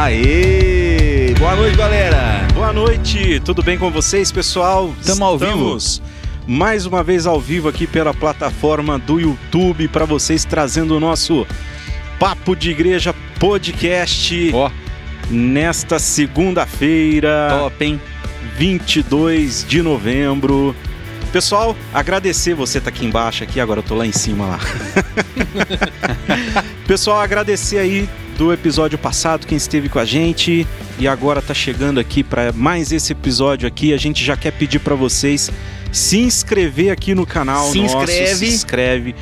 Aê! Boa noite, galera! Boa noite, tudo bem com vocês, pessoal? Tamo ao vivo. Estamos mais uma vez ao vivo aqui pela plataforma do YouTube para vocês trazendo o nosso Papo de Igreja podcast Ó, nesta segunda-feira, top, hein? 22 de novembro. Pessoal, agradecer você tá aqui embaixo aqui, agora eu tô lá em cima lá. Pessoal, agradecer aí do episódio passado quem esteve com a gente e agora tá chegando aqui para mais esse episódio aqui. A gente já quer pedir para vocês se inscrever aqui no canal Se nosso, inscreve. se inscreve.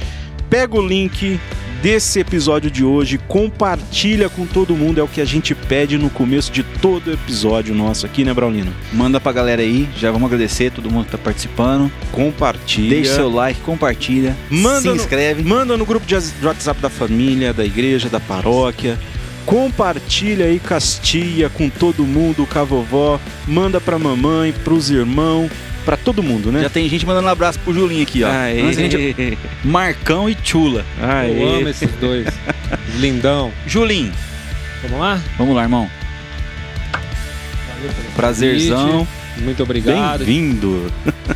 Pega o link desse episódio de hoje, compartilha com todo mundo, é o que a gente pede no começo de todo episódio nosso aqui, né, Braulino? Manda pra galera aí, já vamos agradecer todo mundo que tá participando. Compartilha. Deixa seu like, compartilha, Manda se no- inscreve. Manda no grupo de as- de WhatsApp da família, da igreja, da paróquia. Compartilha aí com as tia, com todo mundo, com a vovó. Manda pra mamãe, pros irmãos, pra todo mundo, né? Já tem gente mandando um abraço pro Julinho aqui, ó. Aê. Antes da gente- Marcão e Chula. Aê. Eu amo esses dois. Lindão. Julinho, Vamos lá? vamos lá, irmão. Valeu pelo Prazerzão. convite. Muito obrigado. Bem-vindo.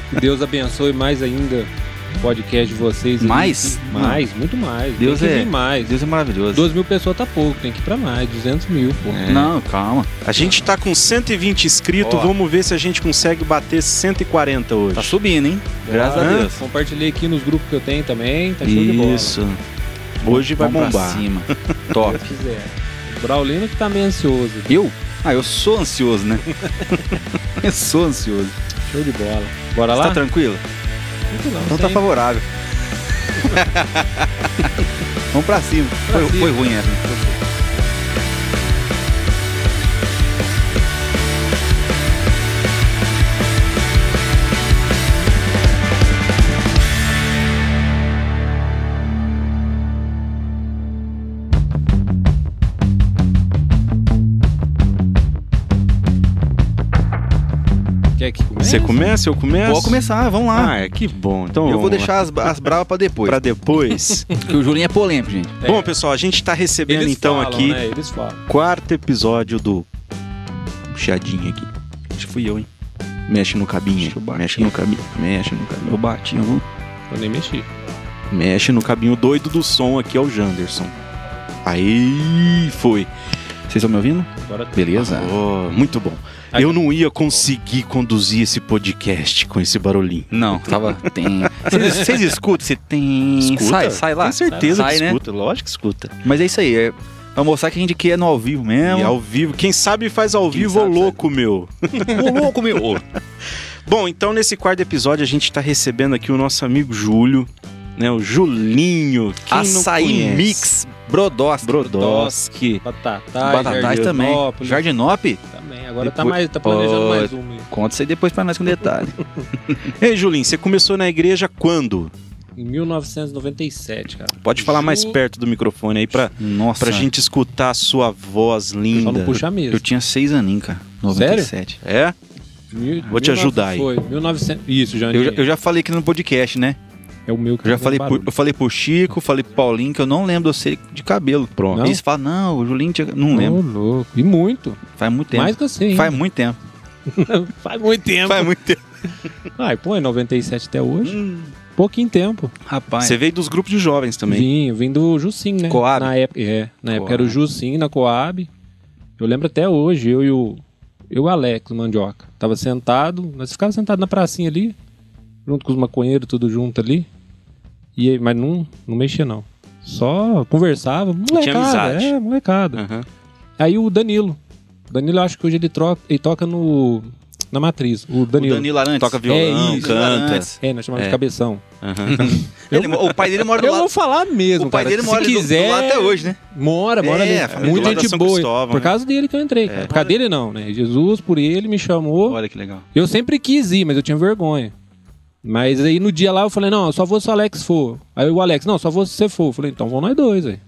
Que Deus abençoe mais ainda o podcast de vocês. Mais? Mais, muito mais. Deus tem que é- vir mais. Deus é maravilhoso. 12 mil pessoas tá pouco, tem que ir pra mais. 200 mil, pô. É. Não, calma. A gente tá com 120 inscritos, Ó. vamos ver se a gente consegue bater 140 hoje. Tá subindo, hein? Graças a Tá? Deus. Compartilhei aqui nos grupos que eu tenho também. Tá show de bola. Isso. Hoje vai Vamos pra bombar. cima. Se Top. Deus quiser. O Braulino que tá meio ansioso. Eu? Ah, eu sou ansioso, né? eu sou ansioso. Show de bola. Bora Você lá? tá tranquilo? Muito não, Então tá sem- favorável. Vamos pra cima. Pra foi, cima. foi ruim essa. né? Quer que comece? Você começa, eu começo? Pode começar, vamos lá. Ah, que bom. Então eu vamos vou lá. deixar as, as bravas pra depois. pra depois. Porque o Julinho é polêmico, gente. É. Bom, pessoal, a gente tá recebendo Eles então falam, aqui né? Eles falam. quarto episódio do Puxadinho aqui. Acho que fui eu, hein? Mexe no cabinho. Mexe no cabinho. Mexe no cabinho. Eu bati, eu vou- Eu nem mexi. Mexe no cabinho doido do som aqui é o Janderson. Aí foi. Vocês estão me ouvindo? Agora tá. Beleza. Oh, muito bom. Aí. Eu tá não ia conseguir conduzir esse podcast com esse barulhinho. Não, tava. Tem. Vocês vocês escutam? Você tem. Sai, sai lá. Tem certeza sai, que né? escuta. Lógico que escuta. Mas é isso aí. É... Pra mostrar que a gente aqui é no ao vivo mesmo. E ao vivo. Quem sabe faz ao Quem vivo, ô sabe faz- louco, meu. Ô, louco, meu. Bom, então nesse quarto episódio a gente tá recebendo aqui o nosso amigo Júlio, né? O Julinho. Quem não Açaí conhece? Mix Brodós. Brodowski. Batatais, Batatais também. Jardinópolis. Jardinop? Também, agora tá, Depois- mais, tá planejando mais um. aí. Conta isso aí depois pra nós com detalhe. Ei, Julinho, você começou na igreja quando? Em 1997, cara. Pode falar Ju- mais perto do microfone aí pra, Nossa. pra gente escutar a sua voz Só linda. não puxar mesmo. Eu tinha seis aninhos, cara. 97. É? Mil- Vou te 1900 ajudar aí. Foi, 1900... Isso, Jandinho. Eu já, eu já falei aqui no podcast, né? É o meu que Eu já tá fazendo falei, pro, barulho. eu falei pro Chico, falei pro Paulinho, que eu não lembro de você de cabelo. Pronto. Não? Eles falam, não, o Julinho tinha... Não Ô, lembro. louco. E muito. Faz muito tempo. Mais que assim. Faz muito tempo. Faz muito tempo. Faz muito tempo. Hum. Ai, pô, é 97 até hoje. Pouquinho tempo. Rapaz. Você veio dos grupos de jovens também. Vim, vim do Jusim, né? Coab. Na época, é, na época era o Coab. Jusim, na Coab. Eu lembro até hoje, eu e o, eu e o Alex, o Mandioca. Tava sentado, nós ficávamos sentados na pracinha ali, junto com os maconheiros, tudo junto ali. E aí, mas não, não mexia não. Só conversava, molecada, amizade. é, molecada. Aham. Aí o Danilo. O Danilo, eu acho que hoje ele, troca, ele toca no na matriz. O Danilo. O Danilo Arantes. Toca violão, É isso, canta. Arantes. É, nós chamamos É. de cabeção. Aham. Ele- o pai dele mora do Eu lado. vou falar mesmo, O pai cara, dele que mora se do- do quiser, lado até hoje, né? Mora, mora É, ali. a família do Muita lado da São gente boa. Cristóvão, né? por causa dele que eu entrei. cara. Por causa dele não, né? Jesus, por ele, me chamou. É. Olha que legal. Eu sempre quis ir, mas eu tinha vergonha. Mas aí no dia lá eu falei, não, eu só vou se o Alex for. Aí o Alex, não, só vou se você for. Eu falei, então vamos nós dois, aí.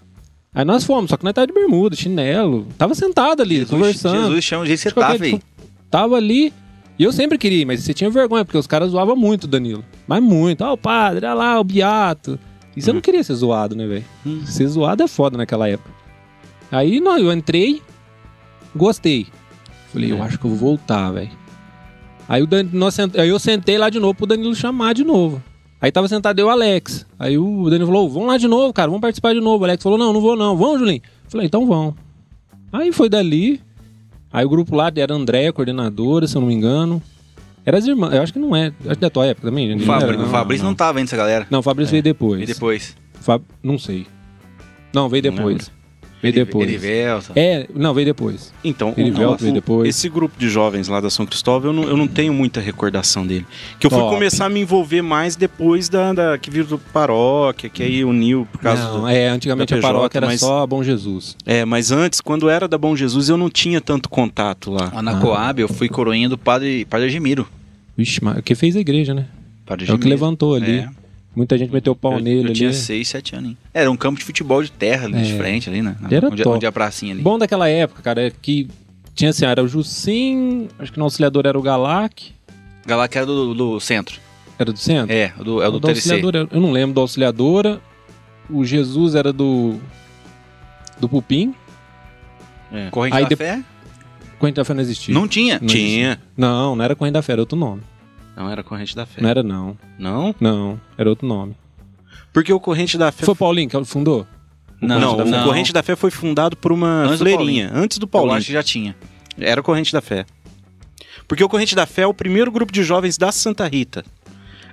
Aí nós fomos, só que nós tava de bermuda, chinelo. Tava sentado ali, conversando. Jesus chama o jeito que você De qualquer tá, velho. tipo, Tava ali. E eu sempre queria, ir, mas você tinha vergonha, porque os caras zoavam muito o Danilo. Mas muito. Ah, o padre, ah lá, o Beato. E você não queria ser zoado, né, velho? Hum. Ser zoado é foda naquela época. Aí não, eu entrei. Gostei. Falei, É. eu acho que eu vou voltar, velho. Aí, o Dan- nós sent- aí eu sentei lá de novo pro Danilo chamar de novo. Aí tava sentado eu e o Alex. Aí o Danilo falou, vamos lá de novo, cara, vamos participar de novo. O Alex falou, não, não vou não. Vamos, Julinho? Falei, então vamos. Aí foi dali. Aí o grupo lá era a Andréia, coordenadora, se eu não me engano. Era as irmãs, eu acho que não é. Acho que da tua época também. O, né? Fabri- Não era, o Fabrício não, tava ainda, essa galera. Não, o Fabrício veio depois. E depois? Fab- Não sei. Não, veio Não depois. veio depois. Erivelta. É, não, veio depois. Então, Ele veio o, veio o, depois. esse grupo de jovens lá da São Cristóvão, eu não, eu não tenho muita recordação dele. Que eu fui Top. começar a me envolver mais depois da, da- que virou paróquia, que aí uniu por causa não, do... é, antigamente da a paróquia PJ, era mas- só Bom Jesus. É, mas antes, quando era da Bom Jesus, eu não tinha tanto contato lá. Lá na Ah. Coab eu fui coroinha do padre, padre Gemiro. Vixe, mas o que fez a igreja, né? Padre É o que Gemiro. levantou ali. É. Muita gente meteu o pau Eu, nele eu tinha ali. 6, 7 anos, hein? Era um campo de futebol de terra ali de É. frente, ali, né? Na- Era onde, top. onde é a pracinha ali. Bom daquela época, cara, é que tinha assim, era o Jussim, acho que no auxiliador era o Galac, Galá que era do, do centro. era do centro? É, o do, é o do da TLC. auxiliadora, eu não lembro do auxiliadora. O Jesus era do do Pupim, É. Corrente Aí da de- Fé? Corrente da Fé não existia. Não tinha. Não existia. Tinha. Não, não era Corrente da Fé, era outro nome. Não era Corrente da É. Fé. Não era não. Não? Não, era outro nome. Porque o Corrente da Fé... Foi o Paulinho que fundou? Não, Corrente da o Corrente da Fé foi fundado por uma Antes do fleirinha, antes do Eu Paulinho. acho que já tinha. Era o Corrente da Fé. Porque o Corrente da Fé é o primeiro grupo de jovens da Santa Rita.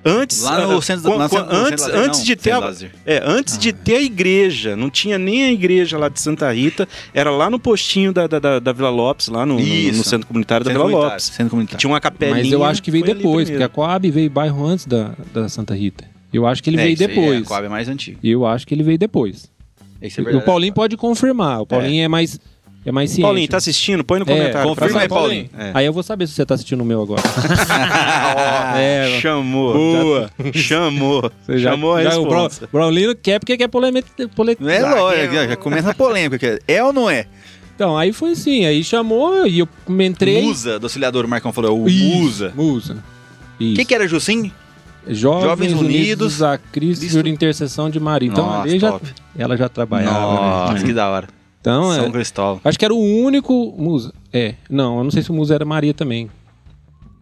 Antes, Lá no ah, centro- quan- lá no quan- centro- no antes, centro Lazer, antes não, de ter centro a, Lazer. é, antes de ter a igreja, não tinha nem a igreja lá de Santa Rita, era lá no postinho da, da, da- da Vila Lopes, lá no, no- no Isso. centro comunitário da Centro Vila comunitário, Tá. Lopes. Centro comunitário. um Tinha uma capelinha. Mas eu acho que veio foi ali depois, porque primeiro. a Coab veio bairro antes da, da Santa Rita. Eu acho que ele É, veio isso aí, depois. É, a Coab é mais antiga. Eu acho que ele veio depois. Isso é o verdade. Paulinho pode confirmar. O Paulinho é, mais é mais ciente. Paulinho, tá assistindo? Põe no É, comentário. É. confirma Fala, aí, Paulinho. É. Paulinho. Aí eu vou saber se você tá assistindo o meu agora. É, chamou. Boa. Chamou. Você já- chamou a já, o resposta. Brau- Braulino quer porque quer polemizar. Não é lógico, já, já começa a polêmica. que É é ou não é? Então, aí foi assim. Aí chamou e eu entrei. Musa, do auxiliador, o Marcão falou, é o Isso, Musa. Musa. O Isso. que, que era Jusim? Jovens, Jovens Unidos, Unidos a Cristo Cristo- por intercessão de Maria. Então, Nossa, ali já- top. ela já trabalhava. Nossa, né? que da hora. Então, é, São Cristóvão. Acho que era o único Musa. É, não, eu não sei se o Musa era Maria também.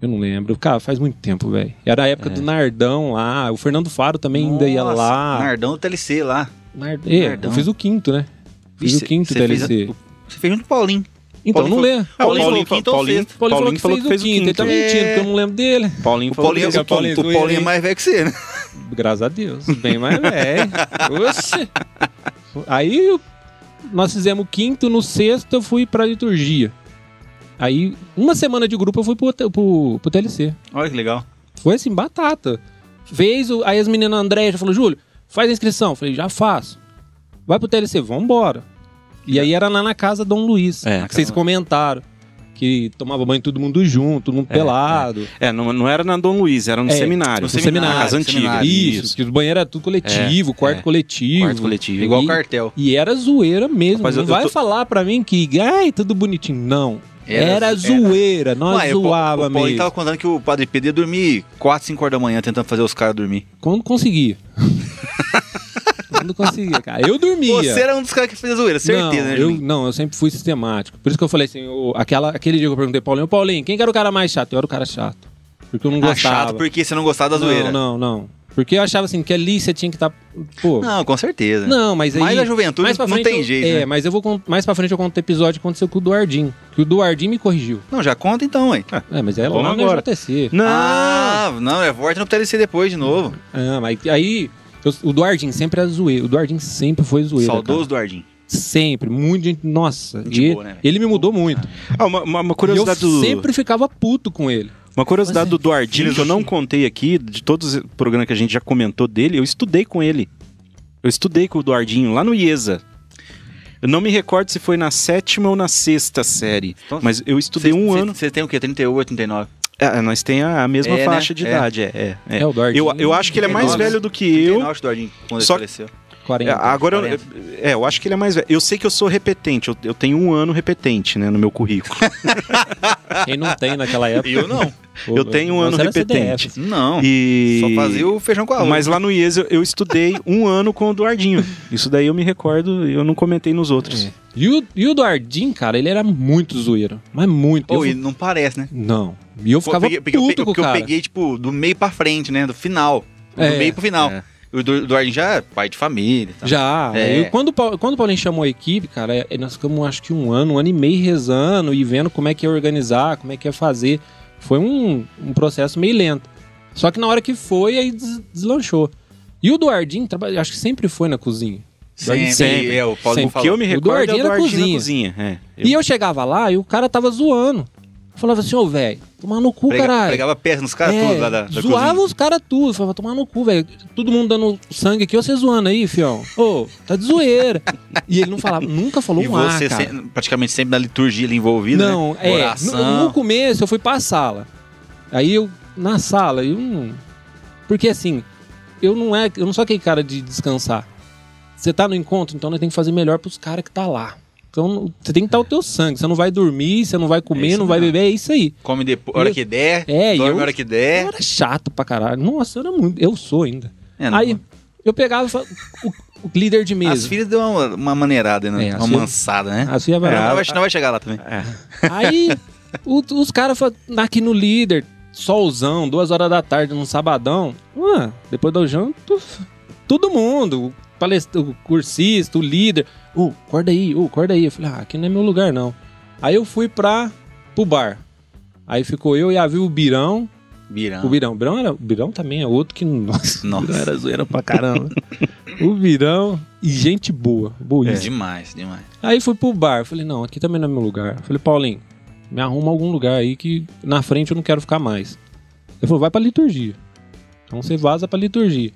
Eu não lembro. Cara, faz muito tempo, velho. Era a época do Nardão lá. O Fernando Faro também ainda ia Nossa, lá. Nardão do TLC lá. Nardão. É, eu Nardão. fiz o quinto, né? Fiz Vixe, o quinto cê TLC. fez a- Você fez junto com o Paulinho. Então, Paulinho não falou- lembro. Ah, o Paulinho Paulinho, falou quinto ou Paulinho- sexto? Paulinho, Paulinho falou que fez, o quinto. Ele tá É. mentindo, porque eu não lembro dele. Paulinho O falou Paulinho, que o, fez o Paulinho, quinto. o Paulinho é mais velho que você, né? Graças a Deus. Bem mais velho. Oxe. Aí eu- nós fizemos o quinto, no sexto eu fui pra liturgia. Aí, uma semana de grupo, eu fui pro, hotel- pro, pro TLC. Olha que legal. Foi assim, batata. Fez, o... aí as meninas Andréia já falou, Júlio, faz a inscrição. Eu falei, já faço. Vai pro TLC, vambora. E aí era lá na casa Dom Luiz, É. que vocês comentaram. Que tomava banho todo mundo junto, todo mundo pelado. É, não, não era na Dom Luiz, era no É, seminário. no As seminário, As antigas. seminário, Isso, que os banheiros eram tudo coletivo, quarto Ah, é. coletivo. Quarto coletivo. Igual e, cartel. e era zoeira mesmo. Rapaz, não eu- eu vai tô- falar pra mim que, ai, tudo bonitinho. Não. Era, zoeira. zoeira, nós Ué, é, o Pau- Ah, zoava O Paulinho mesmo. tava contando que o Padre Pedro ia dormir 4, 5 horas da manhã tentando fazer os caras dormir. Quando conseguia. Quando conseguia, cara. Eu dormia. Você era um dos caras que fez a zoeira, certeza, não, né, eu, Julinho? não, eu sempre fui sistemático. Por isso que eu falei assim, o- aquela, aquele dia que eu perguntei pro Paulinho, Paulinho, quem que era o cara mais chato? Eu era o cara chato. Porque eu não Ah, gostava. chato porque você não gostava da zoeira. Não, não, não. Porque eu achava assim, que ali você tinha que estar... pô, não, Não, com certeza. mas aí... Mas a juventude mais pra não frente tem eu- jeito, É, né? mas eu vou... con- Mais pra frente eu conto o episódio que aconteceu com o Duardinho. Que o Duardinho me corrigiu. Não, já conta então, ué. É, mas é Vamos lá no agora. JTC. Não! Ah, não, é volta no TLC depois de novo. Ah, mas aí... eu- o Duardinho sempre era zoeiro. O Duardinho sempre foi zoeiro. Saudoso do Ardim. Sempre, muito gente. Nossa, Gente e boa, né, velho? ele me mudou muito. Ah, uma, uma- uma E eu curiosidade do. sempre ficava puto com ele. Uma curiosidade do Mas Duardinho que eu não contei aqui, de todos os programas que a gente já comentou dele, eu estudei com ele. Eu estudei com o Duardinho lá no IESA. Eu não me recordo se foi na sétima ou na sexta série, Então, mas eu estudei um ano. Você tem o quê? 38, 39? Ah, nós tem a, a mesma É, né? faixa de É. idade, é. é, é. É, o Duarte. Eu, eu acho que ele é mais 39, velho do que eu. 39, acho que o Ardim, quando ele Só- um faleceu. 40. É, Agora, eu- É, eu acho que ele é mais velho. Eu sei que eu sou repetente, eu, eu tenho um ano repetente, né, no meu currículo. Quem não tem naquela época. Eu não. Pô, ah. é Eu tenho um nós ano era repetente. CDF. Não. E... Só fazia o feijão com arroz. Mas lá no IES eu, eu estudei um ano com o Eduardinho. Isso daí eu me recordo, eu não comentei nos outros. E o, e o Duardin, cara, ele era muito zoeiro. Mas muito. Pô, Eu- e não parece, né? Não. E eu Pô, ficava peguei- peguei- eu puto peguei- com o porque eu cara. peguei, tipo, do meio pra frente, né? Do final. É, do meio pro final. é. O Edu- Eduardo já é pai de família e tal. Já. É. Eu- quando, o Pau- quando o Paulinho chamou a equipe, cara, é- nós ficamos acho que um ano, um ano e meio rezando e vendo como é que ia organizar, como é que ia fazer. Foi um, um processo meio lento. Só que na hora que foi, aí des- deslanchou. E o Duardinho, traba- acho que sempre foi na cozinha. Sempre, sempre. É, o Paulo Sempre. sempre. O que eu me O recordo é o Eduardinho era Eduardinho na cozinha. É. Eu- E eu chegava lá e o cara tava zoando. Eu falava assim, ô, velho, tomar no cu, Prega, caralho. pregava peça nos caras É, todos lá da, da zoava cozinha. os caras tudo. Falava, tomar no cu, velho. Todo mundo dando sangue aqui, você zoando aí, fião. Ô, tá de zoeira. e ele não falava, nunca falou E um ar, você cara. sem- praticamente sempre na liturgia ali envolvido, não, né? é. Oração. No, no começo eu fui pra sala. Aí eu, na sala, eu não... Porque assim, eu não é, eu não sou aquele cara de descansar. Você tá no encontro, então nós tem que fazer melhor pros caras que tá lá. Então, você tem que estar o teu sangue. Você não vai dormir, você não vai comer, isso não vai mesmo. beber, é isso aí. Come depois, hora Eu- que der, É, dorme eu- a hora que Eu der. era chato pra caralho. Nossa, eu era muito. Eu sou ainda. É, não- Aí eu pegava e falava, o, o líder de As mesa. filhas deu uma, uma maneirada, né? É, as uma filhas- mansada, né? As filhas vai Não, lá. vai, não vai chegar lá também. Aí o- os caras falam, aqui no líder, solzão, duas horas da tarde, num sabadão. Ué, depois do janto, todo mundo, o, palest... o cursista, o líder. Ô, acorda aí, ô, acorda aí. Eu falei, ah, aqui não é meu lugar não. Aí eu fui pra, pro bar. Aí ficou eu e a Vi, o Birão. Virão. O Birão, o Birão, era, o Birão também é outro que, nossa, Ah. Nossa. O Birão era zoeira pra caramba. o Birão e gente boa, boíssima. É. Demais, demais. Aí fui pro bar. Falei, não, aqui também não é meu lugar. Falei, Paulinho, me arruma algum lugar aí que na frente eu não quero ficar mais. Ele falou, vai pra liturgia. Então você vaza pra liturgia.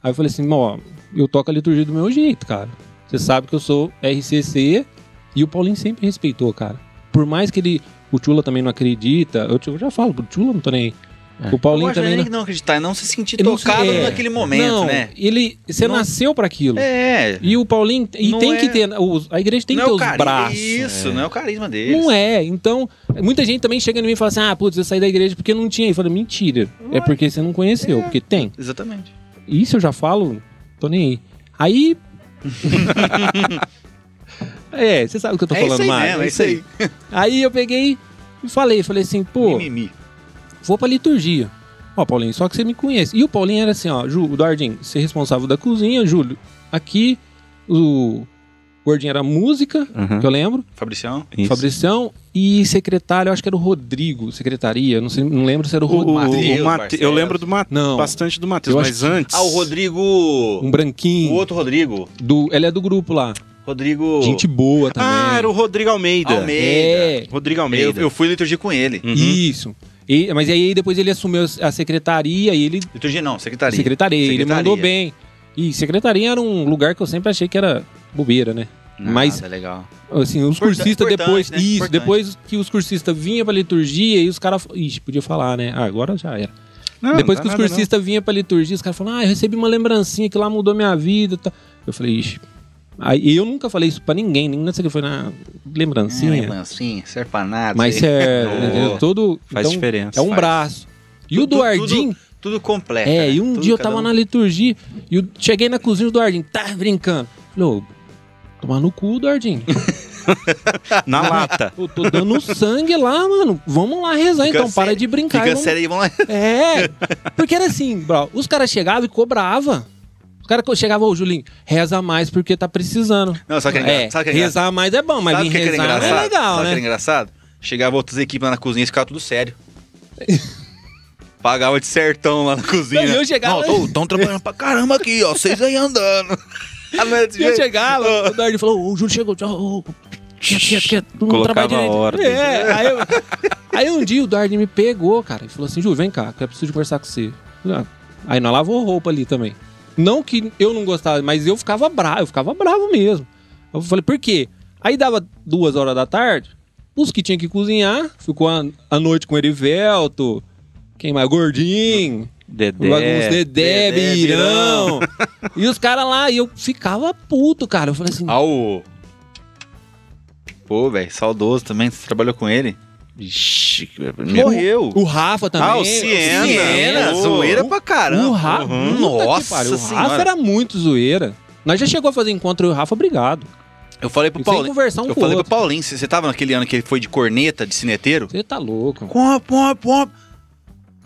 Aí eu falei assim, ó, eu toco a liturgia do meu jeito, cara. Você sabe que eu sou RCC e o Paulinho sempre respeitou, cara. Por mais que ele. O Tchula também não acredita. Eu, eu já falo, o Tchula não tô nem aí. O Eu Paulinho acho que também. ele Não... que não acreditar, e não se sentir Eu não sei- tocado é. naquele momento, não, né? ele. Você Não- nasceu pra aquilo. É. E o Paulinho. E Não tem que é- ter. os- A igreja tem não que é ter o os carisma, braços. Isso, não é o carisma dele. Não é. Então, muita gente também chega em mim e fala assim: ah, putz, eu saí da igreja porque não tinha. Eu falo, mentira. É porque você não conheceu, porque tem. Exatamente. Isso eu já falo, tô nem aí. Aí. é, você sabe o que eu tô é falando isso aí mais. mesmo, é isso aí. aí. Aí eu peguei e falei, falei assim, pô, Mimimi. vou pra liturgia. Ó, Paulinho, só que você me conhece. E o Paulinho era assim, ó, Ju, o Dardinho, você é responsável da cozinha, Júlio. Aqui, o Gordinho era música, Aham. que eu lembro. Fabricião. Isso. Fabricião e secretário, eu acho que era o Rodrigo, secretaria, não, sei, não lembro se era o O, o, o Rodrigo. Mateus, Mate... Eu Barcelos. lembro do Mate... Não. bastante do Matheus, Eu mas antes. Ah, o Rodrigo. Um branquinho. O outro Rodrigo. Do, ele é do grupo lá. Rodrigo. Gente boa também. Ah, era o Rodrigo Almeida. Almeida. É, Rodrigo Eu, Almeida. eu fui liturgia com ele. Hum. Uhum. isso. E- mas aí depois ele assumiu a secretaria e ele. Liturgia não, secretaria. Secretaria, ele Secretaria. mandou bem. E secretaria era um lugar que eu sempre achei que era bobeira, né? Nada, Mas legal. Assim, os Importan- cursistas importante, depois. né? Isso, Importante. depois que os cursistas vinham pra liturgia e os caras. Ixi, podia falar, né? Ah, agora já era. Não, Depois não que os dá nada, não. cursistas vinham pra liturgia, os caras falaram, ah, eu recebi uma lembrancinha que lá mudou minha vida. Tá. Eu falei, ixi. Aí eu nunca falei isso pra ninguém, nem sei que foi na lembrancinha. É, lembrancinha, serve pra nada. mas isso aí. é. Oh. entendeu? todo. Faz então, diferença. É um Faz. braço. E o Tudo- Duardinho. Tudo, tudo completo. É, né? e um Tudo, dia eu cada tava um. na liturgia e eu cheguei na cozinha do Duardinho, tá brincando. Falei, ô, tomar no cu, Duardinho. Na lata. Eu tô dando sangue lá, mano. Vamos lá rezar, Fica então. Para sério- de brincar. Fica vamos- sério aí, vamos lá. É, porque era assim, bro. Os caras chegavam e cobravam. Os caras chegavam, ô Julinho, reza mais porque tá precisando. Não, sabe o que é, É, engra- sabe o que é engraçado? rezar mais é bom, mas Sabe vir o que, que era rezar engraçado? é legal, Sabe o que era né? engraçado? Chegava outras equipes lá na cozinha e ficava tudo sério. Pagava de sertão lá na cozinha. Não, e eu chegava- Estão trabalhando pra caramba aqui, ó. Vocês aí andando. Ah, não é desse E eu jeito? chegava, o Dardo falou, ô, o Júlio chegou, tchau, ô, quieto, quieto, quieto, não Colocava trabalha direito. ordem. É, aí, eu- aí um dia o Dardo me pegou, cara, e falou assim, Júlio, vem cá, que eu preciso conversar com você. Ah, Aí nós lavou roupa ali também. Não que eu não gostava, mas eu ficava bravo, eu ficava bravo mesmo. Eu falei, por quê? Aí dava duas horas da tarde, os que tinham que cozinhar, ficou a, a noite com o Erivelto, quem mais? Gordinho. Dedé. O bagunço, Dedé, Dedé, Birão. E os caras lá, e eu ficava puto, cara. Eu falei assim, Ah, o... Pô, velho, saudoso também. Você trabalhou com ele? Ixi, morreu. o Rafa também. Ah, o Siena. Siena. Siena. Zoeira pra caramba. O Rafa, Uhum. nossa Puta que pariu, o Rafa era muito zoeira. Nós já chegou a fazer encontro eu e o Rafa, obrigado. Eu falei pro E sem Paulinho. conversar um eu com o falei pro outro. Paulinho, você você tava naquele ano que ele foi de corneta, de cineteiro? Você tá louco. Pom, pom, pom.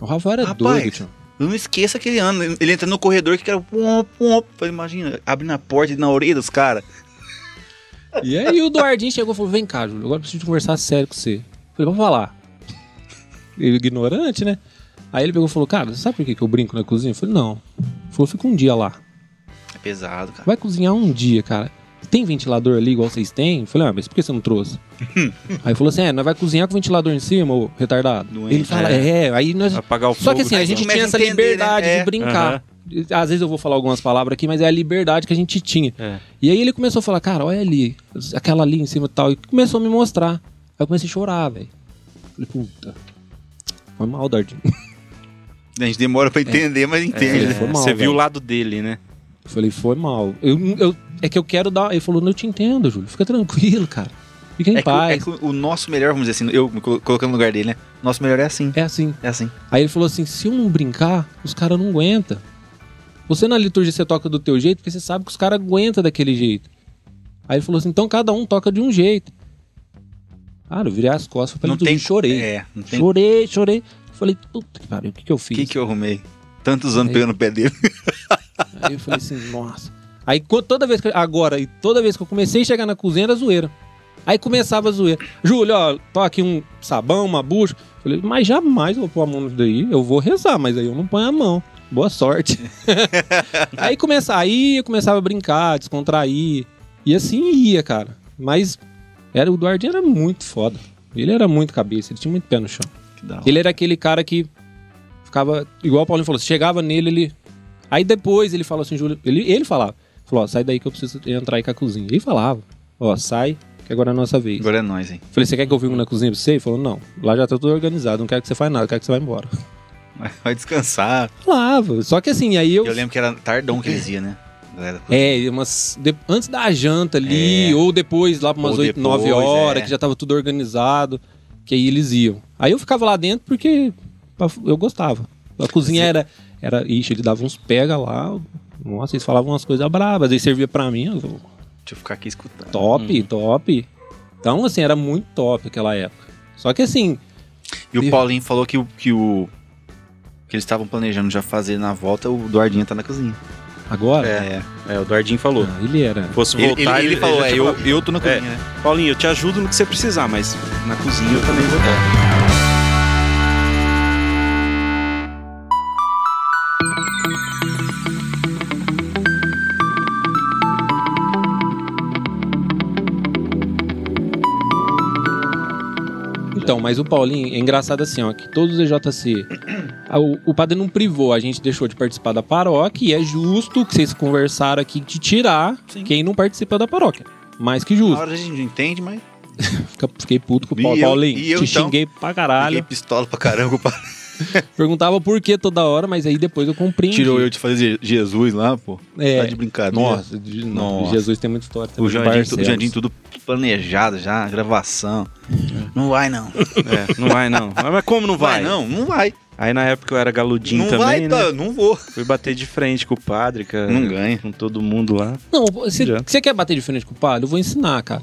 O Rafa era Rapaz. doido, tio. Eu não esqueço aquele ano. Ele entra no corredor que era pom, pom. Falei, imagina, abrindo a porta e na orelha dos caras. E aí o Duardinho chegou e falou: Vem cá, Júlio, agora eu preciso conversar sério com você. Eu falei, vamos falar. Ele ignorante, né? Aí ele pegou e falou: Cara, sabe por que que eu brinco na cozinha? Eu falei, não. Ele falou, fica um dia lá. É pesado, cara. Vai cozinhar um dia, cara. Tem ventilador ali igual vocês têm? Eu falei, ah, mas por que você não trouxe? aí falou assim: é, nós vai cozinhar com o ventilador em cima, ô retardado. Doente, ele fala, é, aí nós. Apagar o Só fogo. que assim, a Aí gente começa tinha a essa entender, né? liberdade É. de brincar. Às vezes eu vou falar algumas palavras aqui, mas é a liberdade que a gente tinha. É. E aí ele começou a falar, cara, olha ali, aquela ali em cima e tal. E começou a me mostrar. Aí eu comecei a chorar, velho. Falei, puta. Foi mal, Dardinho. A gente demora pra entender, mas entende. É. né? Foi mal, Você viu velho. o lado dele, né? Eu Falei, foi mal. Eu, eu- é que eu quero dar. Ele falou, não, eu te entendo, Júlio. Fica tranquilo, cara. Fica em É que, o- é paz. que o nosso melhor, vamos dizer assim, eu me colo- colocando no lugar dele, né? Nosso melhor é assim. É assim. É assim. Aí ele falou assim: se eu não brincar, os caras não aguentam. Você na liturgia você toca do teu jeito, porque você sabe que os caras aguentam daquele jeito. Aí ele falou assim: então cada um toca de um jeito. Cara, eu virei as costas, fui pra liturgia e chorei. É, não tem. Chorei, chorei. Falei, puta que pariu, o que, que eu O fiz? que, que eu arrumei? Tantos anos pegando o pé dele. Aí eu falei assim, nossa. Aí co- toda vez que. Agora, e toda vez que eu comecei a chegar na cozinha era zoeira. Aí começava a zoeira. Júlio, ó, tô aqui um sabão, uma bucha. Falei, mas jamais eu vou pôr a mão nisso daí. Eu vou rezar, mas aí eu não ponho a mão. Boa sorte. aí começa, aí eu começava a brincar, descontrair. E assim ia, cara. Mas era, o Duardinho era muito foda. Ele era muito cabeça, ele tinha muito pé no chão. Que da hora. Ele era aquele cara que ficava, igual o Paulinho falou, você chegava nele, ele. Aí depois ele falou assim, Júlio. Ele, ele falava. Falou, ó, sai daí que eu preciso entrar aí com a cozinha. Ele falava, ó, sai, que agora é a nossa vez. Agora é nós, hein? Falei, você quer que eu vim na cozinha pra você? Ele falou, não, lá já tá tudo organizado, não quero que você faça nada, quero que você vá embora. Vai- Vai descansar. Falava. Só que assim, aí eu. Eu lembro que era tardão que eles iam, né? Galera, É, umas, de- antes da janta ali, É. ou depois, lá pra umas Ou 8, 9 depois, horas, é. que já tava tudo organizado, que aí eles iam. Aí eu ficava lá dentro porque pra- eu gostava. A cozinha é era, era. Ixi, ele dava uns pega lá. Nossa, eles falavam umas coisas brabas, aí servia pra mim. eu- Deixa eu ficar aqui escutando. Top, top. Então, assim, era muito top aquela época. Só que assim, E o Paulinho falou que o. Que, o, que eles estavam planejando já fazer na volta, o Duardinha tá na cozinha. agora. É. É, o Dardinho falou. ah, Ele era. Se fosse Ele, ele- voltar, ele falou, já é, tinha eu, falado, eu tô na cozinha, né? Paulinho, eu te ajudo no que você precisar, mas na cozinha eu também vou dar. Então, mas o Paulinho, é engraçado assim, ó, que todos os EJC, a- o, o padre não privou, a gente deixou de participar da paróquia, e é justo que vocês conversaram aqui de tirar Sim. quem não participa da paróquia. Mais que Na justo. hora a gente não entende, mas. Fica- Fiquei puto com o E Paulo, eu- Paulinho, e eu, te então? xinguei pra caralho. Fiquei pistola pra caramba. O Paulinho Perguntava por que toda hora, mas aí depois eu compreendi. tirou eu de fazer Jesus lá, pô. É. Tá de brincadeira. Nossa, de- não, Nossa. Jesus tem muita história também. O Jandinho, tu- o Barcelos. Jandinho tudo planejado já, gravação. Não vai, não. É, não vai não. Mas mas como não vai? não, não vai. Aí na época eu era galudinho não também, vai, né? tá, não vou. Fui bater de frente com o padre, cara. Não ganha. Com todo mundo lá. Não, você, Já. você quer bater de frente com o padre? Eu vou ensinar, cara.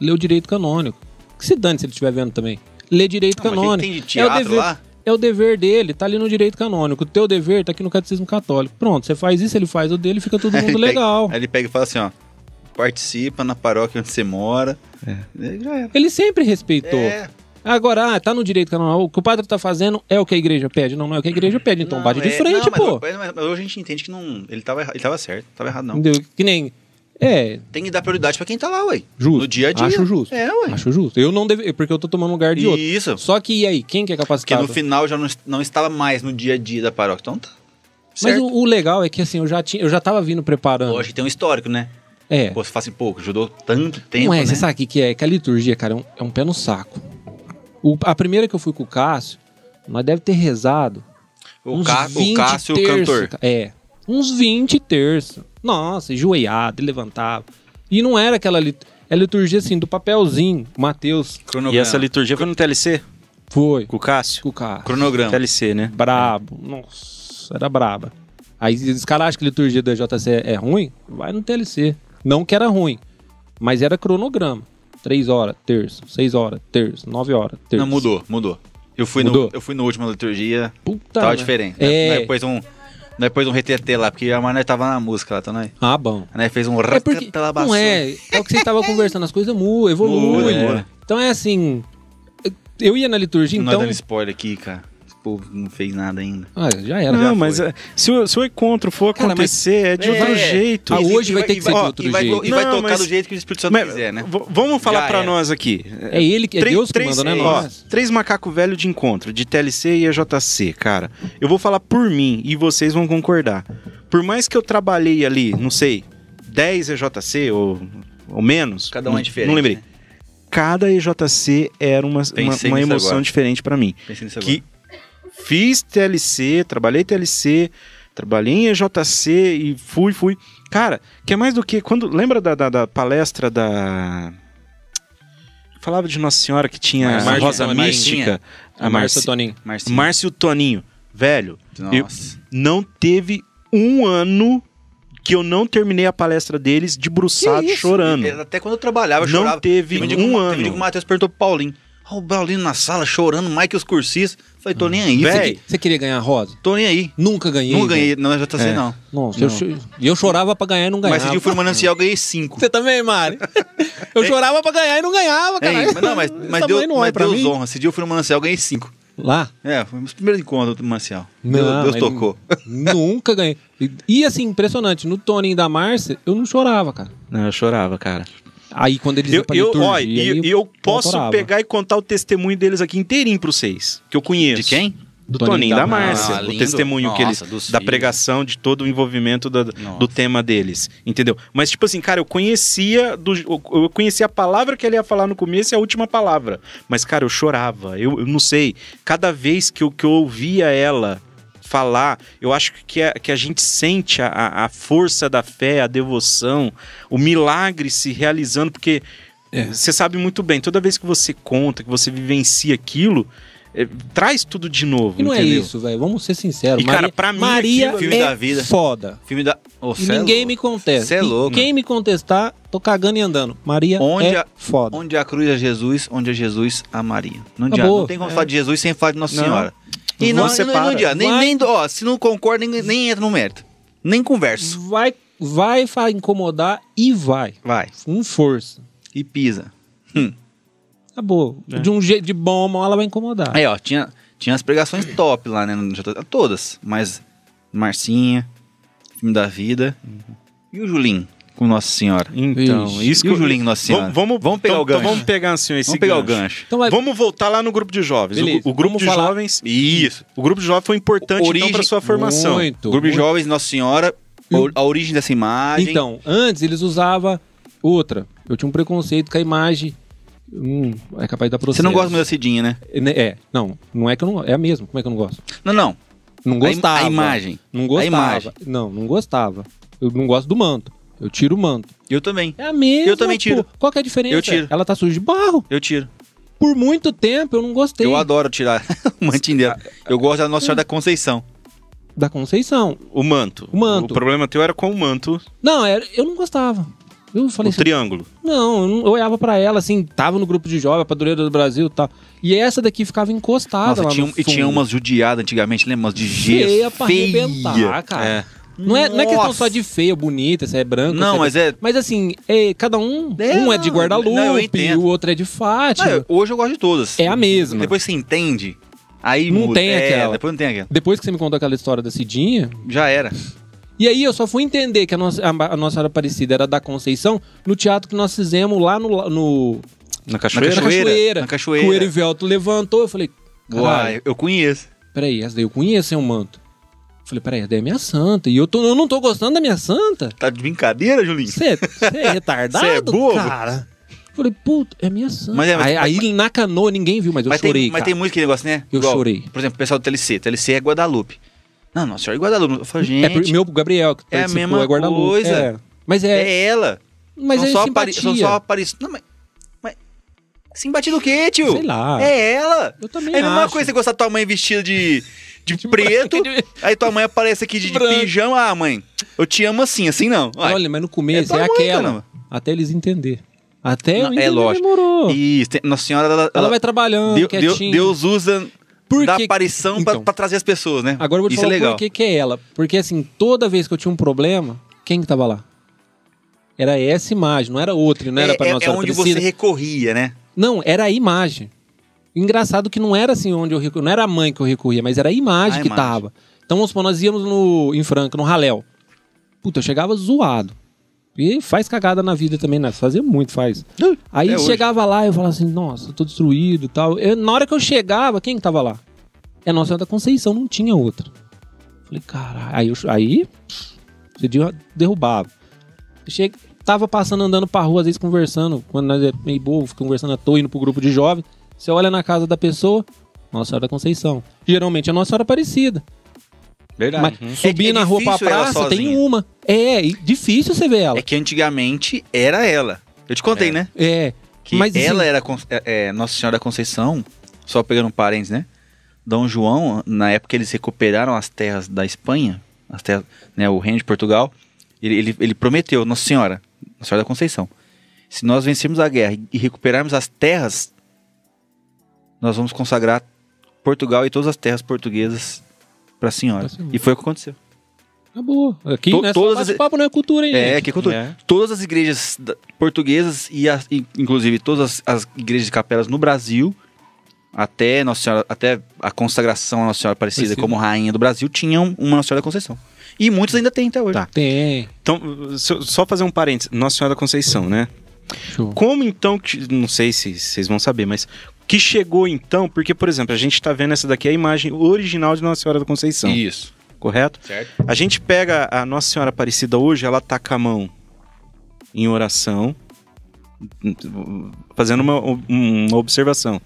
Lê o direito canônico. Que se dane se ele estiver vendo também. Lê direito Não, mas canônico. quem tem de teatro é o dever, lá? É o dever dele, tá ali no direito canônico. O teu dever tá aqui no catecismo católico. Pronto, você faz isso, ele faz o dele, fica todo Aí mundo ele pega- legal. Aí ele pega e fala assim, ó. Participa na paróquia onde você mora. É. Aí já era. Ele sempre respeitou. É, Agora, ah, tá no direito canônico. O que o padre tá fazendo é o que a igreja pede. Não, não é o que a igreja pede, então não, bate de é- frente, não, mas- pô. Mas, mas hoje a gente entende que não. Ele tava, erra- ele tava certo, tava errado, não. Entendeu? Que nem. É, Tem que dar prioridade pra quem tá lá, ué. justo. No dia a dia. Acho justo. É, ué. Acho justo. Eu não deveria, porque eu tô tomando lugar de outro. Isso. Só que e aí, quem que é Porque capacitado? no final já não, não estava mais no dia a dia da paróquia. Então tá. Mas Certo. o, o legal é que assim, eu já, tinha, eu já tava vindo preparando. Hoje tem um histórico, né? É. Pô, você fala assim, pô, ajudou tanto tempo. não é, né? você sabe o que, que é? Que a liturgia, cara, é um, é um pé no saco. O- a primeira que eu fui com o Cássio, nós deve ter rezado O, Ca... o Cássio, o terço, cantor. ca- É. Uns 20 terço. Nossa, enjoeiado, e levantava. E não era aquela lit... é liturgia assim, do papelzinho. Mateus Cronograma. E essa liturgia foi no TLC? foi Com o Cássio? com o cara. Cronograma. TLC, né? Brabo. Nossa, era braba. Aí os caras acham que a liturgia da JC é ruim? Vai no TLC. Não que era ruim, mas era cronograma. Três horas, terço. Seis horas, terço. Nove horas, terço. Não, mudou, mudou. Eu fui, Mudou? No, eu fui na última liturgia, Puta tava merda. diferente. É. Nós pôs um, nós pôs um retetê lá, porque a Mané tava na música lá, então nós, Ah, bom. nós fez um É porque pela não é, é o que você estava conversando, as coisas mudam, Muda, evoluem. muda. Então é assim, eu ia na liturgia, Não é então... dando spoiler aqui, cara. Esse povo não fez nada ainda. Ah, já era. Não, foi. mas é, se, o, se o encontro for Cara, mas- acontecer, é de outro É. jeito. Ah, hoje E vai ter que ser de ó, outro e vai, jeito. E vai Não, tocar mas- do jeito que o Espírito Santo Mas, quiser, né? v- Vamos falar Já pra era. nós aqui. É ele, que é Deus que manda, né? ó, Nós. três macaco velho de encontro, de TLC e EJC, cara. Eu vou falar por mim e vocês vão concordar. Por mais que eu trabalhei ali, não sei, 10 EJC ou, ou menos. Cada um é não- diferente, Não lembrei. né? Cada EJC era uma, uma, nisso uma emoção agora. diferente pra mim. Pensei nisso Que fiz TLC, trabalhei TLC, trabalhei em EJC e fui, fui. Cara, que é mais do que. quando Lembra da, da- da palestra da. Falava de Nossa Senhora que tinha Marcia a Rosa Toninho. Mística. A A Marcia Márcia Toninho. agora. Marcinho. Márcio Toninho. Velho, Nossa. não teve um ano que eu não terminei a palestra deles Tá debruçado chorando. Eu- É, Até quando eu trabalhava, eu Não chorava. teve Teve dia um que o- ano. Teve dia que o Matheus perguntou pro Paulinho. Ó, o Paulinho na sala chorando, mais que os cursistas. Falei, tô nem aí. Véi. Véi. Você queria ganhar a rosa? Tô nem aí. Nunca ganhei. Não ganhei, não, já tá sem, É. não. velho. Nossa, eu, Não. cho- e eu chorava pra ganhar e não ganhava. Mas esse dia eu fui no manancial, eu ganhei cinco. Você também, Mari? Eu chorava pra ganhar e não ganhava, É, cara. mas não, mas, mas tá Essa Deus, mãe não olha mas pra Deus mim. honra. Esse dia eu fui no Manancial, eu ganhei cinco. Lá? É, foi o primeiro encontro do Manancial. Não, Deus, Deus mas- tocou. Nunca ganhei. E, e, assim, impressionante, no Toninho da Márcia, eu não chorava, cara. Não, eu chorava, cara. Aí quando eles Eu, iam pra eu, liturgia, ó, e- aí e eu posso autorava. pegar e contar o testemunho deles aqui inteirinho pra vocês, que eu conheço. De quem? Do Toninho, da Márcia. Ah, o lindo. testemunho que eles. Nossa, dos Da filhos. pregação, de todo o envolvimento da- do Nossa. tema deles. Entendeu? Mas, tipo assim, cara, eu conhecia. Do, eu conhecia a palavra que ele ia falar no começo e a última palavra. Mas, cara, eu chorava. Eu, eu não sei. Cada vez que eu, que eu ouvia ela falar, eu acho que a, que a gente sente a- a, a força da fé, a devoção, o milagre se realizando, porque você sabe muito bem, toda vez que você conta, que você vivencia aquilo, eh, traz tudo de novo, E não entendeu? é isso, velho. Vamos ser sinceros. E, cara, pra mim, Maria aquilo ali- é Filme da vida. foda. Filme da. Ô, E cê é ninguém me louco. contesta. Cê é E louco. Quem me contestar, tô cagando e andando. Maria Onde é a- foda. Onde a cruz é Jesus, onde é Jesus a Maria. Não adianta. Acabou. Não tem como falar de Jesus sem falar de Nossa Não. Senhora. Não E não, separa. não, não adianta. Nem, Vai. nem, ó, se não concorda, nem, nem entra no mérito. Nem converso. Vai, vai fa- incomodar e vai. Vai. Com força. E pisa. Acabou. De um jeito de bom, mal ela vai incomodar. Aí, ó, tinha, tinha as pregações top lá, né? no JJ, Todas. Mas Marcinha, Filme da Vida. E o Julinho com Nossa Senhora. Então, Ixi. isso E que o eu- Julinho, Nossa Senhora. Vamos, vamos, Vamos pegar então- o gancho. então vamos pegar assim, esse Vamos pegar o gancho. gancho. Então vai. Vamos voltar lá no grupo de jovens. O, Beleza, gru- o grupo vamos de falar. jovens. Isso. O grupo de jovens foi importante então Origem- para sua formação. Muito. Grupo de muito. Jovens, Nossa Senhora. o- A origem dessa imagem. Então, antes eles usavam outra. Eu tinha um preconceito com a imagem. Hum, é capaz de dar processo. Você não gosta muito da Cidinha, né? É, não. Não é que eu não... É a mesma. Como é que eu não gosto? Não, não. Não A im- gostava. A, imagem. Não gostava. A imagem. Não, não gostava. Eu não gosto do manto. Eu tiro o manto. Eu também. É a mesma. Eu também tiro. pô. Qual que é a diferença? Eu tiro. Ela tá suja de barro. Eu tiro. Por muito tempo eu não gostei Eu adoro tirar o mantinho dela. Eu gosto da Nossa Senhora da Conceição. da Conceição. O manto. O manto. O problema teu era com o manto, Não, era- eu não gostava. Eu falei o assim, triângulo. não, eu não- eu olhava pra ela assim, tava no grupo de jovem, padureira do Brasil e tal. E essa daqui ficava encostada Nossa, Ah, lá tinha, um- no e fundo. tinha umas judiadas antigamente, lembra? Umas de gesso. feia pra feia. arrebentar, cara. Não, é, não é questão Nossa. só de feia, bonita, se é branca. se Não, é mas é. Mas assim, é, cada um, É, um é não, de não, eu guarda-lupe, entendo. o outro é de Fátima. Ah, eu- hoje eu gosto de todas. É a mesma. Depois você entende. Aí Não muda. tem É, aquela. Depois não tem aquela. Depois que você me contou aquela história da Cidinha, Já era. e aí eu só fui entender que a nossa, a, a nossa Senhora Aparecida era da Conceição no teatro que nós fizemos lá no... no Na Na cachoeira? cachoeira. Cachoeira. Na que o cachoeira. Erivelto levantou, eu falei, caralho, Uai, eu conheço. peraí, essa daí eu conheço, hein, o manto. Eu falei, peraí, essa daí é minha santa. E eu, tô, eu não tô gostando da minha santa? Tá de brincadeira, Julinho? Você é retardado, Cê é bobo? cara? Eu falei, puta, é minha santa. Mas é, mas- aí, aí na canoa ninguém viu, mas eu mas chorei, tem, um, mas cara. tem muito que negócio, né? Eu chorei. Por exemplo, o pessoal do TLC. TLC é Guadalupe. Não, Nossa Senhora de Guadalupe. Eu falo, gente, É pro meu Gabriel que um É a participou, mesma é guarda-luz. coisa. É. Mas é. é ela. mas são, é só apari- simpatia. são só aparições. Não, mas, mas. Simpatia do quê, tio? Sei lá. É ela. Eu também É a mesma acho. coisa você gostar da tua mãe vestida de, de preto. Aí tua mãe aparece aqui de, de Branco. pijama. Ah, mãe, eu te amo assim, assim não. Ué, Olha, mas no começo É é, tua mãe, aquela. caramba. Até eles entender. Até Não, é eu entender lógico. demorou. Isso, tem- Nossa Senhora, ela, Ela ela- vai trabalhando, Deu- deu- quietinha. Deus usa Por da que- aparição pra- Então. pra trazer as pessoas, né? Agora eu vou te Isso falar é legal. por que que é ela. Porque assim, toda vez que eu tinha um problema, quem que tava lá? Era essa imagem, não era outra, não era é, pra é- Nossa é Senhora onde Aparecida. você recorria, né? Não, era a imagem. Engraçado que não era assim onde eu recorria, não era a mãe que eu recorria, mas era a imagem A que imagem. tava. Então, vamos supor, nós íamos no, em Franca, no Raléu. Puta, eu chegava zoado. E faz cagada na vida também, né? Fazia muito, faz. Aí até hoje. chegava lá e eu falava assim, nossa, eu tô destruído e tal. Eu- na hora que eu chegava, quem que tava lá? É a Nossa Senhora da Conceição, não tinha outra. Falei, caralho. Aí, eu, aí pff, esse dia eu derrubava. Chega, tava passando, andando pra rua, às vezes conversando, quando nós é meio bobo, fica conversando à toa, indo pro grupo de jovens. Você olha na casa da pessoa, Nossa Senhora da Conceição. Geralmente é Nossa Senhora Aparecida. Verdade. Mas subir É- é na rua pra difícil ela praça, tem sozinha. uma. É, e difícil você ver ela. É que antigamente era ela. Eu te contei, né? É. Que Mas, assim- ela era con- é, é, Nossa Senhora da Conceição, só pegando um parênteses, né? Dom João, na época eles recuperaram as terras da Espanha, as terras, né, o reino de Portugal, ele, ele, ele prometeu, Nossa Senhora, Nossa Senhora da Conceição, se nós vencermos a guerra e recuperarmos as terras, nós vamos consagrar Portugal e todas as terras portuguesas para a senhora. Pra senhora. E foi o que aconteceu. Acabou. Aqui, To- né? todas Todas as- papo não é cultura, hein, É, gente? que aconteceu. É. Todas as igrejas da- portuguesas e, as- e, inclusive todas as, as igrejas e capelas no Brasil, até Nossa Senhora, até a consagração à Nossa Senhora Aparecida Aparecida. como rainha do Brasil, tinham uma Nossa Senhora da Conceição. E muitos ainda têm até hoje. Tá. Tem. Então, só- só fazer um parênteses. Nossa Senhora da Conceição, né? Show. Como então que. Não sei se vocês vão saber, mas. Que chegou então, porque, por exemplo, a gente tá vendo essa daqui, é a imagem original de Nossa Senhora da Conceição, Isso. correto? Certo. A gente pega a Nossa Senhora Aparecida hoje, ela tá com a mão em oração, fazendo uma, uma observação.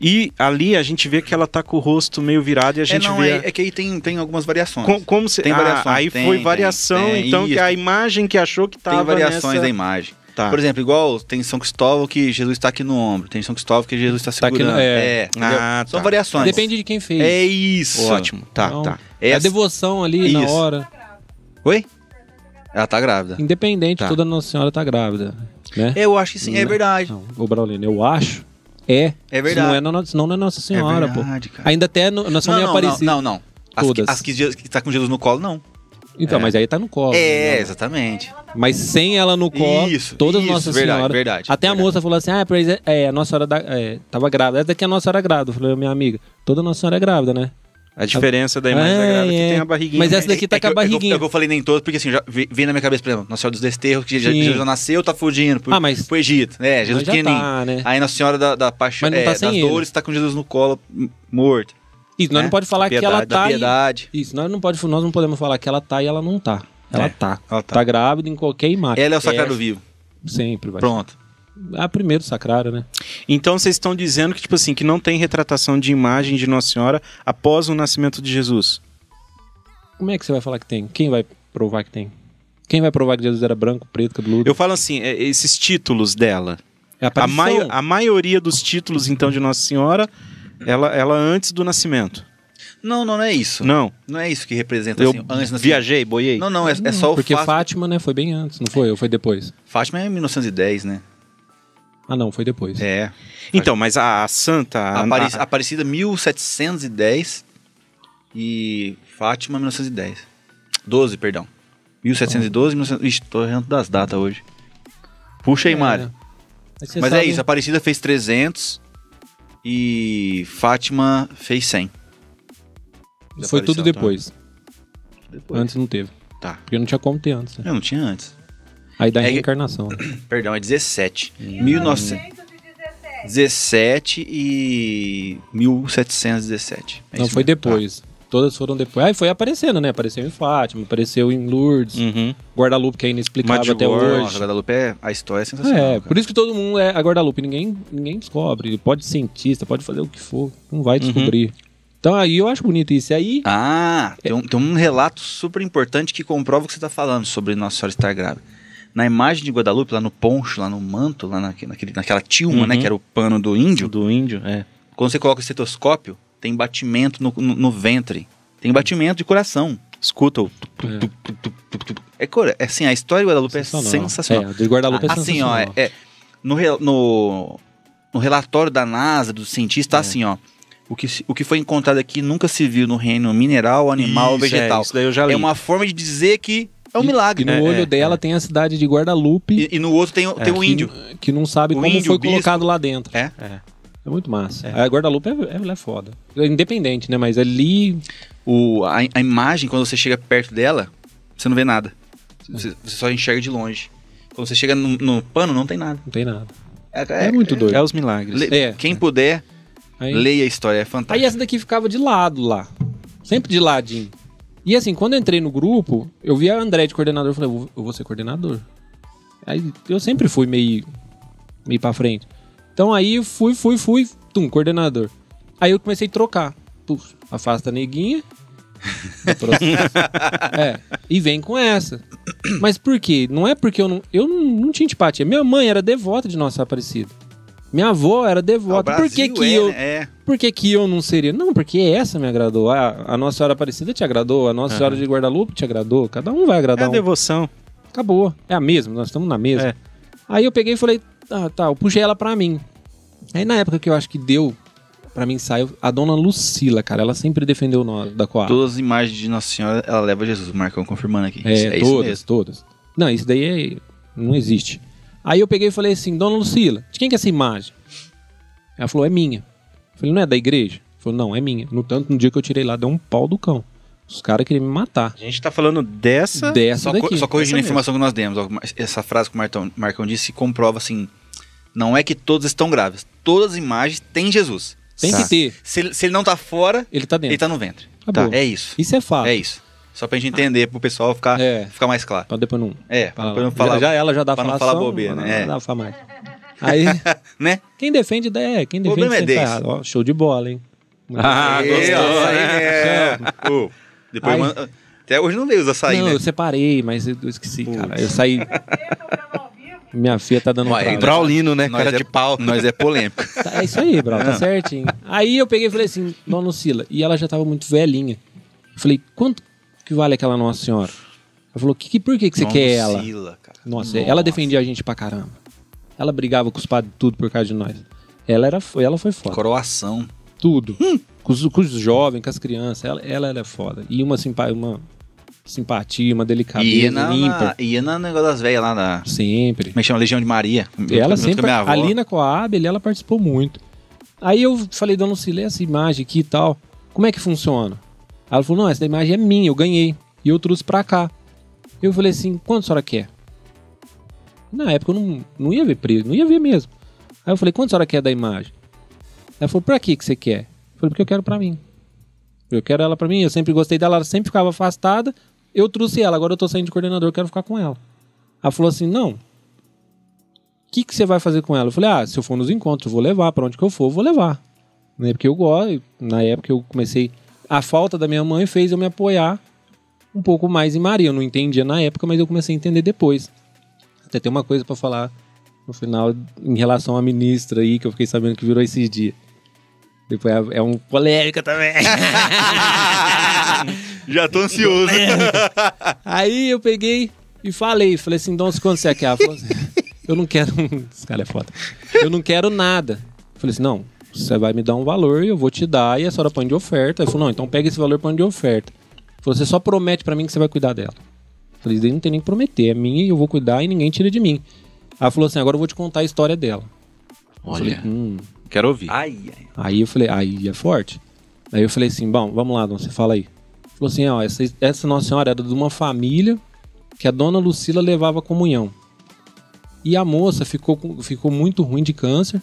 E ali a gente vê que ela tá com o rosto meio virado e a É, gente não, vê. é, é que aí tem, tem algumas variações. co- como se, Tem ah, variações, aí tem, foi tem, variação, tem, então, que isso. a imagem que achou que tava tem variações nessa... da imagem. Tá. Por exemplo, igual tem São Cristóvão que Jesus está aqui no ombro, tem São Cristóvão que Jesus está Tá aqui no- segurando. é. entendeu? Ah, São tá. variações. Depende de quem fez. É isso. Ótimo, tá, Então, tá. É A devoção ali na Isso. hora. Oi? Ela tá grávida. Independente, Tá. toda Nossa Senhora tá grávida. Né? Eu acho que sim, é Não. verdade. Não, ô Braulino, eu acho. É. É Se não é, verdade. na, senão não é Nossa Senhora, é verdade, pô. cara. Ainda até no, Nossa não, Senhora não, Aparecida. não, não, não. As, Todas. Que, as que, Jesus- que tá com Jesus no colo, não. Então, mas aí tá no colo. é, né? exatamente. Mas sem ela no colo, Isso, todas isso, Nossa verdade, Senhora. verdade, Até verdade. a moça falou assim: ah, pois é, é, a Nossa Senhora da, é, tava grávida. Essa daqui é a Nossa Senhora grávida. Eu falei, minha amiga, toda Nossa Senhora é grávida, né? A diferença da imagem da grávida é que É, é. tem a barriguinha. Mas essa daqui tá que com a eu- barriguinha. É o que eu falei nem todos, porque assim, já vi- veio na minha cabeça, por exemplo, Nossa Senhora dos Desterros, que já- Sim. Jesus já nasceu, tá fugindo pro, Ah, mas- pro Egito. É, Jesus Mas já pequenininho. tá, né? Aí Nossa Senhora da, da Paixão, Mas não é, tá das sem ele. Dores, tá com Jesus no colo, m- morto. Isso, nós né? não pode falar que Piedade, ela Da tá. E, piedade. isso, nós não, pode, nós não podemos falar que ela tá e ela não tá. Ela É, tá. ela tá. tá. grávida em qualquer imagem. Ela é o sacrado É, vivo. Sempre, vai. É Pronto. A primeiro sacrário, né? Então vocês estão dizendo que, tipo assim, que não tem retratação de imagem de Nossa Senhora após o nascimento de Jesus. Como é que você vai falar que tem? Quem vai provar que tem? Quem vai provar que Jesus era branco, preto, cabeludo? Eu falo assim, é, esses títulos dela. É A, a aparição. maio- a maioria dos títulos, então, de Nossa Senhora, ela, ela antes do nascimento. Não, não, não é isso. Não, Não. é isso que representa, Eu assim, antes nascimento. viajei, boiei. Não, não, é, é só o Porque fato. Fátima, né, foi bem antes, não foi? Ou foi depois? Fátima é 1910, né? Ah, não, foi depois. É. Então, mas a, a santa. a- Apare- a- Aparecida 1710 e Fátima 1910. 12, perdão. 1712 1900... Ixi, tô errando das datas hoje. Puxa aí, Mário. Mas, É, você Mas é sabe- isso, Aparecida fez 300 e Fátima fez 100. De né? Foi aparição, tudo depois. Depois. Antes não teve. Tá. Porque não tinha como ter antes. Né? Eu não tinha antes. Aí da É que- reencarnação. Perdão, é 17. 1900... 17 e 1717. É não, isso foi mesmo. depois. Todas foram depois. Aí foi aparecendo, né? Apareceu em Fátima, apareceu em Lourdes, Uhum. Guarda-Lupe, que é inexplicável Madrigal, até Nossa, hoje. Guadalupe é- a história é sensacional. É, cara. por isso que todo mundo é a Guarda-Lupe. Ninguém, ninguém descobre. Pode ser cientista, pode fazer o que for. Não vai descobrir. Então aí eu acho bonito isso. E aí, Uhum. Ah, É. tem um, tem um relato super importante que comprova o que você está falando sobre Nossa Senhora estar grávida. Na imagem de Guadalupe, lá no poncho, lá no manto, lá naque- naquele, naquela tilma, Uhum. né, que era o pano do índio, Do índio, é. quando você coloca o estetoscópio, tem batimento no, no- no ventre. Tem batimento de coração. Escuta o. É, cor- é assim, a história de Guadalupe é sensacional. sensacional. É, a de Guadalupe é assim, ó, sensacional. é, é- no, re- no, no relatório da NASA, do cientista, tá É. assim, ó. O que, se- o que foi encontrado aqui nunca se viu no reino mineral, animal ou Isso, é, vegetal. isso daí eu já li. É uma forma de dizer que é um E milagre. no É, olho É. é, dela tem a cidade de Guadalupe, E, e no outro tem, o- tem o que- índio. que, não sabe O como índio, foi o bispo. colocado lá dentro. É. É. É muito massa. É. A Guadalupe é, é, ela é foda. É Independente, né? Mas ali O, a, a imagem, quando você chega perto dela, você não vê nada. Você, você só enxerga de longe. Quando você chega no, no pano, não tem nada. não tem nada. É, É, é- muito doido. É os milagres. le- É. Quem puder, Aí- leia a história. É Aí fantástico. essa daqui ficava de lado lá. Sempre de ladinho. E assim, quando eu entrei no grupo, eu vi a André de coordenador. Eu falei, eu vou- eu vou ser coordenador. Aí eu sempre fui meio, meio pra frente. Então aí eu fui, fui, fui, tum, coordenador. Aí eu comecei a trocar. Puf, afasta a neguinha. do processo. é, e vem com essa. Mas por quê? Não é porque eu não. Eu não, não tinha antipatia. Minha mãe era devota de Nossa Aparecida. Minha avó era Ah, o devota. por que, Brasil que é, eu, né? É. por que, que eu não seria? Não, porque essa me agradou. A, a Nossa Senhora Aparecida te agradou, a Nossa Senhora de Guadalupe te agradou. Cada um vai É a agradar um. devoção. Acabou. É a mesma, nós estamos na mesma. É. Aí eu peguei e falei, ah, tá, eu puxei ela pra mim. Aí na época que eu acho que deu pra mim saiu a dona Lucila, cara. Ela sempre defendeu nós da Coab. Todas as imagens de Nossa Senhora, ela leva Jesus. Marcão confirmando aqui. É, todas, todas. Não, isso daí é- não existe. Aí eu peguei e falei assim, Dona Lucila, de quem que é essa imagem? Ela falou, é minha. Eu falei, não é da igreja? Ela falou, não, é minha. No tanto, no dia que eu tirei lá, deu um pau do cão. Os caras queriam me matar. A gente tá falando dessa. Dessa É Só, co- daqui. só corrigindo a Essa informação que nós demos. ó, mas Essa frase que o Martão, Marcão disse se comprova assim. Não é que todas estão grávidas. Todas as imagens têm Jesus. Tem Tá. que ter. Se, ele- se ele não tá fora, Ele tá dentro. ele tá no ventre. Acabou. É isso. Isso é fato. É isso. Só pra gente entender, pro pessoal ficar, É. ficar mais claro. Pra depois não... É, pra não Já- falar. já, ela já dá pra não falação, falar bobeira, né? não É. dá pra falar mais. Aí, Né? quem defende, é, quem O defende problema é sempre tá desse. errado. Ó, show de bola, hein? Ah, né? Ei, gostei. ó, É, aí, é. Ô, depois Aí- manda- Até hoje não veio os açaí, não, né? eu separei, mas eu esqueci, cara. Eu saí. Minha filha tá dando um Ué, trauma. Braulino, né? Nós Cara é- de pau. Nós é polêmico. Tá, É isso aí, Brau, Ah. tá certinho. Aí eu peguei e falei assim, Dona Lucila, e ela já tava muito velhinha. Eu falei, quanto que vale aquela Nossa Senhora? Ela falou, que, que- por que, que você quer ela? Sila, cara. Nossa, ela defendia a gente pra caramba. Ela brigava com os padres tudo por causa de nós. Ela, era, fo- ela foi foda. Coroação. Tudo. Hum. Com, os, com os jovens, com as crianças. Ela, ela, ela é foda. E uma, simpa, uma simpatia, E uma ia delicadeza, na, limpa. na, ia na negócio das velhas lá na. Sempre. Como é que chama? Legião de Maria. E Junto ela com a sempre, minha avó. ali na Coab, ali ela participou muito. Aí eu falei, dona Lucila, essa imagem aqui e tal, como é que funciona? Ela falou, não, essa imagem é minha, eu ganhei. E eu trouxe pra cá. Eu falei assim, quanto a senhora quer? Na época eu não, não ia ver preço, não ia ver mesmo. Aí eu falei, quanto a senhora quer da imagem? Ela falou, pra que que você quer? Eu falei, porque eu quero pra mim. Eu quero ela pra mim, eu sempre gostei dela, ela sempre ficava afastada. Eu trouxe ela, agora eu tô saindo de coordenador, eu quero ficar com ela. Ela falou assim, não, o que, que você vai fazer com ela? Eu falei, ah, se eu for nos encontros, eu vou levar, pra onde que eu for, eu vou levar. Né? Porque eu gosto, na época eu comecei, a falta da minha mãe fez eu me apoiar um pouco mais em Maria. Eu não entendia na época, mas eu comecei a entender depois. Até tem uma coisa pra falar no final em relação à ministra aí, que eu fiquei sabendo que virou esses dias. Depois é, é um polêmica também. Já tô ansioso. É. Aí eu peguei e falei, falei assim, Dons, quando você quer? Ela falou assim, eu não quero. Esse cara é foda. Eu não quero nada. Falei assim, não, você vai me dar um valor e eu vou te dar, e a senhora põe de oferta. Ele falou, não, então pega esse valor e põe de oferta. Falou, você só promete pra mim que você vai cuidar dela. Falei, daí não tem nem que prometer, é minha e eu vou cuidar e ninguém tira de mim. Ela falou assim, agora eu vou te contar a história dela. Olha, Hum, quero ouvir. Ai, ai. Aí eu falei, aí é forte. Aí eu falei assim, bom, vamos lá, Dom, você fala aí. Falou assim, ó, essa, essa Nossa Senhora era de uma família que a Dona Lucila levava comunhão. E a moça ficou, com- ficou muito ruim de câncer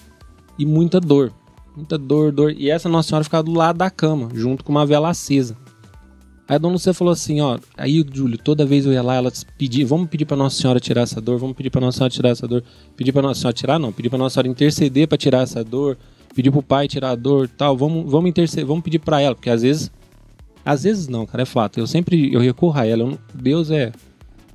e muita dor. Muita dor, dor. E essa Nossa Senhora ficava do lado da cama, junto com uma vela acesa. Aí a Dona Lucila falou assim, ó, aí o Júlio, toda vez eu ia lá, ela pedia, vamos pedir pra Nossa Senhora tirar essa dor, vamos pedir pra Nossa Senhora tirar essa dor. Pedir pra Nossa Senhora tirar, não, pedir pra Nossa Senhora interceder pra tirar essa dor Pediu pro pai tirar a dor e tal. Vamos, vamos interceder, vamos pedir pra ela, porque às vezes. Às vezes não, cara, é fato. Eu sempre eu recorro a ela. eu não- Deus é.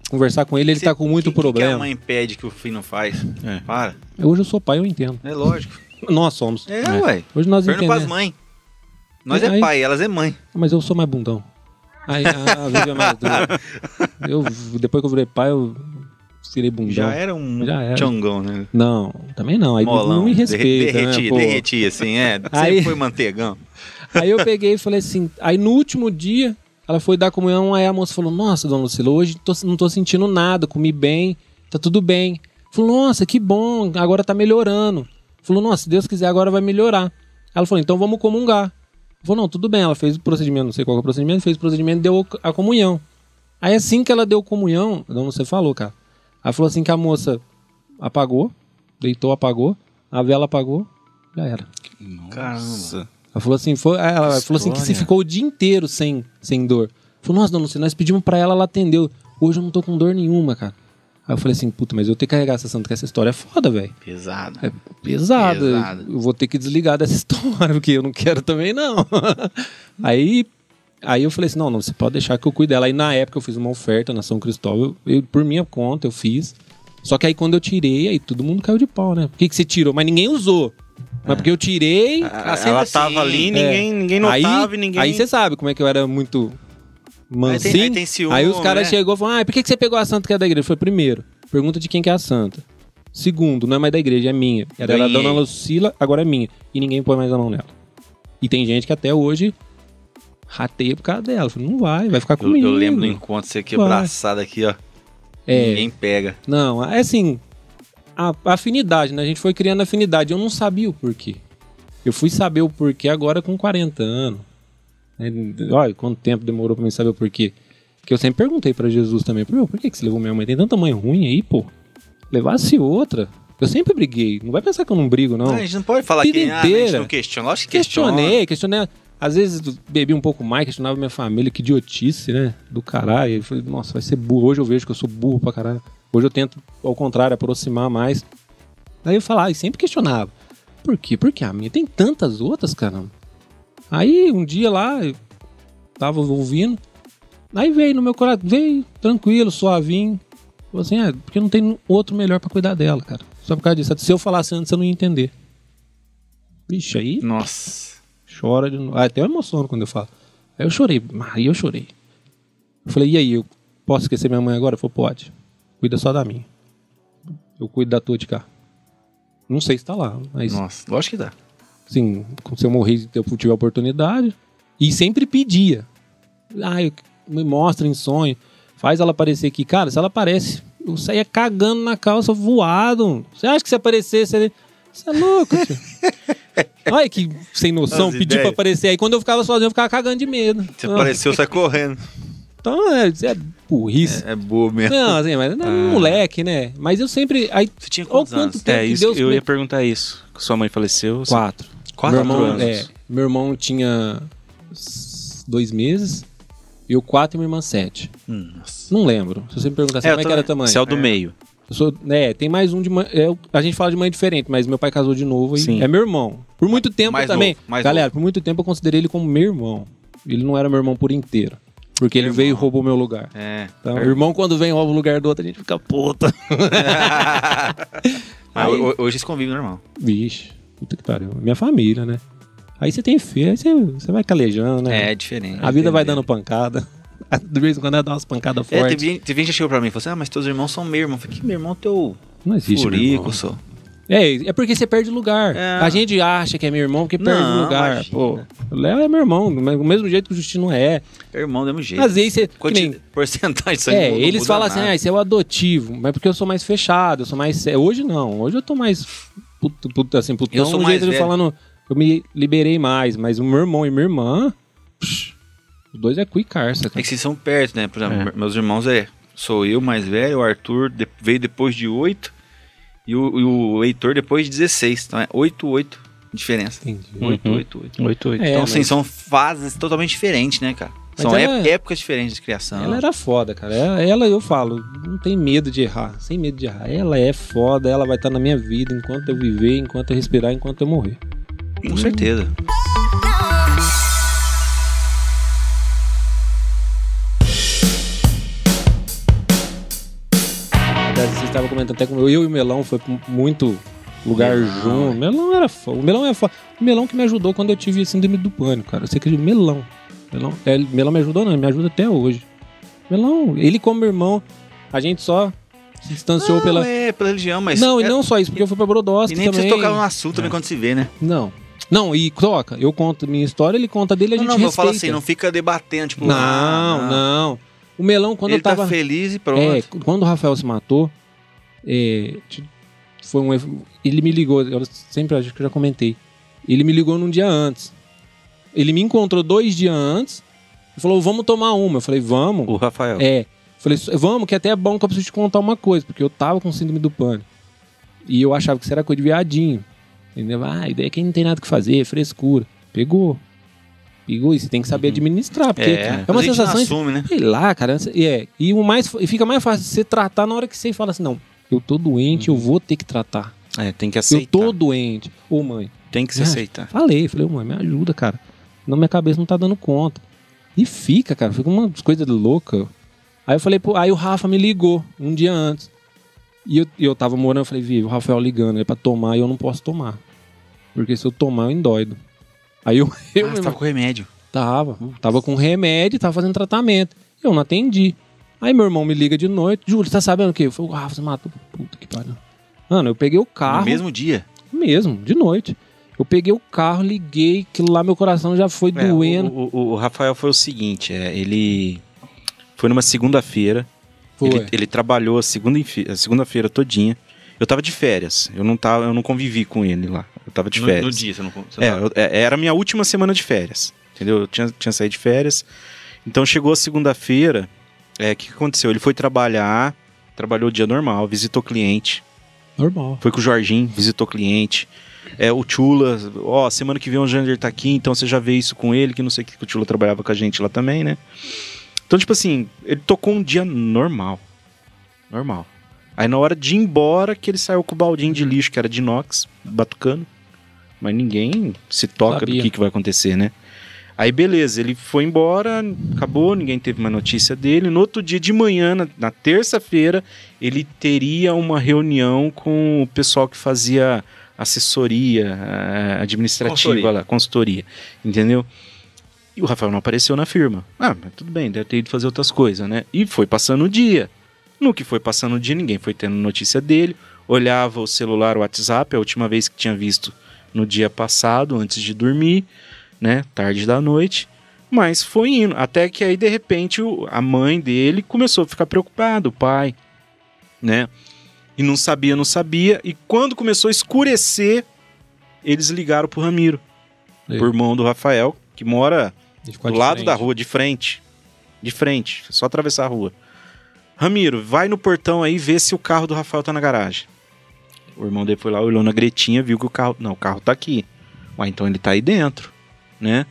Conversar com ele, ele Cê- tá com muito que- que Que a problema. mãe impede que o filho não faz. É. Para. Hoje eu sou pai, eu entendo. É lógico. Nós somos. É, ué. Hoje nós Perna pras entendemos. mães. Nós É, é aí- pai, elas é mãe. Mas eu sou mais bundão. Aí, ah, vive mais dura. Eu, depois que eu virei pai, eu tirei bundão. Já era um Já era. chongão, né? Não, também não. Aí Molão. não me derre- respeita, derreti, né, pô. derreti, assim, é. Sempre Aí- foi manteigão. Aí eu peguei e falei assim. Aí no último dia, ela foi dar comunhão. Aí a moça falou: Nossa, dona Lucila, hoje tô- não tô sentindo nada, comi bem, tá tudo bem. Falou: Nossa, que bom, agora tá melhorando. Falou: Nossa, se Deus quiser, agora vai melhorar. Ela falou: Então vamos comungar. Falou: Não, tudo bem. Ela fez o procedimento, não sei qual que é o procedimento, fez o procedimento e deu a comunhão. Aí assim que ela deu comunhão, não você falou, cara. Ela falou assim que a moça apagou, deitou, apagou, a vela apagou, já era. Caramba. Ela falou assim, foi, ela falou assim que se História. ficou o dia inteiro sem, sem dor. Falou, nossa, dona Lucina, nós pedimos pra ela, ela atendeu. Hoje eu não tô com dor nenhuma, cara. Aí eu falei assim, puta, mas eu ter que carregar essa santa, que essa história é foda, velho. Pesado. É pesada. Pesado. Eu vou ter que desligar dessa história, porque eu não quero também, não. aí, aí eu falei assim, não, não, você pode deixar que eu cuido dela. Aí na época eu fiz uma oferta na São Cristóvão, eu, eu, por minha conta eu fiz. Só que aí quando eu tirei, aí todo mundo caiu de pau, né? Por que, que você tirou? Mas ninguém usou. Mas porque eu tirei, É. Ah, Assim, ela assim, tava ali, é. ninguém, ninguém notava aí, e ninguém. Aí você sabe como é que eu era muito Aí tem- mansinho. aí tem ciúme, os caras né? chegou e falaram, ah, por que que você pegou a santa que é da igreja? Foi primeiro, pergunta de quem que é a santa. Segundo, não é mais da igreja, é minha. Era da Ganhei. dona Lucila, agora é minha. E ninguém põe mais a mão nela. E tem gente que até hoje rateia por causa dela. Eu Falei, não vai, vai ficar Eu, comigo. eu lembro do encontro, você aqui Vai. abraçado aqui, ó. É. Ninguém pega. Não, é assim. A, a afinidade, né? A gente foi criando afinidade. Eu não sabia o porquê. Eu fui saber o porquê agora com 40 anos. É, Olha, quanto tempo demorou pra mim saber o porquê. Porque eu sempre perguntei pra Jesus também, meu, por que, que você levou minha mãe? Tem tanta mãe ruim aí, pô. Levasse outra. Eu sempre briguei. Não vai pensar que eu não brigo, não. Ah, a gente não pode falar Vida que ah, a gente inteira. não questiona. Lógico que questiona. questionei, questionei. Às vezes bebi um pouco mais, questionava minha família, que idiotice, né? Do caralho. Eu falei, nossa, vai ser burro. Hoje eu vejo que eu sou burro pra caralho. Hoje eu tento, ao contrário, aproximar mais. Aí eu falava, e sempre questionava. Por quê? Porque a minha tem tantas outras, caramba. Aí um dia lá, eu tava ouvindo. Aí veio no meu coração, veio tranquilo, suavinho. Falei assim, é, porque não tem outro melhor pra cuidar dela, cara. Só por causa disso. Se eu falasse antes, eu não ia entender. Vixe, aí Nossa. Chora de novo. Ah, até eu emociono quando eu falo. Aí eu chorei, aí eu chorei. Eu falei, e aí, eu posso esquecer minha mãe agora? Ele falou, pode. Cuida só da minha. Eu cuido da tua de cá. Não sei se tá lá, mas Nossa, lógico que dá. assim, se eu morrer, eu tiver oportunidade. E sempre pedia. Ah, eu- me mostra em sonho. Faz ela aparecer aqui. Cara, se ela aparece, eu saía cagando na calça, voado. Você acha que se aparecesse ali... Você é louco, tio. Olha que sem noção, As pediu pra ideias. aparecer. Aí quando eu ficava sozinho, eu ficava cagando de medo. Você Então- apareceu, sai correndo. Então, é, é burrice. É Ah. bobo mesmo. Não, assim, mas é moleque, né? Mas eu sempre... Aí, Você tinha ou quantos quanto anos? tempo É, que isso, Deus... eu ia perguntar isso. Que sua mãe faleceu. você- Quatro. Quatro meu irmão, anos. É, meu irmão tinha s- dois meses, eu quatro e minha irmã sete. Hum, Nossa. Não lembro. Se você me perguntar assim, É, eu como é que era a tua mãe? Você é o do meio. Eu sou, né, tem mais um de mãe. é, a gente fala de mãe diferente, mas meu pai casou de novo e Sim. é meu irmão. Por muito tempo mais eu também. novo, mais galera, por muito tempo eu considerei ele como meu irmão. Ele não era meu irmão por inteiro. Porque ele Irmão. veio e roubou meu lugar. É. Então, irmão, quando vem rouba o lugar do outro, a gente fica puta. Ah, Aí- ho- Hoje eles é convivem normal. Vixe, puta que pariu. Minha família, né? Aí você tem filho, aí você, você vai calejando, né? É, diferente. A vida vai Entendeu? dando pancada. De vez em quando ela dá umas pancadas É, fortes. teve, gente- teve gente que chegou pra mim e falou assim: Ah, mas teus irmãos são meu irmão. Eu falei: Que meu irmão teu Não existe. meu irmão. furico, só. É, é porque você perde lugar. É. A gente acha que é meu irmão porque perde Não, lugar. imagina. Pô, o Léo é meu irmão, mas do mesmo jeito que o Justino é. Irmão, do mesmo jeito. Às vezes você. que Quanti- nem- Porcentagem de sangue é, não- não eles muda falam assim, nada. ah, esse é o adotivo, mas porque eu sou mais fechado, eu sou mais. sé- Hoje não, hoje eu tô mais. Puto, puto, assim, putão, Eu sou um mais jeito de velho. falando. Eu me liberei mais, mas o meu irmão e minha irmã. psh, os dois é cu e carça, É cara. que vocês são perto, né? Por exemplo, meus irmãos é. Sou eu mais velho, o Arthur de- veio depois de 8 e o, e o Heitor depois de 16. Então é 8, 8 diferença. Entendi. 8, 8, 8. Uhum. Oito, oito. É, então, mas- assim, são fases totalmente diferentes, né, cara? Mas são ela- é- ép- épocas diferentes de criação. Ela é era foda, cara. Ela, ela, eu falo, não tem medo de errar. Sem medo de errar. Ela é foda, ela vai estar na minha vida enquanto eu viver, enquanto eu respirar, enquanto eu morrer. Com certeza. Vocês estavam comentando até com eu, eu e o Melão foi pra muito lugar junto. O Melão era foda. O Melão é foda. O Melão que me ajudou quando eu tive síndrome do pânico, cara. Você acredita? Melão. Melão, é, ele- Melão me ajudou, não. Ele me ajuda até hoje. Melão, ele como meu irmão, a gente só se distanciou Não, pela... é pela religião, mas. não, e é- não só isso, porque eu fui pra Brodowski E nem também. É. precisa tocar no assunto também quando se vê, né? Não. Não, e toca. Eu conto minha história, ele conta a dele, a não, gente não, eu respeita. falo assim, não fica debatendo, tipo. não, ah, não, O melão, quando ele eu tava. tá feliz e pronto. é, quando o Rafael se matou, é, t- foi um. ev- Ele me ligou, eu sempre acho que eu já comentei. Ele me ligou num dia antes. Ele me encontrou dois dias antes e falou: vamos tomar uma. Eu falei, vamos. O Rafael. É. Falei, "S- vamos, que até é bom que eu preciso te contar uma coisa, porque eu tava com síndrome do pânico. E eu achava que isso era coisa de viadinho. Entendeu? Ah, ideia que não tem nada que fazer, é frescura. Pegou. Pegou, e você tem que saber administrar, porque é, uma Uhum. a gente não sensação. assume, né? Sei lá, cara. E, é, e, o mais, e fica mais fácil você tratar na hora que você fala assim: não, eu tô doente, Uhum. eu vou ter que tratar. É, tem que aceitar. Eu tô doente. Ô, mãe, Tem que se Ah, aceitar. Falei, falei, mãe, me ajuda, cara. Não, minha cabeça não tá dando conta. E fica, cara, fica uma coisa louca. Aí eu falei, pô, aí o Rafa me ligou um dia antes. E eu, e eu tava morando, eu falei, vivo, o Rafael ligando, é pra tomar e eu não posso tomar. Porque se eu tomar, eu endoido. Aí eu, eu ah, você mesmo- tava com remédio. Tava. Tava com remédio, tava fazendo tratamento. Eu não atendi. Aí meu irmão me liga de noite. Júlio, você tá sabendo o quê? Eu falei, ah, você matou. Puta que pariu. Mano, eu peguei o No carro. mesmo dia. Mesmo, de noite. Eu peguei o carro, liguei, que lá meu coração já foi É, doendo. o, o- o Rafael foi o seguinte, é, ele foi numa segunda-feira, Foi. ele, ele trabalhou a segunda infi- a segunda-feira todinha. Eu tava de férias, eu não tava, eu não convivi com ele lá. Eu tava de No, férias. no dia, então. você não. Você É, não... eu- é, era a minha última semana de férias, entendeu? Eu tinha, tinha saído de férias. Então chegou a segunda-feira, é, o que que aconteceu? Ele foi trabalhar, trabalhou o dia normal, visitou cliente. Normal. Foi com o Jorginho, visitou cliente. É, o Chula, ó, semana que vem o Jander tá aqui, então você já vê isso com ele, que não sei o que que o Chula trabalhava com a gente lá também, né? Então, tipo assim, ele tocou um dia normal. Normal. Aí na hora de ir embora, que ele saiu com o baldinho de lixo, que era de inox, batucando. Mas ninguém se toca Sabia. do que, que vai acontecer, né? Aí beleza, ele foi embora, acabou, ninguém teve mais notícia dele. No outro dia de manhã, na- na terça-feira, ele teria uma reunião com o pessoal que fazia assessoria eh, administrativa Consultoria. lá, consultoria, entendeu? E o Rafael não apareceu na firma. Ah, mas tudo bem, deve ter ido fazer outras coisas, né? E foi passando o dia. No que foi passando o dia, ninguém foi tendo notícia dele. Olhava o celular, o WhatsApp, a última vez que tinha visto no dia passado, antes de dormir, né? Tarde da noite. Mas foi indo. Até que aí, de repente, o- a mãe dele começou a ficar preocupada, o pai, né? E não sabia, não sabia. E quando começou a escurecer, eles ligaram pro Ramiro, Ei. pro irmão do Rafael, que mora Ele ficou do de lado frente. da rua, de frente. De frente, É só atravessar a rua. Ramiro, vai no portão aí ver se o carro do Rafael tá na garagem. O irmão dele foi lá, olhou na gretinha, viu que o carro. Não, o carro tá aqui. Ué, então ele tá aí dentro, né?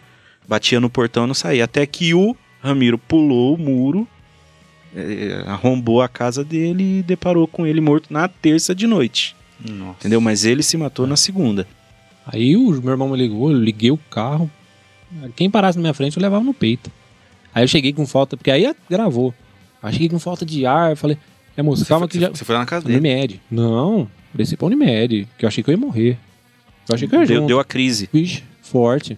Batia no portão não saía. Até que o Ramiro pulou o muro, eh, arrombou a casa dele e deparou com ele morto na terça de noite. Nossa. Entendeu? Mas ele se matou na segunda. Aí o meu irmão me ligou, eu liguei o carro. Quem parasse na minha frente, eu levava no peito. Aí eu cheguei com falta, porque aí gravou. Aí cheguei com falta de ar, falei, é moço, Você calma foi, que já. Você foi lá na casa dele. Unimed. Não, desci pra Unimed, que eu achei que eu ia morrer. Eu achei que eu ia Deu, junto. deu a crise. Vixe, forte.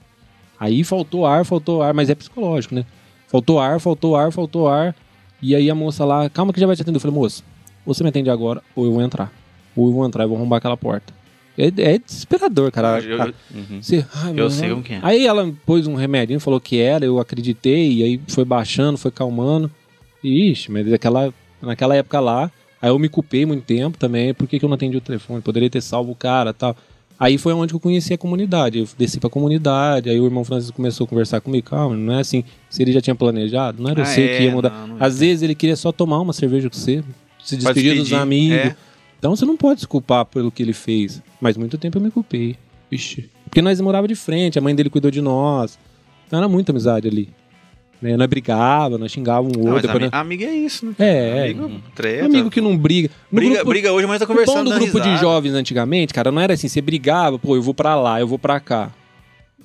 Aí faltou ar, faltou ar, mas é psicológico, né? Faltou ar, faltou ar, faltou ar. E aí a moça lá, calma que já vai te atender. Eu falei, moça, ou você me atende agora, ou eu vou entrar. Ou eu vou entrar e vou arrombar aquela porta. É, é desesperador, cara. Eu- eu- Uhum. Você- ai, meu sei Deus. como que é. Aí ela pôs um remedinho, falou que era, eu acreditei, e aí foi baixando, foi calmando. Ixi, mas daquela, naquela época lá, aí eu me culpei muito tempo também, por que, que eu não atendi o telefone? Poderia ter salvo o cara e tal. Aí foi onde que eu conheci a comunidade, eu desci pra comunidade, aí o irmão Francisco começou a conversar comigo, calma, não é assim, se ele já tinha planejado, não era eu Ah, sei é, que ia mudar. não, não ia. Às vezes ele queria só tomar uma cerveja com você, se Pra despedir dos despedir, amigos, é. então você não pode se culpar pelo que ele fez. Mas muito tempo eu me culpei. Ixi. Porque nós morava de frente, a mãe dele cuidou de nós. Então era muita amizade ali. Né? Nós brigava, nós xingava Ah, um outro. mas depois ami- nós- Amigo é isso, né? É, Amigo, treta. Um amigo que não briga. No briga, grupo, briga hoje, mas tá o bom conversando. do dando grupo de risada. jovens antigamente, cara, não era assim. Você brigava, pô, eu vou pra lá, eu vou pra cá.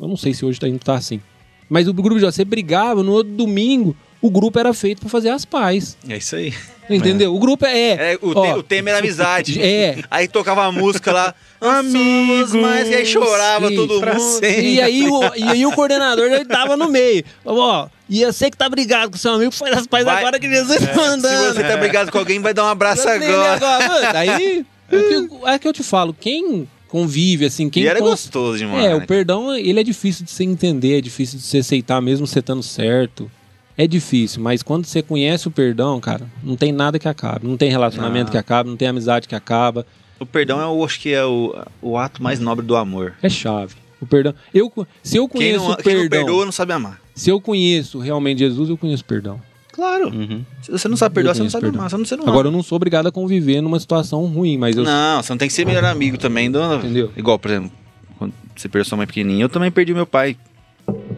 Eu não sei se hoje ainda tá assim. Mas o grupo de você brigava, no outro domingo, o grupo era feito pra fazer as paz. É isso aí. Entendeu? O grupo É, é. tipo, o, ó, te- o tema era amizade. É. Aí tocava a música lá, amigos, Amigos, mas e aí chorava E todo pra mundo. sempre. E aí, o, e aí o coordenador ele tava no meio. Falou, ó, e eu sei que tá brigado com seu amigo, faz as paz Vai. agora que Jesus tá Se mandando. você tá brigado com alguém, vai dar um abraço Eu nem lembro agora. agora, mano. Aí, é que- é que eu te falo, quem convive, assim, quem... E era cons- gostoso demais. É, né? o perdão, ele é difícil de você entender, é difícil de você aceitar, mesmo você estando certo. É difícil, mas quando você conhece o perdão, cara, não tem nada que acaba. Não tem relacionamento Ah. que acaba, não tem amizade que acaba. O perdão é o, acho que é o, o ato mais nobre do amor. É chave. O perdão. Eu, co- se eu Quem conheço não, o quem não perdão, perdoa não sabe amar. se eu conheço realmente Jesus, eu conheço o perdão. Claro. Uhum. Se você não sabe perdoar, você não conheço sabe perdão. amar. Você não, você não Agora eu não sou obrigado a conviver numa situação ruim, mas eu. Não, você não tem que ser melhor amigo também. Do... Entendeu? Igual, por exemplo, quando você perdeu sua mãe pequenininha, eu também perdi meu pai.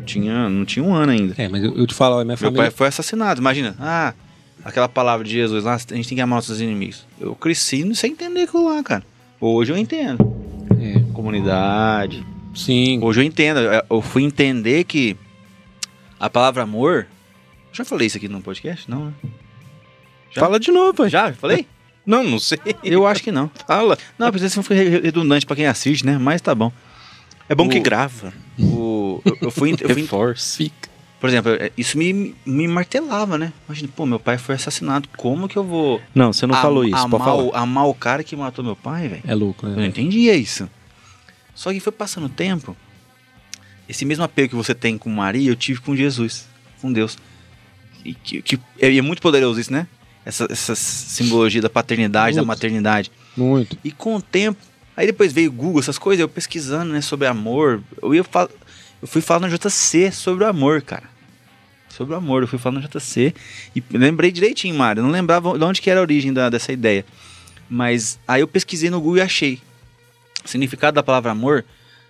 Tinha, não tinha um ano ainda. É, mas eu, eu te falo, é minha Meu família. pai foi assassinado, imagina. Ah, aquela palavra de Jesus lá, a gente tem que amar nossos inimigos. Eu cresci sem entender aquilo lá, cara. Hoje eu entendo. É, Comunidade. sim. Hoje eu entendo. Eu- Eu fui entender que a palavra amor. eu Já falei isso aqui no podcast? Não, né? Já? Fala de novo. aí. Já? Falei? Não, não sei. Eu acho que não. Fala. Não, porque isso foi redundante pra quem assiste, né? Mas tá bom. É bom O- que grava. O- eu, eu fui, eu fui- Reforça. por exemplo, eh, isso me, me martelava, né? Imagina, pô, meu pai foi assassinado, como que eu vou Não, você não am- falou isso. Pode amar, falar. o, amar o cara que matou meu pai, velho? É louco, Eu não né? entendia isso. Só que foi passando o tempo, esse mesmo apego que você tem com Maria, eu tive com Jesus, com Deus. E que, que- e é muito poderoso isso, né? Essa, essa simbologia da paternidade, da Muito. maternidade. Muito. E com o tempo. Aí depois veio o Google, essas coisas, eu pesquisando, né, sobre amor. Eu ia fal... Eu fui falar no JC sobre o amor, cara. Sobre o amor, eu fui falar no JC. E lembrei direitinho, Mário. Eu não lembrava de onde que era a origem da- dessa ideia. Mas aí eu pesquisei no Google e achei. O significado da palavra amor,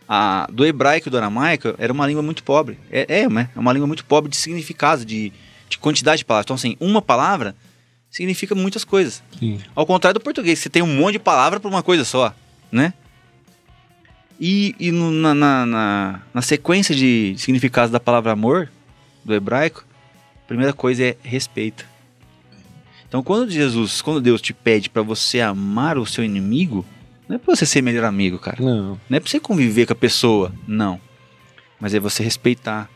a- do hebraico e do aramaico, era uma língua muito pobre. É, é, né? É uma língua muito pobre de significado, de, de quantidade de palavras. Então, assim, uma palavra significa muitas coisas. Sim. Ao contrário do português, você tem um monte de palavra para uma coisa só, né? E, e no- na, na- na- na sequência de significados da palavra amor, do hebraico, a primeira coisa é respeito. Então, quando Jesus, quando Deus te pede para você amar o seu inimigo, não é pra você ser melhor amigo, cara. Não. Não é pra você conviver com a pessoa, não. Mas é você respeitar.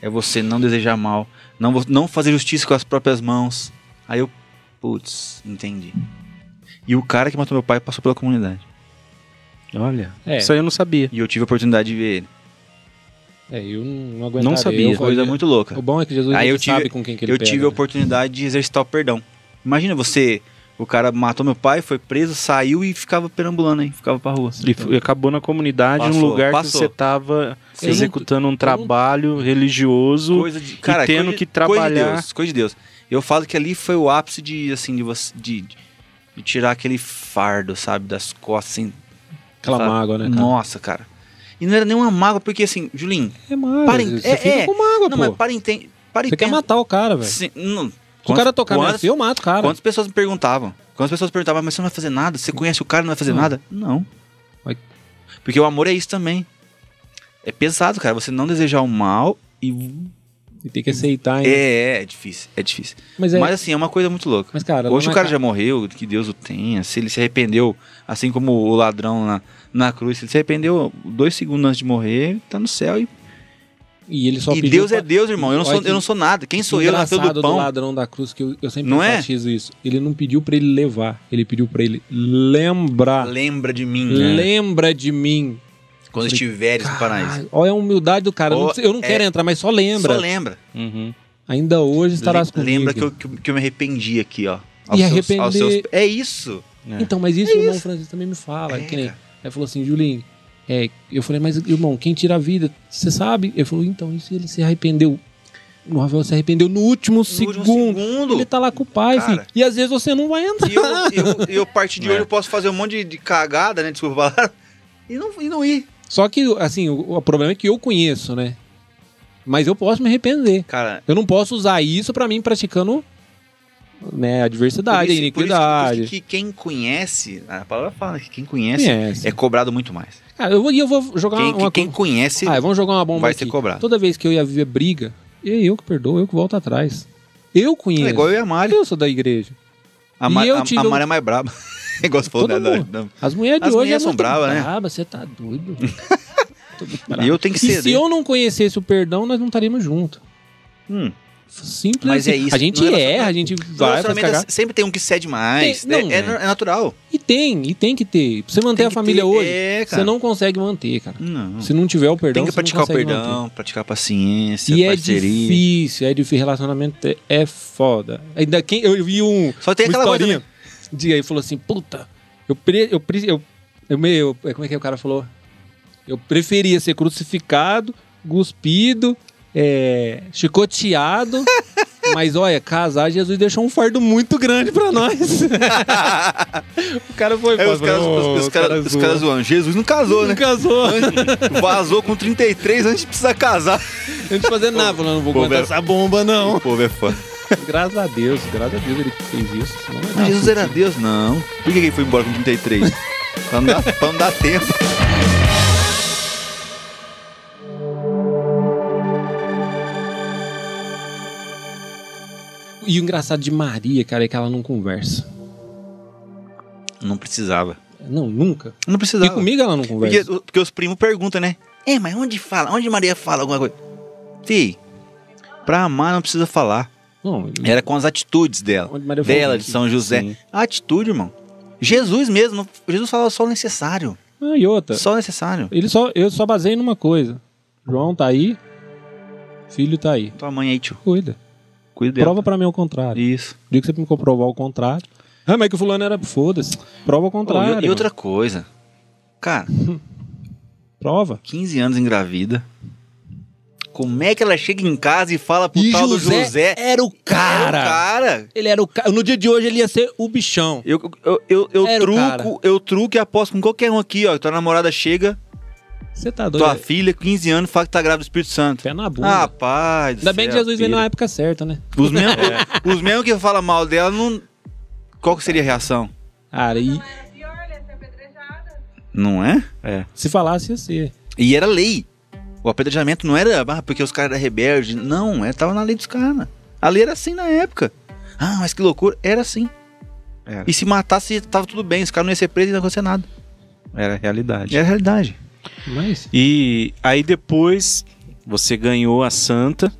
É você não desejar mal. Não, vo- não fazer justiça com as próprias mãos. Aí eu, putz, entendi. E o cara que matou meu pai passou pela comunidade. Olha. É. Isso aí eu não sabia. E eu tive a oportunidade de ver ele. É, eu não aguentaria. Não sabia. eu- Coisa muito louca. O bom é que Jesus Aí ele eu tive- sabe com quem que ele eu pega, tive a né? oportunidade de exercitar o perdão. Imagina você, o cara matou meu pai, foi preso, saiu e ficava perambulando, hein? Ficava pra rua. E Então, f- acabou na comunidade, um Passou, lugar passou. que você tava Sim. executando um trabalho religioso. coisa de cara, tendo coisa, que coisa de trabalhar. Deus, coisa de Deus. Eu falo que ali foi o ápice de assim de você de, de tirar aquele fardo, sabe, das costas assim. Aquela Sabe? mágoa, né, cara? Nossa, cara. E não era nenhuma mágoa, porque assim, Julinho, É mágoa. Para, você é- fica é. com mágoa, não, pô. mas para entender, para Você quer entender. matar o cara, velho. Se Sim, não. o Quantas- cara tocar minha quantas- filha, eu mato o cara. Quantas pessoas me perguntavam? Quantas pessoas perguntavam, mas você não vai fazer nada? Você conhece o cara e não vai fazer Hum. nada? Não. Vai- Porque o amor é isso também. É pesado, cara. Você não desejar o mal e. E tem que aceitar, hein? É, é, é difícil. É difícil. Mas é. Mas assim, é uma coisa muito louca. Mas, cara, Hoje lá o na cara ca- já morreu, que Deus o tenha. Se ele se arrependeu, assim como o ladrão na, na cruz, se ele se arrependeu dois segundos antes de morrer, tá no céu. E, E ele só e pediu Deus pra- é Deus, irmão. Eu não, Olha sou, que- eu não sou nada. Quem sou eu? Nasceu Engraçado do pão. ladrão da cruz, que eu, eu sempre Não é? enfatizo isso. Ele não pediu pra ele levar, ele pediu pra ele lembrar. Lembra de mim né? Lembra de mim. quando estiveres no paraíso. Cara, olha a humildade do cara. Eu não Ó, preciso- eu não é- quero entrar, mas só lembra. Só lembra. Uhum. Ainda hoje estarás Lem- comigo. lembra que eu, que, eu- que eu me arrependi aqui, ó. Aos E seus- aos seus- arrepender- É isso. É. Então, mas isso o irmão Francisco também me fala. É, que nem, cara. Aí falou assim, Julinho, é, eu falei, mas irmão, quem tira a vida, você sabe? Ele falou, então, isso ele se arrependeu. O Rafael se arrependeu no último, No último segundo. segundo. Ele tá lá com o pai, Cara. filho. E às vezes você não vai entrar. E eu, eu, eu, a partir de É. hoje, eu posso fazer um monte de, de cagada, né? Desculpa a palavra. E não, e não ir. Só que, assim, o, o problema é que eu conheço, né? Mas eu posso me arrepender. Cara, Eu não posso usar isso pra mim praticando né, a diversidade, a por isso- por iniquidade. isso que quem conhece, a palavra fala que quem conhece Conhece. é cobrado muito mais. Ah, eu vou, e eu vou jogar Quem, uma quem conhece Ah, vamos jogar uma bomba vai aqui. ser cobrado. Toda vez que eu ia viver briga, é eu que perdoo, eu que volto atrás. Eu conheço. é igual eu e a Mari. Eu sou da igreja. A, E Mari- eu a- tive a um- Mari é mais braba. Igual você falou Todo da- da- mundo. da- As mulheres de As hoje mulheres é são muito bravas, né? braba, você tá doido. Tô muito bravo. E eu tenho que E se ceder. eu não conhecesse o perdão, nós não estaríamos juntos. Hum. Simples Mas assim. é isso, A gente no erra, relacionamento- a gente No vai faz relacionamento cagar. sempre tem um que cede mais. Tem- não, é, é né? na- é natural. E tem, e tem que ter. Pra você manter Tem a que família ter- hoje, é, cara. você não consegue manter, cara. Não. Se não tiver o tem perdão, que você praticar não o consegue perdão, manter. praticar a paciência, E é parceria. difícil, é difícil. Relacionamento é- é foda. Ainda quem. Eu vi um. Só tem uma aquela né? coisa, historinha. De aí falou assim: puta, eu, pre, eu, pre- eu, eu, meio- é, Como é que o cara falou? Eu preferia ser crucificado, cuspido, é, chicoteado. mas olha, casar, Jesus deixou um fardo muito grande pra nós. o cara foi. É, os foi- caras "Ô, os, o caras- cara os zoou." caras zoando. Jesus não casou, Não né? casou. Vazou com 33 antes de precisar casar. Antes de fazer nada, falando, não vou Pô, aguentar velho. essa bomba, não. O povo é foda. Graças a Deus, graças a Deus ele fez isso. senão não é Mas Jesus era Deus? Não. Por que ele foi embora com 33? pra, não dar, pra não dar tempo. nada. E o engraçado de Maria, cara, é que ela não conversa. Não precisava. Não, nunca. Não E precisava. comigo ela não porque, conversa. porque os primos perguntam, né? É, mas onde fala? Onde Maria fala alguma coisa? Fih, pra amar não precisa falar. Não, Era com as atitudes dela. Onde Maria falou dela, de isso. São José. Sim. A atitude, irmão. Jesus mesmo. Jesus falava só o necessário. Ah, e outra. Só o necessário. Ele só, eu só baseio numa coisa. João tá aí, filho tá aí. Tua mãe aí, tio. Cuida. Cuida dela. Prova pra mim o contrário. Isso. O dia que você me comprovar o contrário. Ah, mas que o fulano era. Foda-se. Prova o Ô, contrário. e- e outra coisa. Cara, mano. Prova. 15 anos engravida. Como é que ela chega em casa e fala pro tal do José? era Era o o cara. Ele era o cara. No dia de hoje ele ia ser o bichão. Eu, eu, eu, eu Era o truco, cara. eu truco e aposto com qualquer um aqui, ó. Tua namorada chega, Você tá doido? tua filha, 15 anos, fala que tá grávida do Espírito Santo. Pé na bunda. Ah, pai. do Ainda bem que céu, Jesus veio na É. pira. época certa, né? Os mesmos os mesmos que falam mal dela, não. Qual que seria a reação? Cara, e Era pior, ia ser apedrejada. Não é? É. se falasse ia ser. E era lei. O apedrejamento não era ah, porque os caras eram rebeldes. Não, é, tava na lei dos caras. A lei era assim na época. Ah, mas que loucura. Era assim. Era. E se matasse, tava tudo bem. Os caras não iam ser presos e não ia acontecer nada. Era a realidade. Era a realidade. Mas. E aí depois você ganhou a santa.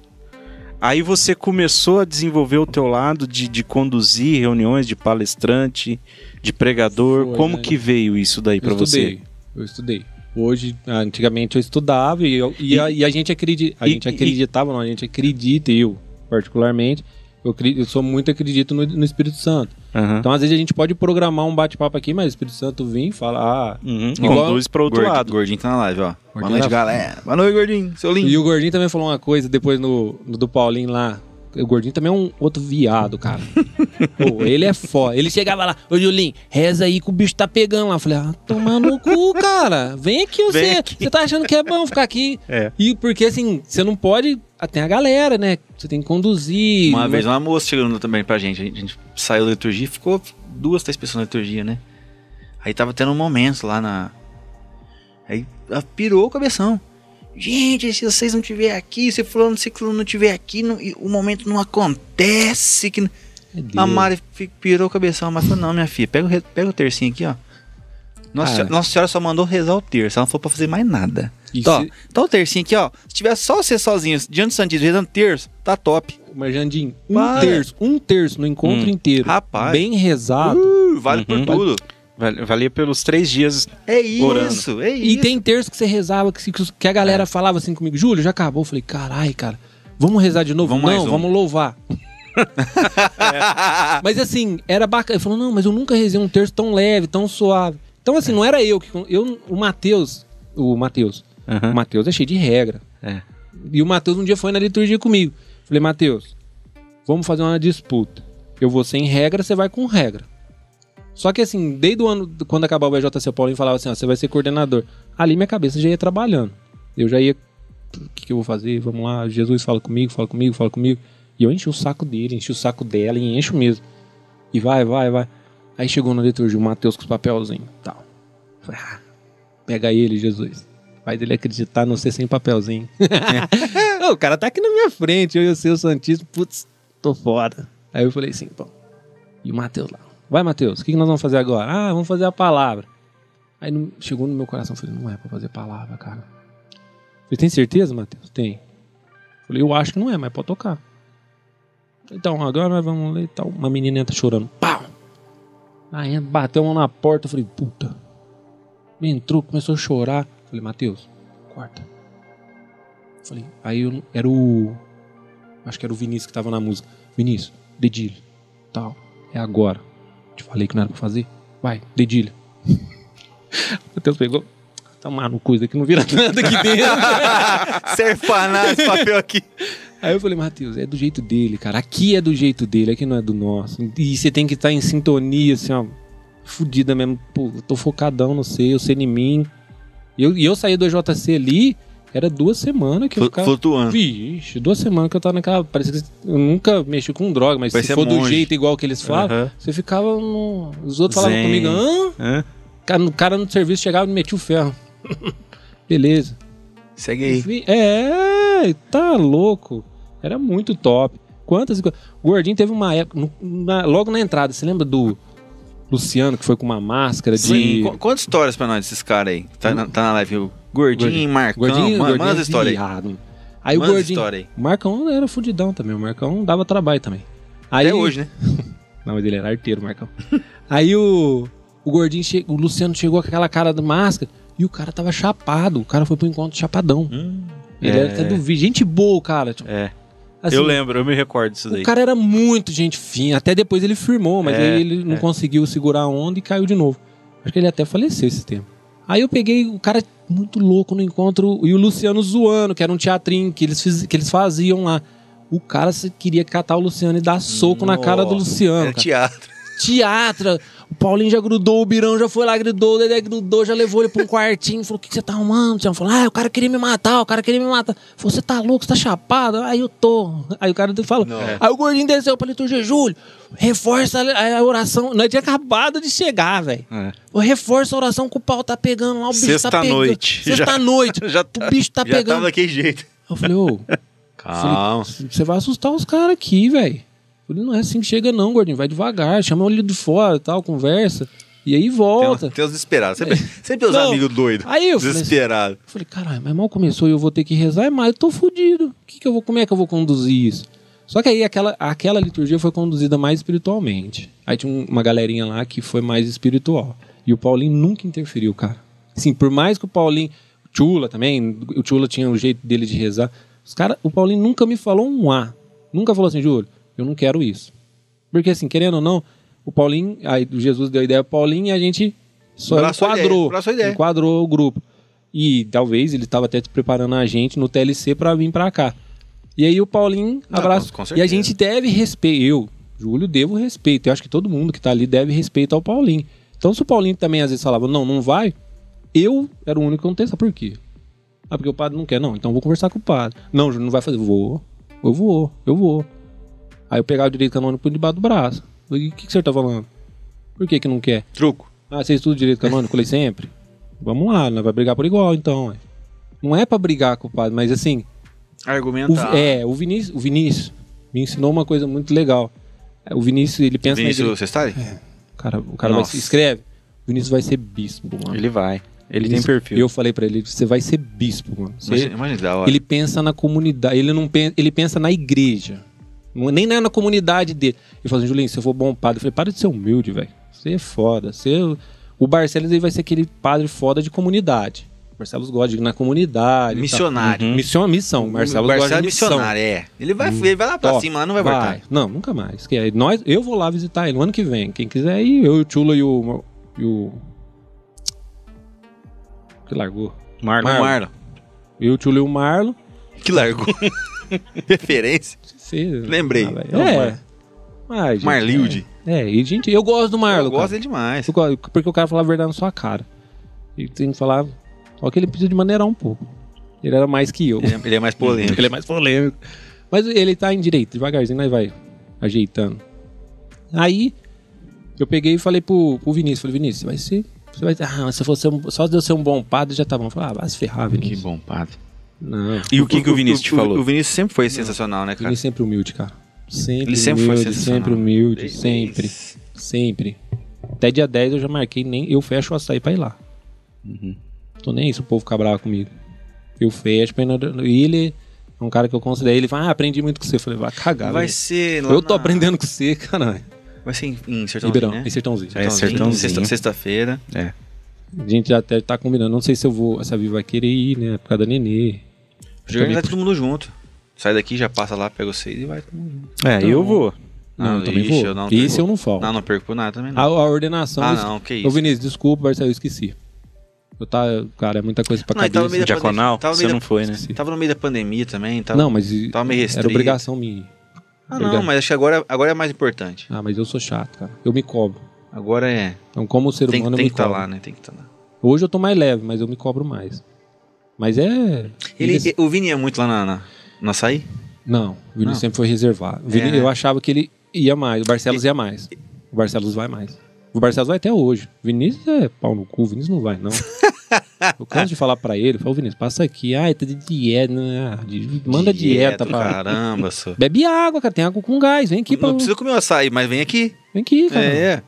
Aí você começou a desenvolver o teu lado de, de conduzir reuniões de palestrante, de pregador. Foi, Como né? que veio isso daí Eu pra você? estudei. Eu estudei. Hoje, antigamente eu estudava e, eu- e a, e a gente acredita. A e- gente acreditava, não, a gente acredita, eu particularmente. Eu, acri- eu sou muito acredito no, no Espírito Santo. Aham. Então, às vezes, a gente pode programar um bate-papo aqui, mas o Espírito Santo vem e fala, ah. Uhum. Igual- Conduz para outro Gordinho- lado. Gordinho tá na live, ó. Boa Gordinho noite, tá- galera. Boa noite, gordinho. Seu lindo. E o Gordinho também falou uma coisa depois no, no do Paulinho lá. O Gordinho também é um outro viado, cara. Pô, ele é foda. Ele chegava lá, ô Julinho, reza aí que o bicho tá pegando lá. Eu falei, ah, tomar no cu, cara. Vem aqui Vem você. aqui. Você tá achando que é bom ficar aqui. É. E porque assim, você não pode. ah, Tem a galera, né? Você tem que conduzir. Uma vez uma moça chegando também pra gente. A gente, a gente saiu da liturgia e ficou duas, três pessoas na liturgia, né? Aí tava tendo um momento lá na. Aí ela pirou o cabeção. Gente, se vocês não estiver aqui, se fulano, se fulano não estiver aqui, não- e o momento não acontece. Que... Meu É Deus. A Mari fi- pirou o cabeção, mas falou, não, minha filha, pega o, re- pega o tercinho aqui, ó. Nossa, Ah. senhora, Nossa Senhora só mandou rezar o terço, ela não falou pra fazer mais nada. E Tá, se- tá o tercinho aqui, ó. Se tiver só você sozinho, diante do Santíssimo, rezando terço, tá top. Mas, Jandim, um Para. terço, um terço no encontro Hum. inteiro. Rapaz. Bem rezado. Uh, vale Uhum. por tudo. Val- Valia pelos três dias. É Orando. isso, é E isso. É. tem terço que você rezava, que, se- que a galera falava assim comigo, Júlio, já acabou. Eu falei, carai, cara, vamos rezar de novo? Vamos mais não, um." vamos louvar. Mas assim, era bacana. Ele falou, não, mas eu nunca rezei um terço tão leve, tão suave. Então É. assim, não era eu que... Eu, o Matheus, o Matheus, o Aham. Matheus é cheio de regra. É. E o Matheus um dia foi na liturgia comigo. Falei, Matheus, vamos fazer uma disputa. Eu vou sem regra, você vai com regra. Só que assim, desde o ano, quando acabar o BJC, o Paulinho falava assim, ó, você vai ser coordenador. Ali minha cabeça já ia trabalhando. Eu já ia, o que, que eu vou fazer? Vamos lá, Jesus fala comigo, fala comigo, fala comigo. E eu enchi o saco dele, enchi o saco dela, e encho mesmo. E vai, vai, vai. Aí chegou na liturgia o Mateus com os papelzinhos e tal. Falei, ah, pega ele, Jesus. Faz ele acreditar, não ser sem papelzinho. o cara tá aqui na minha frente, eu e o seu Santíssimo, putz, tô fora. Aí eu falei assim, bom. E o Mateus lá. Vai, Mateus, o que que nós vamos fazer agora? Ah, vamos fazer a palavra. Aí não- chegou no meu coração, falei, não é pra fazer palavra, cara. Você tem certeza, Mateus? Tem. Falei, eu acho que não é, mas pode tocar. Então, agora nós vamos ler e tal. Uma menina entra chorando. Pau! Aí entra, bateu uma na porta, eu falei, puta. Entrou, começou a chorar. Falei, Mateus, corta. Falei, aí eu, era o. Acho que era o Vinícius que tava na música. Vinícius, dedilho. Tal. É agora. Te falei que não era pra fazer? Vai, dedilho. Mateus pegou. Tá maluco, isso aqui não vira nada aqui dentro. Serve pra nada esse papel aqui. Aí eu falei, Matheus, é do jeito dele, cara. Aqui é do jeito dele, aqui não é do nosso. E você tem que estar em sintonia, assim, ó. Fudida mesmo. Pô, eu tô focadão, não sei, eu sei em mim. E eu, e eu saí do EJC ali, era duas semanas que eu ficava. Flutuando. Vixe, duas semanas que eu tava naquela. Parece que eu nunca mexi com droga, mas Vai se ser for do monge. jeito igual que eles falam, Aham. você ficava. No... Os outros falavam Zen. comigo, hã? Hã? Cara, O cara no serviço chegava e metia o ferro. Beleza. Segue aí. Vi- É, tá louco. Era muito top. Quantas. e qua- O Gordinho teve uma época. no- na- logo na entrada, você lembra do Luciano que foi com uma máscara de. Sim. Qu- Conta histórias pra nós desses caras aí. Tá, na, tá na live o Gordinho, Gordinho. Marcão. Gordinho, manda, Gordinho manda essa história aí. viado. Aí Manda essa o Gordinho. história aí. O Marcão era fudidão também. O Marcão dava trabalho também. Aí, Até hoje, né? Não, mas ele era arteiro, Marcão. aí o, o gordinho, che- o Luciano chegou com aquela cara de máscara e o cara tava chapado. O cara foi pro encontro chapadão. Hum. ele É. era até do vídeo. Gente boa, cara. Tipo, É. assim, eu lembro, eu me recordo disso daí. O cara era muito gente fina. Até depois ele firmou, mas É, aí ele não é. conseguiu segurar a onda e caiu de novo. Acho que ele até faleceu esse tempo. Aí eu peguei o cara muito louco no encontro e o Luciano zoando, que era um teatrinho que eles, fiz- que eles faziam lá. O cara se- queria catar o Luciano e dar soco na cara do Nossa, Luciano. É, Era cara. É teatro. Teatro. O Paulinho já grudou, o Birão já foi lá, grudou, o Dedé grudou, já levou ele pra um quartinho. Falou: O que que você tá arrumando? Luciano?" Falou: Ah, o cara queria me matar, o cara queria me matar. Falou: Você tá louco, você tá chapado? Aí eu tô. Aí o cara fala: Não. Aí o gordinho desceu pra liturgia, Júlio, reforça a a oração. Nós tinha acabado de chegar, velho. É. Eu Reforça a oração que o pau tá pegando lá, o bicho tá pegando. Sexta-noite. Sexta-noite. Já tá, O bicho tá já pegando. tava daquele jeito. Eu falei, ô, Calma. você vai assustar os caras aqui, velho. Falei, não é assim que chega, não, gordinho. Vai devagar, chama ele de fora e tal, conversa. E aí Tem, volta. É. uns- tem os desesperados. Sempre, sempre tem os Não. amigos doidos. Aí eu falei assim- Desesperado. Eu falei, caralho, mas mal começou e eu vou ter que rezar, é mais, eu tô fudido. O que que eu vou, como é que eu vou conduzir isso? Só que aí aquela, aquela liturgia foi conduzida mais espiritualmente. Aí tinha um- uma galerinha lá que foi mais espiritual. E o Paulinho nunca interferiu, cara. Assim, por mais que o Paulinho. O Chula também, o Chula tinha o jeito dele de rezar. Os cara, o Paulinho nunca me falou um A. Nunca falou assim, Júlio, eu não quero isso. Porque assim, querendo ou não, o Paulinho, aí o Jesus deu a ideia ao Paulinho e a gente só Abraçou a ideia, enquadrou, abraçou a ideia. enquadrou o grupo. E talvez ele estava até preparando a gente no TLC para vir para cá. E aí o Paulinho Ah, abraço. com e certeza. a gente deve respeito. Eu, Júlio, devo respeito. Eu acho que todo mundo que tá ali deve respeito ao Paulinho. Então se o Paulinho também às vezes falava, não, não vai, eu era o único que não testava. Por quê? Ah, porque o padre não quer. Não, então eu vou conversar com o padre. Não, Júlio, não vai fazer. Vou, eu vou, eu vou. Aí eu pegava o direito canônico por debaixo do braço. Falei, O que, que você tá falando? Por que que não quer? Truco. Ah, você estuda direito canônico? Falei, sempre. Vamos lá, nós vai brigar por igual, então. ué. Não é pra brigar com o padre, mas assim, o, Argumentar. é, o Vinícius, o Vinícius me ensinou uma coisa muito legal. É, O Vinícius, ele É. pensa na Vinícius igreja. Sestari? O cara, o cara vai Nossa. se escreve. O Vinícius vai ser bispo, mano. Ele vai. Ele tem Vinícius- perfil. Eu falei pra ele, você vai ser bispo, mano. Você- Imagina, imagina que da hora. ele pensa na comunidade, ele não pensa, ele pensa na igreja. Não- é, Nem na na comunidade dele. Ele falou assim, Julinho, se eu for bom padre, eu falei, para de ser humilde, velho. Você é foda. Você... O Barcelos ele vai ser aquele padre foda de comunidade. O Barcelos gosta de ir na comunidade. e tal. Missionário. Uhum. Missão, missão. O Marcelo, Barcelos gosta de missão. Hum. missionário, é. Ele vai, ele vai lá pra Top. cima, lá não vai, voltar. Não, nunca mais. Que aí nós, eu vou lá visitar ele no ano que vem. Quem quiser ir, eu, o Tchula e o. E o... Que largou. Marlon. Marlon. Eu, o Tchula e o Marlon. Que largou. Referência. Fez- Lembrei. Ah, velho, É o é. Mar- Ai, gente, Marlilde. É, é, e gente, eu gosto do Marlon. Eu gosto cara. dele demais. Eu gosto, Porque o cara fala a verdade na sua cara. E tem que falar. Só que ele precisa de maneirar um pouco. Ele era mais que eu. Ele é- ele é mais polêmico. Ele é mais polêmico. Mas ele tá em direito, devagarzinho, nós vai ajeitando. Aí eu peguei e falei pro, pro Vinícius, falei, Vinícius, você vai ser. Você vai, ah, mas se você um, só de eu ser um bom padre já tá bom. Eu falei, ah, vai se ferrar, Que Vinícius. bom, padre. Não, E o que, que o Vinícius te O falou? Vinícius sempre foi sensacional, né, o cara? Vinícius é sempre humilde, cara. Sempre Ele sempre foi humilde, sensacional. é sempre humilde, sempre, sempre. Até dia 10 eu já marquei, nem eu fecho o açaí pra ir lá. Uhum. Tô nem isso, o povo fica bravo comigo. Eu fecho, pra ir na- e ele é um cara que eu considero. Ele fala, ah, aprendi muito com você. Eu falei, vai cagar. Vai velho. ser lá eu tô na- aprendendo com você, caralho. Vai ser em, em Sertãozinho, Ribeirão, né? em Sertãozinho. É, Sertãozinho. Sexta- Sexta-feira. A gente já até tá combinando. Não sei se eu vou, se a Vi vai querer ir, né? Por causa da Nenê. Jogar vai todo mundo junto. Sai daqui, já passa lá, pega vocês e vai todo mundo junto. É, eu vou. Não, Não, eu também ixi, vou. eu não- Isso eu não falo. Não, não perco nada também A, não. a ordenação. Ah, eu esque- não, que Ô, isso. Vinícius, desculpa, Marcelo, eu esqueci. Eu tá, cara, é muita coisa pra Não, então e cabeça. tava meio da pandemia- Diaconal, tava você meio não foi, né? Esqueci. Tava no meio da pandemia também. Tava... não, mas e- tava Tá- meio era restrito. obrigação minha. Ah, não, Obrigado. mas acho que agora, agora é mais importante. Ah, mas eu sou chato, cara. Eu me cobro. Agora é. Então, como ser Tem, humano, tem eu que me estar cobro. lá, né? Tem que estar lá. Hoje eu tô mais leve, mas eu me cobro mais. Mas é. Ele, Vinícius- O Vini é muito lá na, na, no açaí? Não, o Vinícius Não. sempre foi reservado. O Vini- É, né? Eu achava que ele ia mais, o Barcelos ia mais. O Barcelos vai mais. O Barcelos vai até hoje. O Vinícius é pau no cu, o Vinícius não vai, não. Eu canso de falar pra ele, eu falo, Vinícius, passa aqui, ai, tá de dieta, né? Ah, de- manda dieta, pra... Caramba, só. Bebe água, cara, tem água com gás, vem aqui, pra... um- Não precisa comer o açaí, mas vem aqui. vem aqui, cara. É, é.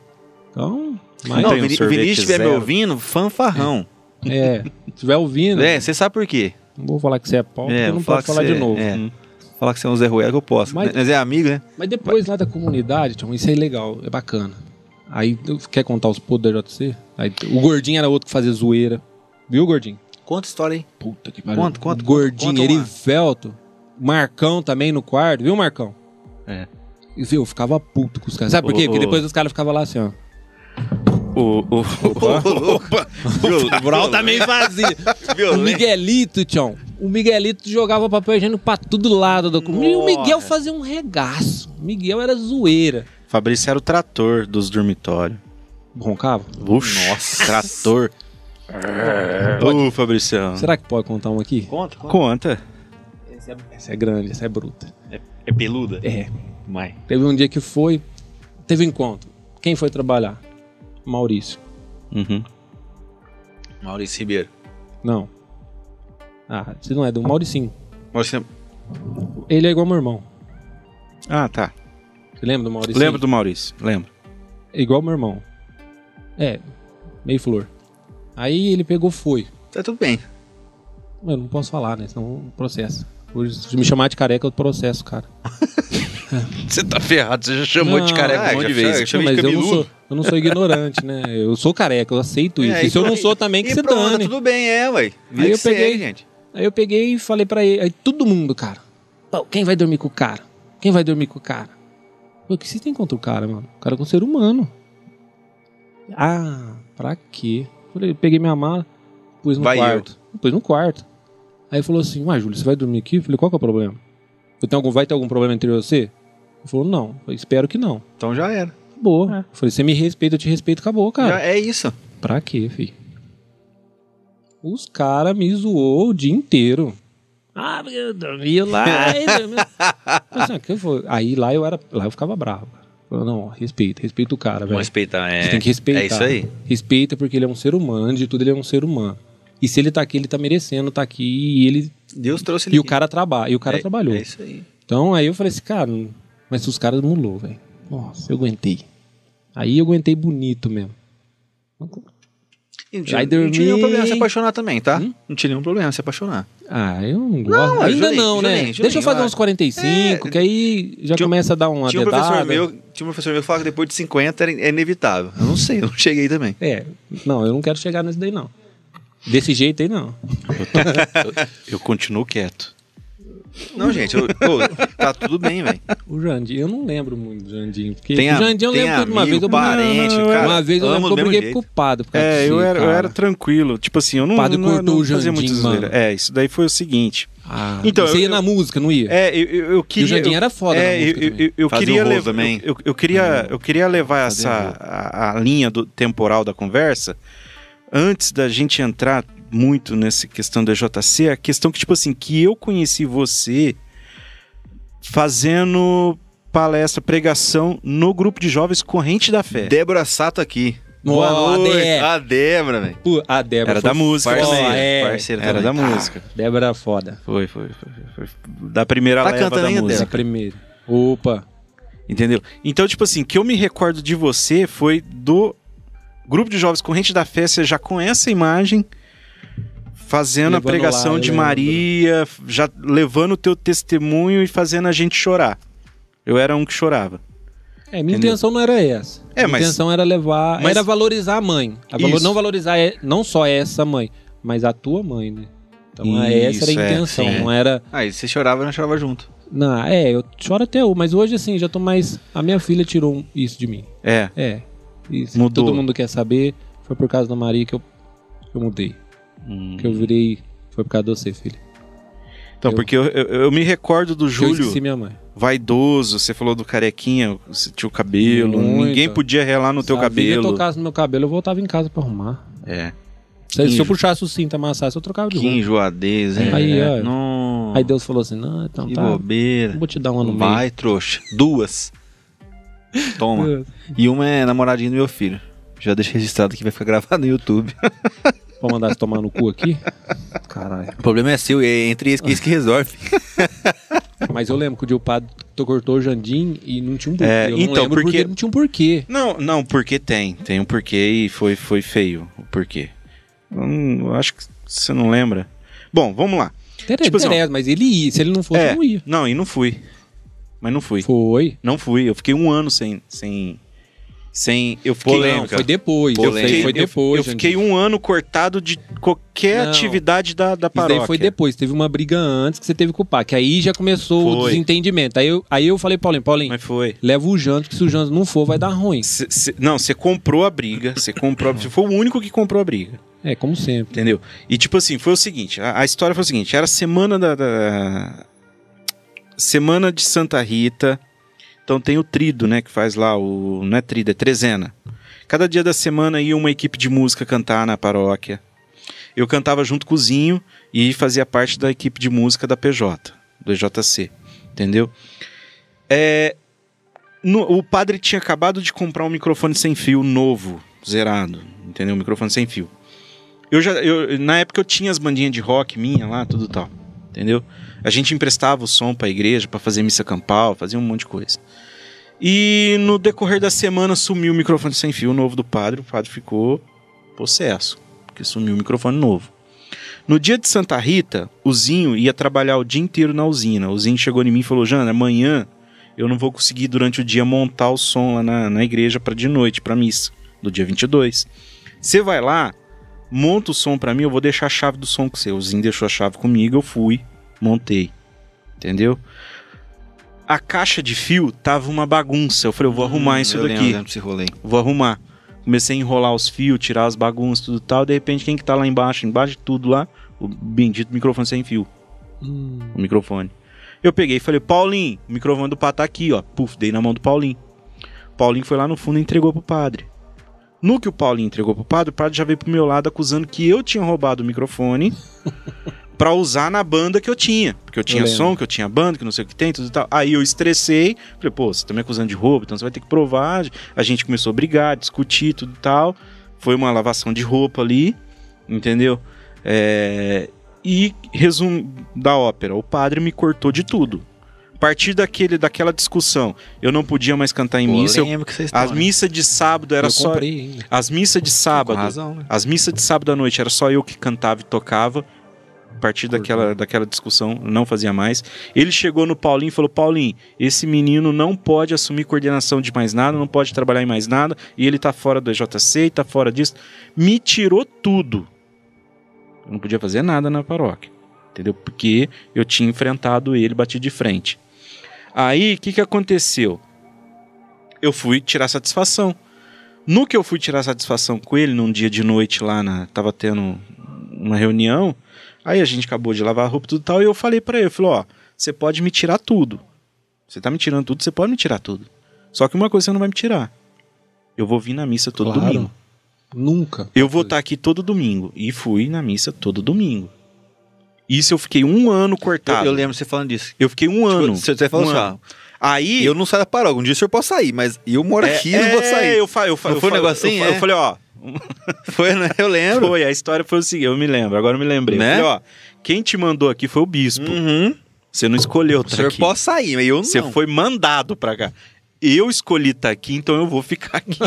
Então, um- mas, Não, tem um o Vini- o sorvete Vinícius estiver me zero. ouvindo, fanfarrão. é, se tiver ouvindo, É, você sabe por quê. não vou falar né? que você é pau, porque é, eu não posso falar você- de novo. Hum. é. Falar que você é um Zé Ruela que eu posso. Mas- Mas, é amigo, né? Mas depois lá da comunidade, Tião, isso é legal, é bacana. Aí, tu quer contar os podres da JC? Aí, o Gordinho era outro que fazia zoeira. Viu, Gordinho? Conta a história, hein? Puta que Conta, conta, O Gordinho, conta uma. Erivelto. Marcão também no quarto, viu, Marcão? É. E, viu, eu ficava puto com os caras. Sabe por Ô, quê? Porque ô. depois os caras ficavam lá assim, ó. O, o, Opa! Opa! O Brau também fazia. O Violento. Miguelito, Tião. O Miguelito jogava papel higiênico pra todo lado. Do... E o Nossa. Miguel fazia um regaço. O Miguel era zoeira. Fabrício era o trator dos dormitórios. Roncava? Ux, Nossa, trator. É. Ô, Fabricião. Será que pode contar um aqui? Conta, conta. Conta. Essa é, essa é grande, essa é bruta. É peluda? É. Mãe. Teve um dia que foi. Teve um encontro. Quem foi trabalhar? Maurício. Uhum. Maurício Ribeiro. Não. Ah, você não é do Mauricinho. Maurício, Ele é igual meu irmão. Ah, tá. Você lembra do Mauricinho? Lembro do Maurício, lembro. É igual meu irmão. É, meio flor. Aí ele pegou, foi. tá tudo bem. Mano, não posso falar, né? Senão processo. Hoje, se me chamar de careca, eu processo, cara. Você tá ferrado, você já chamou Não, de careca um é, monte já de vez. chega. Eu chamei não, de mas eu não, cabeludo. sou, eu não sou ignorante, né? Eu sou careca, eu aceito isso. É, e então se eu não e- sou também, que e se pronto, dane. Tudo bem, é, ué. Vida Aí eu que segue, peguei. gente. Aí eu peguei e falei pra ele, aí todo mundo, cara. Pô, quem vai dormir com o cara? Quem vai dormir com o cara? Pô, o que você tem contra o cara, mano? O cara é um ser humano. Ah, pra quê? Falei, peguei minha mala, pus no Vai quarto. Pus no quarto. Aí ele falou assim, ué, Júlio, você vai dormir aqui? Eu falei, qual que é o problema? Eu tenho algum, vai ter algum problema entre eu e você? Ele falou, não. Eu falei, espero que não. Então já era. Acabou. Eu Falei, você me respeita, eu te respeito, acabou, cara. Já é isso. Pra quê, fi? Os caras me zoou o dia inteiro. Ah, porque eu dormi lá. e dormi- Mas, sabe, que eu vou- Aí lá eu era. Lá eu ficava bravo. cara. Falando, não, ó, respeita, respeita o cara, Vamos velho. respeitar, é. Você tem que respeitar. É isso aí. Respeita porque ele é um ser humano, antes de tudo ele é um ser humano. E se ele tá aqui, ele tá merecendo tá aqui e ele. Deus trouxe ele E o aqui. cara trabalha. E o cara É- trabalhou. É isso aí. Então aí eu falei assim, cara, não- mas os caras mulou, velho. Nossa, eu aguentei. Aí eu aguentei bonito mesmo. E não Aí tinha, não dormi. tinha nenhum problema se apaixonar também, tá? Hum? Não tinha nenhum problema se apaixonar. Ah, eu não gosto. Não, Ainda Julinho, não, né? Julinho, Julinho, Deixa eu fazer ó. uns 45, que aí já Tinha um- começa a dar uma tinha, um dedada. professor meu, tinha um professor meu que falava que depois de 50 era in- é inevitável. Eu não sei, eu não cheguei também. É, não, eu não quero chegar nesse daí, não. Desse jeito aí, não. Eu continuo quieto. Não, gente, eu- pô, tá tudo bem, velho. O Jandir, eu não lembro muito do Jandinho. Porque Tem o a- Jandir eu tem lembro de uma amigo, vez. Eu, parente, Não, cara, uma vez eu amo lembro que eu do mesmo briguei jeito. culpado. Por causa É, disso, eu era, eu cara. era tranquilo. Tipo assim, eu não, O padre não, cortou não o fazia Jandim, muito mano. zoeira. É, isso daí foi o seguinte. Ah, Então, você eu- ia na música, não ia? É, eu, eu, eu e o queria... Jandir era foda é, na música eu, também. eu, eu Fazia queria o rolo levar, também. Uhum. Eu, eu- eu queria, eu queria levar Fazia o essa rolo. a, a linha do temporal da conversa antes da gente entrar muito nessa questão da JC, a questão que tipo assim que eu conheci você fazendo palestra, pregação no grupo de jovens Corrente da Fé. Débora Sato aqui. Ó, a Dé- A Débora, velho. Pô, A Débora. Era foi da música. né? Parceiro, Ó, é. parceiro Era também. da música. Débora é foda. Foi, foi, foi, foi, foi. Da primeira Tá leva cantando da ainda, música. Essa primeira. Opa. Entendeu? Então, tipo assim, que eu me recordo de você foi do grupo de jovens Corrente da Fé, você já com essa imagem, fazendo Levando a pregação lá, eu de lembro. Maria, já levando o teu testemunho e fazendo a gente chorar. Eu era um que chorava. É, minha Entendeu? intenção não era essa. É, minha mas- intenção era levar. mas- Era valorizar a mãe. A valor- Isso. Não valorizar é- não só essa mãe, mas a tua mãe, né? Então a- essa era Isso, a é, intenção. sim. não era. Ah, e você chorava e não chorava junto. Não, é, eu choro até hoje, mas hoje assim, já tô mais. A minha filha tirou um- isso de mim. É. É. Isso. Mudou. Todo mundo quer saber. Foi por causa da Maria que eu, que eu mudei. Hum. Que eu virei. Foi por causa de você, filho. Então, Eu- porque eu, eu- eu me recordo do Que Eu Júlio esqueci minha mãe. vaidoso, você falou do carequinha, você tinha o cabelo, Muito. ninguém podia relar no teu Se a vida cabelo. tocasse no meu cabelo, eu voltava em casa pra arrumar. É. Se, se Quinjo. eu puxasse o cinto, amassasse, eu trocava de Que roupa. enjoadeza, hein? Aí, ó. Não. Aí Deus falou assim, não, então que tá, bobeira. vou te dar uma no meio. Vai, trouxa. Duas. Toma. E uma é namoradinha do meu filho. Já deixa registrado que vai ficar gravado no YouTube. Vou mandar você tomar no cu aqui. Caralho. O problema é seu, é entre esse que, esse que resolve. Mas eu lembro que o dia o padre to- cortou o Jandim e não tinha um porquê. É, eu então, não lembro porque- não tinha um porquê. Não, não, porque tem. Tem um porquê e foi, foi feio o porquê. Hum, eu acho que você não lembra. Bom, vamos lá. Interessa, Tipo assim, ó. interessa, mas ele ia. Se ele não fosse, É. eu não ia. Não, e não fui. Mas não fui. Foi. Não fui. Eu fiquei um ano sem. sem, sem eu fiquei, Não, foi depois. Eu Eu sei, fiquei, foi eu- depois, eu fiquei Jandim. um ano cortado de qualquer Não. atividade da, da Isso paróquia. daí foi depois, teve uma briga antes que você teve com o Pá, que aí já começou o Foi. desentendimento. Aí eu, aí eu falei, Paulinho, Paulinho, Mas foi. leva o Janto, que se o Janto não for, vai dar ruim. Cê- cê- não, você comprou a briga. Você comprou. Você foi o único que comprou a briga. É, como sempre. Entendeu? E tipo assim, foi o seguinte: a, a história foi o seguinte: era semana da, da- Semana de Santa Rita. Então tem o trido, né? Que faz lá o. Não é trido, é trezena. Cada dia da semana ia uma equipe de música cantar na paróquia. Eu cantava junto com o Zinho e fazia parte da equipe de música da PJ, do EJC. Entendeu? É, no- o padre tinha acabado de comprar um microfone sem fio novo, zerado. Entendeu? Um microfone sem fio. Eu já, eu, na época eu tinha as bandinhas de rock minha lá, tudo tal. Entendeu? A gente emprestava o som pra igreja, pra fazer missa campal, fazia um monte de coisa. E no decorrer da semana sumiu o microfone sem fio novo do padre, o padre ficou possesso, porque sumiu o microfone novo. No dia de Santa Rita, o Zinho ia trabalhar o dia inteiro na usina. O Zinho chegou em mim e falou: Jana, amanhã eu não vou conseguir durante o dia montar o som lá na, na igreja pra de noite, pra missa, do dia 22. Você vai lá, monta o som pra mim, eu vou deixar a chave do som com você. O Zinho deixou a chave comigo, eu fui, montei. Entendeu? A caixa de fio tava uma bagunça. Eu falei, eu vou arrumar isso Hum, eu daqui lembro, lembro desse rolê. vou arrumar. Comecei a enrolar os fios, tirar as bagunças, tudo tal. De repente, quem que tá lá embaixo, embaixo de tudo lá? O bendito microfone sem fio. Hum, O microfone. Eu peguei e falei, Paulinho, o microfone do pá tá aqui, ó. Puf, dei na mão do Paulinho. Paulinho foi lá no fundo e entregou pro padre. No que o Paulinho entregou pro padre, o padre já veio pro meu lado acusando que eu tinha roubado o microfone pra usar na banda que eu tinha. Porque eu tinha lembro. som, que eu tinha banda, que não sei o que tem, tudo e tal. Aí eu estressei, falei, pô, você tá me acusando de roubo, então você vai ter que provar. A gente começou a brigar, discutir, tudo e tal. Foi uma lavação de roupa ali, entendeu? É, E resumo da ópera, o padre me cortou de tudo. A partir daquele, daquela discussão, eu não podia mais cantar em Pô, missa, eu lembro que vocês as missas de sábado era eu só. comprei ainda. As missas de Com sábado. razão, né? As missas de sábado à noite era só eu que cantava e tocava. A partir daquela, daquela discussão, não fazia mais. Ele chegou no Paulinho e falou: Paulinho, esse menino não pode assumir coordenação de mais nada, não pode trabalhar em mais nada, e ele tá fora do EJC, e tá fora disso. Me tirou tudo. Eu não podia fazer nada na paróquia. Entendeu? Porque eu tinha enfrentado ele, bati de frente. Aí, o que, que aconteceu? Eu fui tirar satisfação. No que eu fui tirar satisfação com ele, num dia de noite lá, na, tava tendo uma reunião, aí a gente acabou de lavar a roupa e tudo tal, e eu falei pra ele, eu falei, ó, você pode me tirar tudo. Você tá me tirando tudo, você pode me tirar tudo. Só que uma coisa você não vai me tirar. Eu vou vir na missa todo Claro. domingo. Nunca. tá Eu vou estar aqui todo domingo. E fui na missa todo domingo. Isso eu fiquei um ano cortado. Eu, eu Eu, lembro você falando disso. fiquei um ano. Você, você falou Um assim, ano. ah, Aí. eu não saio da paróquia. Um dia o senhor pode sair, mas eu moro é, aqui e não vou é, sair. Eu, fa, eu, fa, Não eu, foi um fa- negocinho, eu, fa- é? eu falei, ó. Foi, né? Eu lembro. Foi, a história foi o seguinte, eu me lembro, agora eu me lembrei. Né? Eu falei, ó, quem te mandou aqui foi o bispo. Uhum. Você não escolheu O tá senhor aqui. pode sair, mas eu não. Você foi mandado pra cá. Eu escolhi estar aqui, então eu vou ficar aqui.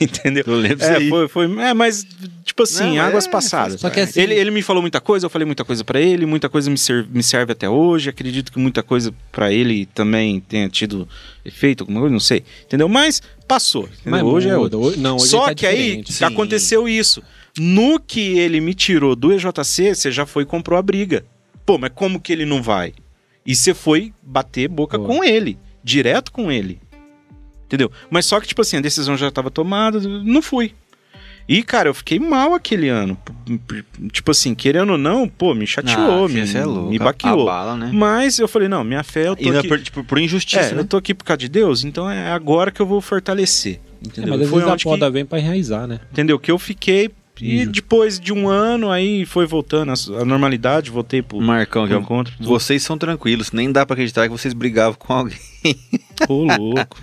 Entendeu? Eu lembro disso É, aí. foi, foi, é, mas tipo assim, Não, águas é, passadas. Só que assim, Ele, ele me falou muita coisa, eu falei muita coisa pra ele, muita coisa me, ser- me serve até hoje. Acredito que muita coisa pra ele também tenha tido efeito, alguma coisa, não sei. Entendeu? Mas passou. mas entendeu? hoje é outro. hoje- não, hoje Só ele tá que aí diferente. Sim. aconteceu isso. No que ele me tirou do EJC, você já foi e comprou a briga. Pô, mas como que ele não vai? E você foi bater boca Foi. com ele, direto com ele. Entendeu? Mas só que, tipo assim, a decisão já tava tomada, não fui. E, cara, eu fiquei mal aquele ano. P- p- Tipo assim, querendo ou não, pô, me chateou, Ah, me, você é louco. me A- baqueou. abala, né? Mas eu falei, não, minha fé, eu tô Ainda aqui... por, tipo, por injustiça, É, né? eu tô aqui por causa de Deus, então é agora que eu vou fortalecer. É, Entendeu? mas às Foi vezes a onde que- poda vem pra enraizar, né? entendeu? Que eu fiquei. E Uhum. depois de um ano, aí foi voltando a a normalidade, voltei pro, Marcão, pro que é um encontro. vocês são tranquilos, nem dá pra acreditar que vocês brigavam com alguém. Pô, louco.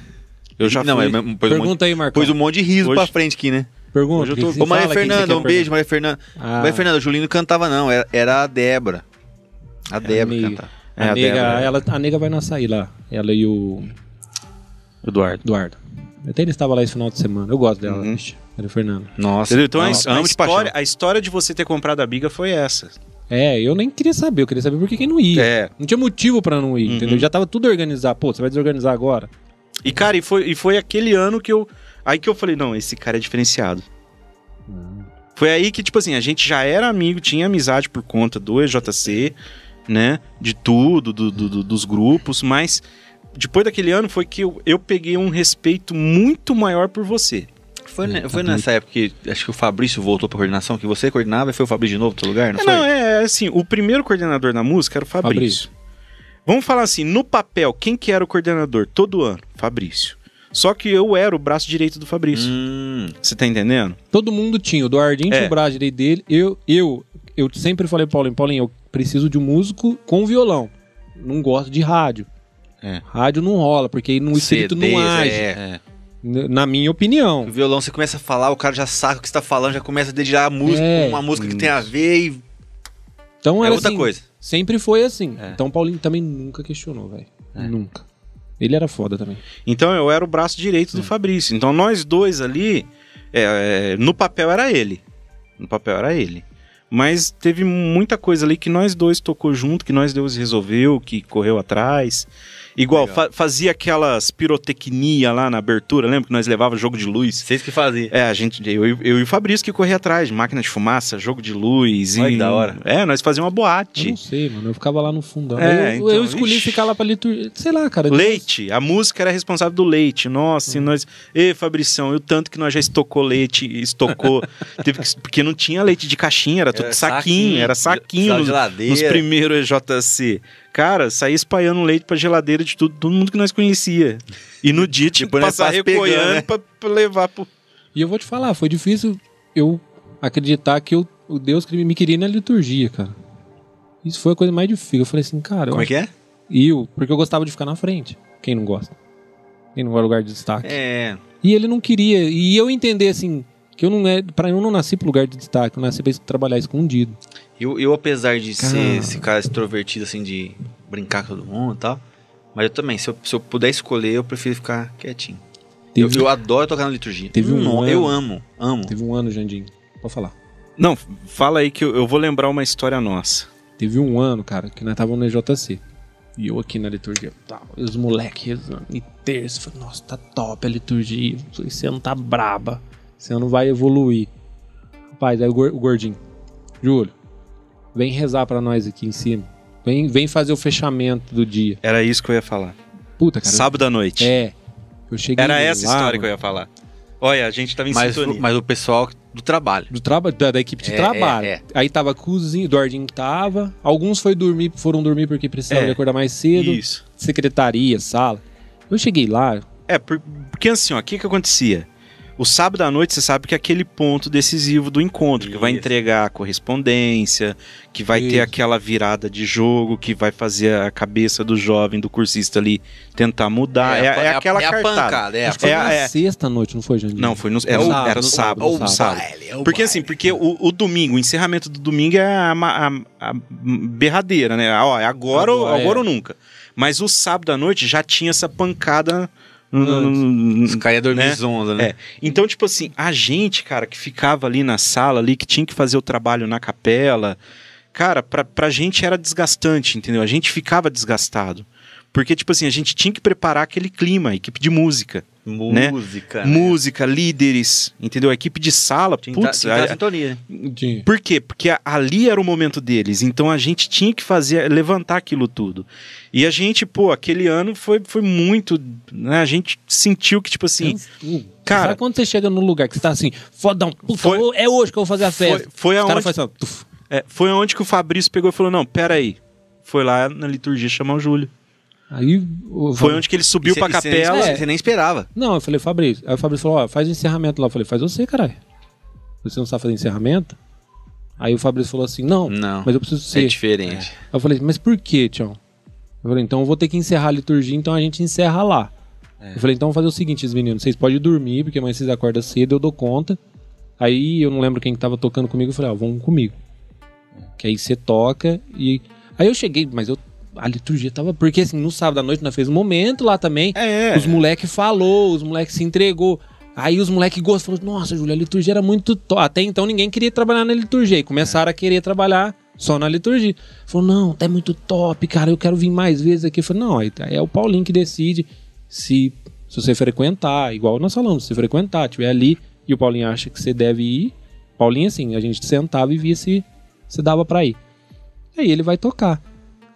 Eu já não, fui. é, mas pôs, um monte, Pergunta aí, Marcão. pôs um monte de riso Hoje- pra frente aqui, né? Pergunta. Hoje eu que tô- que você Ô, Maria fala, que que você Fernanda, quer um beijo, perguntar? Maria Fernanda. Ah, Maria Fernanda, o Julinho não cantava, não. Era, era a Débora. A Débora que amiga. cantava. É, a a, né? nega, Débora. ela, a nega vai na açaí lá. Ela e o Eduardo. Eduardo. Até ele estava lá esse final de semana. Eu gosto dela, Uhum. bicho. Maria Fernanda. Nossa, Entendeu? Então a, amo his- a amo de paixão. história, a história de você ter comprado a biga foi essa. É, eu nem queria saber. Eu queria saber por que, que não ia. É. Não tinha motivo pra não ir, Uhum. entendeu? Já tava tudo organizado. Pô, você vai desorganizar agora? E, cara, e foi, e foi aquele ano que eu. Aí que eu falei, não, esse cara é diferenciado. Foi aí que, tipo assim, a gente já era amigo, tinha amizade por conta do EJC, né? De tudo, do- do- do- dos grupos, mas depois daquele ano foi que eu, eu peguei um respeito muito maior por você. Foi, Tá ne- foi nessa época que acho que o Fabrício voltou pra coordenação, que você coordenava e foi o Fabrício de novo pro lugar, não É, foi? não, é, é assim, o primeiro coordenador da música era o Fabrício. Vamos falar assim, no papel, quem que era o coordenador todo ano? Fabrício. Só que eu era o braço direito do Fabrício. Hum, Você tá entendendo? Todo mundo tinha. O Eduardinho É. tinha o braço direito dele. Eu, eu, eu sempre falei pro Paulinho, Paulinho, eu preciso de um músico com violão. Não gosto de rádio. É. Rádio não rola, porque aí Um no espírito CDs, não age. é. N- Na minha opinião. O violão, você começa a falar, o cara já saca o que você tá falando, já começa a dedilhar a música, É. uma música que tem a ver e Então é era outra assim, coisa. Sempre foi assim. É. Então o Paulinho também nunca questionou, velho. Nunca. Ele era foda também. Então eu era o braço direito Hum. do Fabrício. Então nós dois ali, é, é, no papel era ele. No papel era ele. Mas teve muita coisa ali que nós dois tocou junto, que nós dois resolveu, que correu atrás. Igual, Legal. fa- fazia aquelas pirotecnia lá na abertura, lembra que nós levava jogo de luz? Vocês que faziam. É, a gente, eu, e- eu e o Fabrício que corria atrás, de máquina de fumaça, jogo de luz. Olha e- que da hora. É, nós fazíamos uma Eu boate. não sei, mano. Eu ficava lá no fundão. É, eu, então, eu escolhi ixi. ficar lá pra liturgia. Sei lá, cara. Leite, a música era responsável do leite. Nossa, e nós. Ê, Fabrição, e o tanto que nós já estocou leite, estocou. teve que- porque não tinha leite de caixinha, era tudo saquinho, era saquinho precisava É, de nos, geladeira. nos primeiros EJC. Cara, saía espalhando leite pra geladeira de tudo, todo mundo que nós conhecia. E no dia tipo, tinha que Depois nós passar passa pegando, recolhendo né? pra, pra levar pro. E eu vou te falar, foi difícil eu acreditar que eu- o Deus que me queria na liturgia, cara. Isso foi a coisa mais difícil. Eu falei assim, cara, eu Como é que é? E eu, porque eu gostava de ficar na frente. Quem não gosta? Quem não gosta de lugar de destaque. É. E ele não queria. E eu entender assim, que eu não é. Pra mim, eu não nasci pro lugar de destaque, eu nasci pra es- trabalhar escondido. Eu, eu apesar de ser Cara. esse cara extrovertido, assim, de brincar com todo mundo e tal, mas eu também, se eu, se eu puder escolher, eu prefiro ficar quietinho. Eu, Teve, um- eu adoro tocar na liturgia. Teve um Não, ano- Eu amo, amo. teve um ano, Jandinho. Pode falar. Não, fala aí que eu, eu vou lembrar uma história nossa. Teve um ano, cara, que nós tava no EJC. E eu aqui na liturgia. Tal, e os moleques rezando. E terça, eu falei, nossa, tá top a liturgia. Esse ano tá braba. Esse ano vai evoluir. Rapaz, aí o gor- o gordinho. Júlio, vem rezar pra nós aqui em cima. Vem, vem fazer o fechamento do dia. Era isso que eu ia falar. Puta, cara. Sábado à noite. É. Eu cheguei Era essa lá, história mano, que eu ia falar. Olha, a gente tava em Mas, sintonia. mas o pessoal do trabalho. Do traba da, da equipe de É, trabalho. é, é. Aí tava a cozinha, Eduardinho tava. Alguns foi dormir, foram dormir porque precisavam É. de acordar mais cedo. Isso. Secretaria, sala. Eu cheguei lá, É, por- porque assim, ó, o que que acontecia? O sábado à noite, você sabe que é aquele ponto decisivo do encontro, que vai Isso. entregar a correspondência, que vai ter Isso. aquela virada de jogo, que vai fazer a cabeça do jovem, do cursista ali, tentar mudar. É, é a- aquela é a cartada. pancada, é a Acho que foi é- na é- sexta noite, não foi, Jandir? Não, foi no, era, o, sábado, era o no sábado. sábado, no no sábado. baile, é o Porque assim, baile. porque o, o domingo, o encerramento do domingo é a, ma- a- a berradeira, né? Ó, é agora, ou, Agora é. agora ou nunca. Mas o sábado à noite já tinha essa pancada. no- no- no- Os caras iam dormir Né? zonza, né? É. Então, tipo assim, a gente, cara, que ficava ali na sala, ali, que tinha que fazer o trabalho na capela, cara, pra, pra gente era desgastante, entendeu? A gente ficava desgastado. Porque, tipo assim, a gente tinha que preparar aquele clima, a equipe de música. Música. né? música, líderes, entendeu? A equipe de sala, Tinha que tá- putz, tinha que tá a- na sintonia. Tinha. por quê? Porque a- ali era o momento deles, então a gente tinha que fazer, levantar aquilo tudo. E a gente, pô, aquele ano foi, foi muito, né? A gente sentiu que, tipo assim, Hum, Cara- Sabe quando você chega num lugar que você tá assim, fodão, puta, Foi- ho- é hoje que eu vou fazer a festa. foi, foi Os aonde caras fazem assim, ó, tuf. É, foi onde que o Fabrício pegou e falou: não, peraí. Foi lá na liturgia chamar o Júlio. Aí o- Foi onde que ele subiu E cê- pra e cê nem capela. É. espe- Você nem esperava. Não, eu falei, Fabrício. Aí o Fabrício falou, ó, faz o encerramento lá. Eu falei, faz você, caralho. Você não sabe fazer encerramento? Aí o Fabrício falou assim, não, Não. mas eu preciso É ser. diferente. Aí eu falei, mas por que, Tião? Eu falei, então eu vou ter que encerrar a liturgia, então a gente encerra lá. Eu falei, então vamos fazer o seguinte, os meninos, vocês podem dormir, porque amanhã vocês acordam cedo, eu dou conta. Aí eu não lembro quem que tava tocando comigo, eu falei, ó, vamos comigo. Que aí você toca e. Aí eu cheguei, mas eu. A liturgia tava. Porque assim, no sábado à noite nós fez um momento lá também. É, Os moleque falou, os moleque se entregou. Aí os moleque gostou, falou, nossa, Júlio, a liturgia era muito top. Até então ninguém queria trabalhar na liturgia. E começaram a querer trabalhar só na liturgia. Falou, não, tá muito top, cara, eu quero vir mais vezes aqui. Eu falei, não, aí tá- é o Paulinho que decide se, se você frequentar, igual nós falamos, se frequentar, tiver ali e o Paulinho acha que você deve ir. Paulinho, assim, a gente sentava e via se, se dava pra ir. Aí ele vai tocar.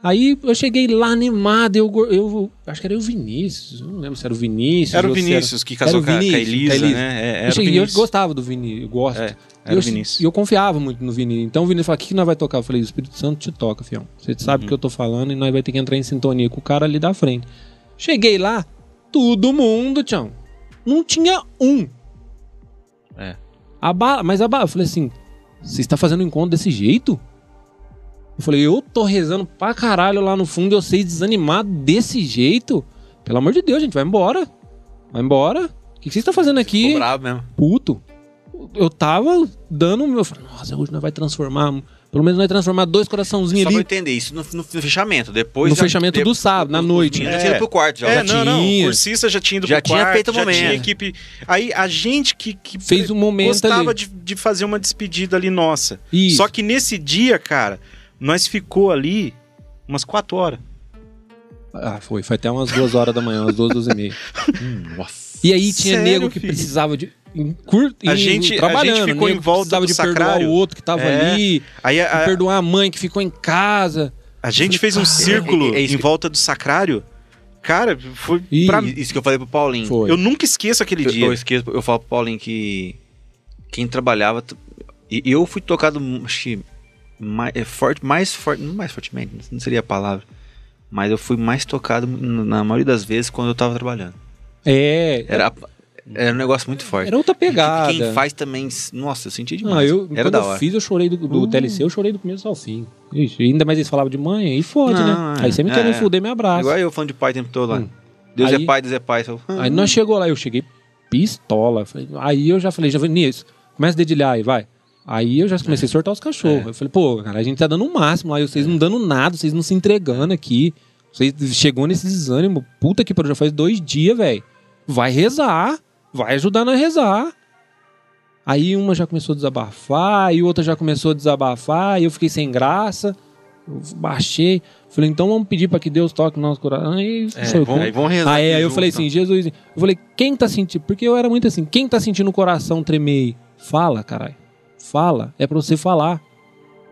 Aí eu cheguei lá animado, eu, go- eu acho que era o Vinícius, não lembro se era o Vinícius. era o ou se Vinícius que casou era o com, a, com a Vinícius, Elisa, com a Elisa. né? É, eu, era o cheguei, eu Vinícius. gostava do Vini, eu gosto. É, E era eu, o Vinícius. e eu confiava muito no Vini. Então o Vini falou: o que, que nós vai tocar? Eu falei: o Espírito Santo te toca, fião. Você sabe Uhum. o que eu tô falando e nós vai ter que entrar em sintonia com o cara ali da frente. Cheguei lá, todo mundo, tchau. Não tinha um. É. A bala, mas a bala, eu falei assim: você está fazendo um encontro desse jeito? Eu falei: eu tô rezando pra caralho lá no fundo e vocês desanimados desse jeito? Pelo amor de Deus, gente, vai embora. Vai embora. O que, que vocês estão fazendo aqui? Ficou bravo mesmo. puto. Eu tava dando o meu. eu falei, Nossa, hoje nós vai transformar. Pelo menos nós vai transformar dois coraçãozinhos Só pra eu ali entender, isso no, no- no fechamento. Depois no fechamento do sábado, na noite. Já tinha ido pro quarto, já. É, já não, não. O tinha. cursista já tinha ido Já pro tinha quarto, feito o já momento. tinha equipe. Aí a gente que, que Fez um momento gostava ali. de, de fazer uma despedida ali nossa. Isso. Só que nesse dia, cara, nós ficou ali umas quatro horas. Ah, foi. Foi até umas duas horas da manhã, umas duas, duas e meia. Nossa. E aí tinha Sério, nego que filho? precisava de. Em cur... A em- gente- a trabalhando, gente ficou nego em que volta precisava do de perdoar sacrário. o outro que tava É. ali, Aí a, a- perdoar a mãe que ficou em casa. A gente Falei, "Ah, fez um "Cara, círculo é- é isso em que- volta do sacrário. Cara, foi Ih, pra... Isso que eu falei pro Paulinho. Hum. Foi. Eu nunca esqueço aquele Eu, eu dia. esqueço, eu falo pro Paulinho que quem trabalhava. t- E e eu fui tocado, acho que mais, é, forte, mais forte, não mais fortemente, não seria a palavra. Mas eu fui mais tocado n- na maioria das vezes quando eu tava trabalhando. É. Era, era um negócio muito forte. Era outra E que- pegada. Quem faz também. s- Nossa, eu senti demais. Ah, eu, era quando da eu hora. fiz, eu chorei do, do TLC, eu chorei do começo ao fim. Ixi, ainda mais eles falavam de mãe, aí fode, Não, né? é. Aí você me É, querem é. fuder, me abraça. Igual eu falando de pai o tempo todo lá. Hum. Deus Aí- é pai, Deus é pai. Eu falo, Aí nós chegou lá, eu cheguei pistola. Falei, aí eu já falei, já Vinícius, começa a dedilhar aí, vai. Aí eu já comecei a sortar os cachorros. Eu falei, pô, cara, a gente tá dando o máximo lá, e vocês não dando nada, vocês não se entregando aqui. Vocês chegou nesse desânimo, puta que pariu, já faz dois dias, velho. Vai rezar, vai ajudar nós a rezar. Aí uma já começou a desabafar, e outra já começou a desabafar, e eu fiquei sem graça. Eu baixei, falei, então vamos pedir pra que Deus toque no nosso coração. Aí, É, não sei o quê. Aí vão rezar. Ah, é, aqui aí eu junto, falei assim, Jesus. Eu falei, quem tá sentindo. Porque eu era muito assim, quem tá sentindo o coração tremer aí? Fala, caralho. Fala. É pra você falar.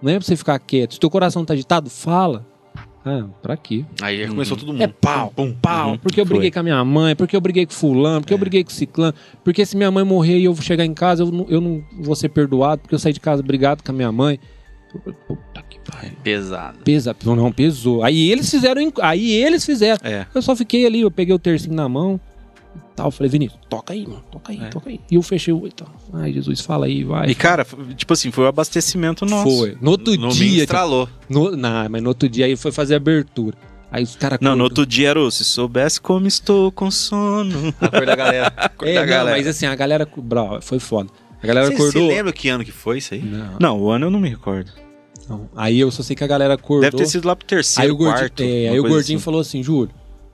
Não é pra você ficar quieto. Se teu coração tá agitado, fala. Ah, pra quê? não. Aí já começou todo mundo. É pau, Pum, pau. uhum. porque eu briguei com a minha mãe, porque eu briguei com fulano, porque eu briguei com ciclano. Porque se minha mãe morrer e eu chegar em casa, eu não, eu não vou ser perdoado, porque eu saí de casa brigado com a minha mãe. Puta que pariu. pesado. Pesa, não, pesou. Aí eles fizeram, aí eles fizeram. É. Eu só fiquei ali, eu peguei o tercinho na mão. e tal. Eu falei, Vinícius, toca aí, mano, toca aí, É. toca aí. E eu fechei o então. Ai, Jesus, fala aí, vai. E cara, f- tipo assim, foi o abastecimento nosso. Foi. No outro No domingo dia. tá cara, estralou. no- não, mas no outro dia aí foi fazer a abertura. Aí os caras. Não, no outro dia era o se soubesse como estou com sono. Acorda a galera. Acorda É, a não, galera. mas assim, a galera. Bro, foi foda. A galera Você acordou. lembra que ano que foi isso aí? Não, Não, o ano eu não me recordo. não. Aí eu só sei que a galera acordou. Deve ter sido lá pro terceiro, aí o gordinho, quarto. é, uma aí o coisa gordinho assim. falou assim, Júlio,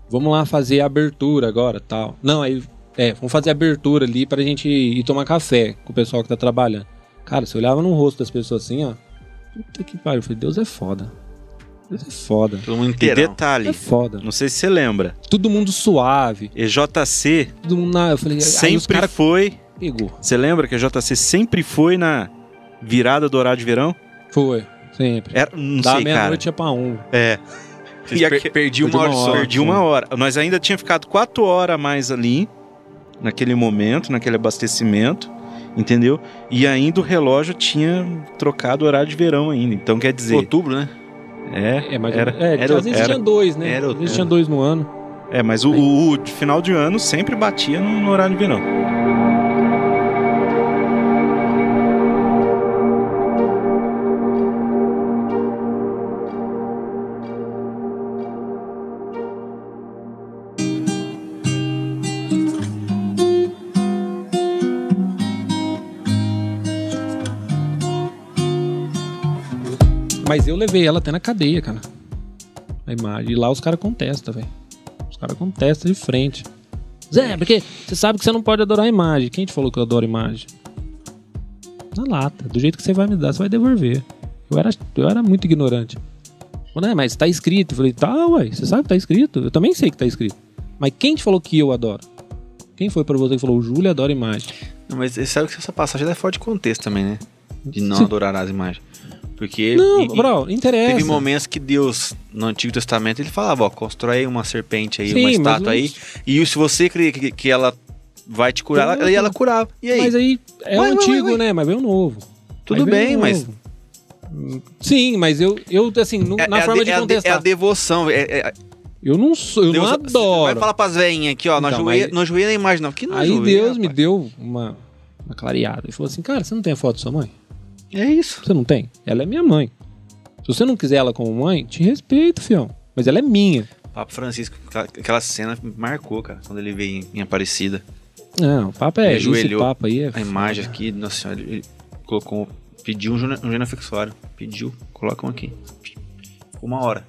vamos lá fazer a abertura agora, tal. Não, aí, é, vamos fazer a abertura ali pra gente ir tomar café com o pessoal que tá trabalhando. Cara, você olhava no rosto das pessoas assim, ó. Puta que pariu. Eu falei, Deus é foda. Deus é foda. Todo mundo E inteirão. detalhe, É foda. não sei se você lembra, Todo mundo suave. EJC Todo mundo na. Eu falei, aí os sempre caras foi... pegou. Você lembra que a JC sempre foi na virada do horário de verão? Foi. Sempre. Era, não da sei, cara. meia-noite é pra um. É, Vocês E per- aque- Perdi uma Perdi hora uma só. hora. perdi uma hora. Nós ainda tinha ficado quatro horas a mais ali, naquele momento, naquele abastecimento, entendeu? E ainda o relógio tinha trocado o horário de verão ainda. Então quer dizer, Outubro, né? é, É, mas Era- é, era- às vezes era- tinha dois, né? era- às vezes tinha dois no ano. é, mas o, o- o final de ano sempre batia no, no horário de verão. Mas eu levei ela até na cadeia, cara. A imagem. E lá os caras contestam, velho. Os caras contestam de frente. Zé, porque você sabe que você não pode adorar a imagem. Quem te falou que eu adoro imagem? Na lata. Do jeito que você vai me dar, você vai devolver. Eu era, eu era muito ignorante. Falei, "Não, mas tá escrito. Eu falei, tá, ué. Você sabe que tá escrito? Eu também sei que tá escrito. Mas quem te falou que eu adoro? Quem foi pra você que falou, o Júlio adora imagem? Não, mas você sabe que essa passagem ela é fora de contexto também, né? De não Sim. adorar as imagens. Porque. Não, é e- e bro, não interessa. Teve momentos que Deus, no Antigo Testamento, ele falava, ó, constrói uma serpente aí, Sim, uma mas estátua não- aí, e se você crer que, que ela vai te curar, Tudo. ela, aí ela curava. E aí? Mas aí Vai, é o vai, antigo, vai, vai. né? Mas veio o novo. Tudo Aí veio bem, o mas- novo. Sim, mas eu, eu assim, no- É- na é a forma de- é de a de- É a contestar. devoção. É, é- eu não sou, eu não Deus- Vai adoro. falar pras veinhas aqui, ó, não Então, ajoelha mas- não ajoelha na imagem, não. Que não Aí ajoelha, Deus me rapaz? deu uma, uma clareada. Ele falou assim: Cara, você não tem a foto da sua mãe? É isso. Você não tem? Ela é minha mãe. Se você não quiser ela como mãe, te respeito, fião. Mas ela é minha. Papo Francisco, aquela- aquela cena me marcou, cara, quando ele veio em, em Aparecida. Não, o papo é. Ele Esse ajoelhou papo aí é. A imagem aqui, nossa senhora, ele colocou, pediu um gene- um genuflexório. Pediu, colocam aqui. Ficou Uma hora,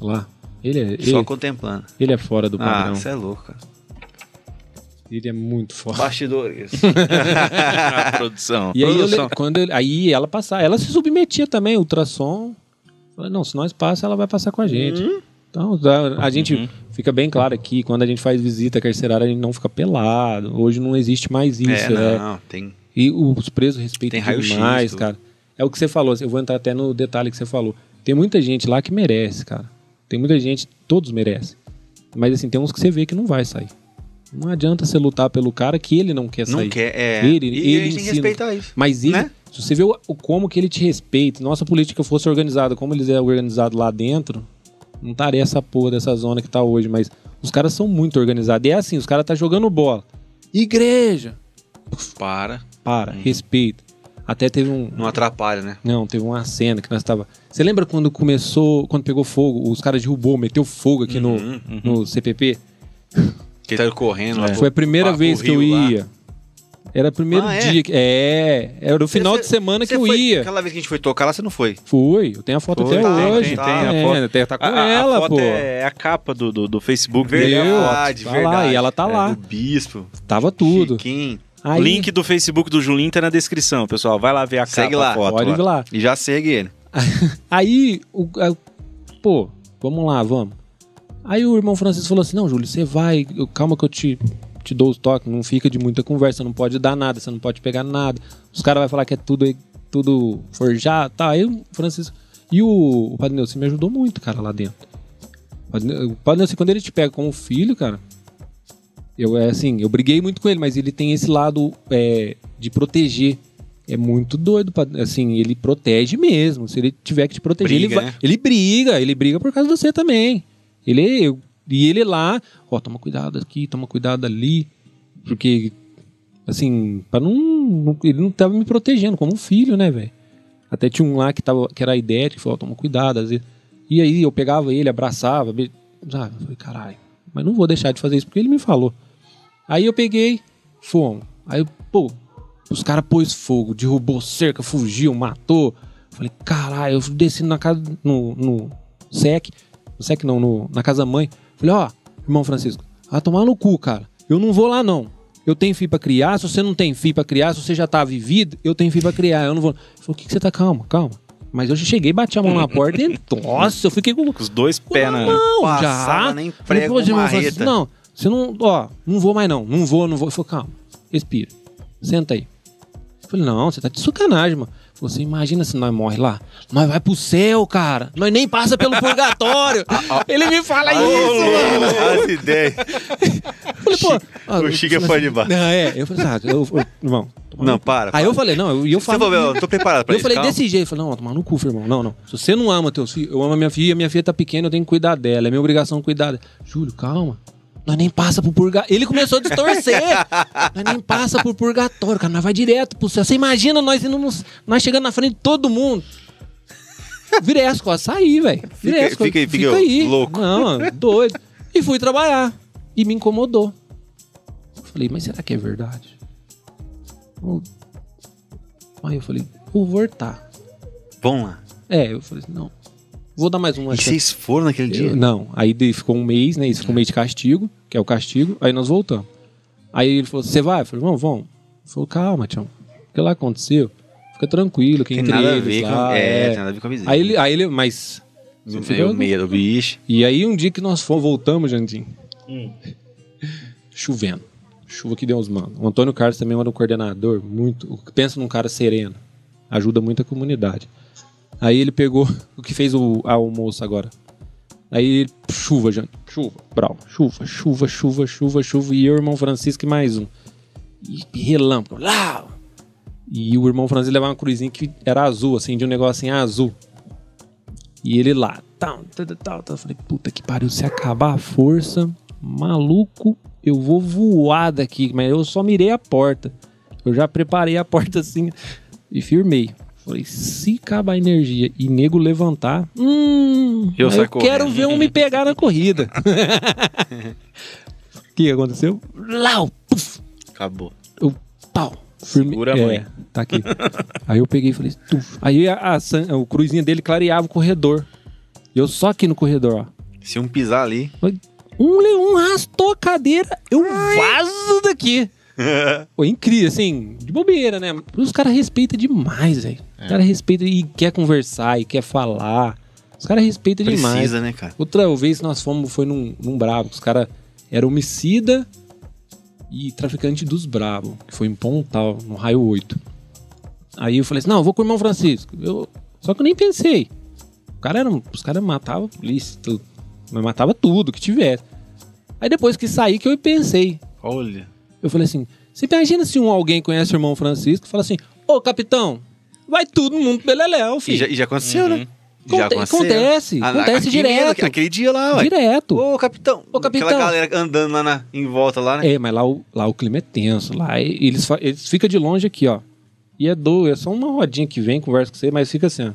Lá. Ele é, só ele, contemplando. ele é fora do Ah, padrão. você é louco, cara. ele é muito fora. Bastidores. É, produção. E aí, eu le- quando eu- aí ela passava, ela se submetia também, ultrassom. Falei, não, se nós passa, ela vai passar com a gente. Hum? Então, a, a gente Uhum. fica bem claro aqui, quando a gente faz visita carcerária, a gente não fica pelado. Hoje não existe mais isso. é, né? não, tem. E os presos respeitam Tem raio-x, demais, tudo. cara. É o que você falou, assim, eu vou entrar até no detalhe que você falou. Tem muita gente lá que merece, cara. Tem muita gente, todos merecem. Mas assim, tem uns que você vê que não vai sair. Não adianta você lutar pelo cara que ele não quer sair. Não quer, é. Ele- e ele a gente tem que ensina. respeitar isso. Mas ele, Né? se você vê o, o como que ele te respeita, nossa a política fosse organizada como eles é organizado lá dentro, não estaria essa porra dessa zona que tá hoje, mas os caras são muito organizados. E é assim, os caras tá jogando bola. Igreja, Para. para, respeita. Até teve um Uhum. Não atrapalha, né? não, teve uma cena que nós tava. Você lembra quando começou, quando pegou fogo, os caras derrubou, meteu fogo aqui Uhum, no no CPP? Que ele tá correndo lá. pro- É. Foi a primeira pro vez que eu rio lá. ia. Era o primeiro Ah, é? dia que. É, era o final Você- de semana Você que eu foi- ia. Aquela vez que a gente foi tocar lá, você não foi. Fui, eu tenho a foto Foi, até tem, hoje. tem, tem a É, foto. tem- tá com A- a- a ela, foto pô. É a capa do, do, do Facebook Verdade, dele. tá lá, e ela tá lá. O É, bispo. Tava tudo. Chiquinho. Aí, É, Link do Facebook do Julinho tá na descrição, pessoal. Vai lá ver a Segue capa, lá. a foto. pode ir lá. E já segue ele. Aí, o, a- pô, vamos lá, vamos. Aí o irmão Francisco falou assim: Não, Júlio, você vai, eu- calma que eu te, te dou os toques, não fica de muita conversa, não pode dar nada, você não pode pegar nada. Os caras vão falar que é tudo, tudo forjado, tá? Aí o Francisco. E o, o Padre Nelson me ajudou muito, cara, lá dentro. O Padre Ne- né, O Padre Nelson, quando ele te pega como filho, cara. Eu, é assim, eu briguei muito com ele, mas ele tem esse lado é, de proteger. É muito doido, pra- assim, ele protege mesmo. Se ele tiver que te proteger, Briga, ele vai. né? Ele briga, ele briga por causa de você também. Ele, eu E ele lá, ó, toma cuidado aqui, toma cuidado ali, porque, assim, para não, não- Ele não tava me protegendo, como um filho, né, velho? Até tinha um lá que, tava, que era idético, que falou, ó, toma cuidado, às vezes. E aí eu pegava ele, abraçava, be- sabe? Eu falei, caralho, mas não vou deixar de fazer isso, porque ele me falou. Aí eu peguei, fomos. Aí, pô, os caras pôs fogo, derrubou cerca, fugiu, matou. Falei, caralho, eu desci na casa, no, no SEC, no SEC não, no- na casa mãe. Falei, ó, irmão Francisco, vai tomar no cu, cara. Eu não vou lá, não. Eu tenho filho pra criar, se você não tem filho pra criar, se você já tá vivido, eu tenho filho pra criar, eu não vou. Ele Falou, o que, que você tá? Calma, calma. Mas eu já cheguei, bati a mão na porta e, nossa, eu fiquei com... Com os dois pés na na. mão, Passava, já. nem Falei, prego, pô, irmão, marreta. Francisco, não, você não, ó, não vou mais não, não vou, não vou. Ele falou, calma, respira, senta aí. Eu falei, não, você tá de sacanagem, mano. Ele falou, Você imagina se nós morre lá? Nós vai pro céu, cara. Nós nem passa pelo purgatório. Ah, Ele me fala isso, mano. As ideias. Eu falei, pô... ah, o eu Chico é fã falei de bar. assim, Não, é. Eu falei, ah, eu, eu, irmão... toma Não, no cu." para, Aí eu falei, não, eu, e eu Você falo... falou, eu tô preparado pra Eu isso. falei calma. desse jeito, eu falei, não, tomar no cu, irmão. Não, não. Se você não ama teus filhos, eu amo a minha filha, minha filha tá pequena, eu tenho que cuidar dela, é minha obrigação cuidar dela. Júlio, calma. Nós nem passa pro purgatório. Ele começou a distorcer. nós nem passa pro purgatório, cara. Nós vai direto pro céu. Você imagina nós indo nos- nós chegando na frente de todo mundo. Virei as costas, saí, velho. Virei Fica- as costas. fica aí, fica louco. Não, doido. E fui trabalhar. E me incomodou. Falei, mas será que é verdade? Eu- Aí eu falei, vou voltar. Vamos lá. É, eu falei, assim, não. Vou dar mais uma E chance. vocês foram naquele dia? Eu- Não, aí daí ficou um mês, né? Isso ficou um mês de castigo, que é o castigo. Aí nós voltamos. Aí ele falou, você vai? Eu falei, vamos, vamos. Ele falou, calma, tchau. O que lá aconteceu? Fica tranquilo, que Tem entre nada a eles ver com. lá, é, é. tem nada a ver com a visita. Aí ele, aí ele, mas... Não Você tenho ficou- medo, bicho. E aí um dia que nós fomos, voltamos, Jandim. Chovendo. Chuva que Deus manda. O Antônio Carlos também era um coordenador, muito. Pensa num cara sereno. Ajuda muito a comunidade. Aí ele pegou o que fez o a almoço agora. Aí chuva, gente. Chuva, brau. Chuva, chuva, chuva, chuva, chuva. E eu, irmão Francisco, e mais um. E relâmpago. Lá! E o irmão Francisco levava uma cruzinha que era azul, assim, de um negócio assim, azul. E ele lá, tal, tal, tal, tal. Eu falei, puta que pariu, se acabar a força, maluco, eu vou voar daqui. Mas eu só mirei a porta. Eu já preparei a porta assim e firmei. Falei, se acabar a energia e nego levantar, hum, Eu aí saio eu quero ver um me pegar na corrida. O que aconteceu? Lau, puf, Acabou. eu, pau. Firme, Segura a mãe. É, tá aqui. aí eu peguei e falei, tuf. Aí a, a san- o cruzinho dele clareava o corredor. E eu só aqui no corredor, ó. Se um pisar ali. Um leão arrastou a cadeira, eu vazo daqui. Foi incrível, assim, de bobeira, né? Os caras respeitam demais, velho. É. Os caras respeitam e quer conversar, e quer falar. Os caras respeitam demais. Precisa, né, cara? Outra vez nós fomos, foi num, num brabo, que os caras eram homicida e traficante dos brabo, que foi em Pontal, no raio 8. Aí eu falei assim, não, eu vou com o irmão Francisco. Eu, só que eu nem pensei. O cara era, um- os caras matavam a polícia, tudo. Mas matava tudo que tivesse. Aí depois que saí que eu pensei. Olha. Eu falei assim, você imagina se um alguém conhece o irmão Francisco e fala assim, ô capitão, vai todo mundo beleléu, E filho. já, e já aconteceu, né? Uhum. Conte- Já aconteceu. acontece, Ah, acontece aquele- direto. Aquele dia lá, ué. Direto. Ô, capitão. Ô, capitão. Aquela galera andando lá na- em volta lá, né? É, mas lá o, lá o clima é tenso. Lá e- eles, fa- eles ficam de longe aqui, ó. E é do, é só uma rodinha que vem, conversa com você, mas fica assim, ó.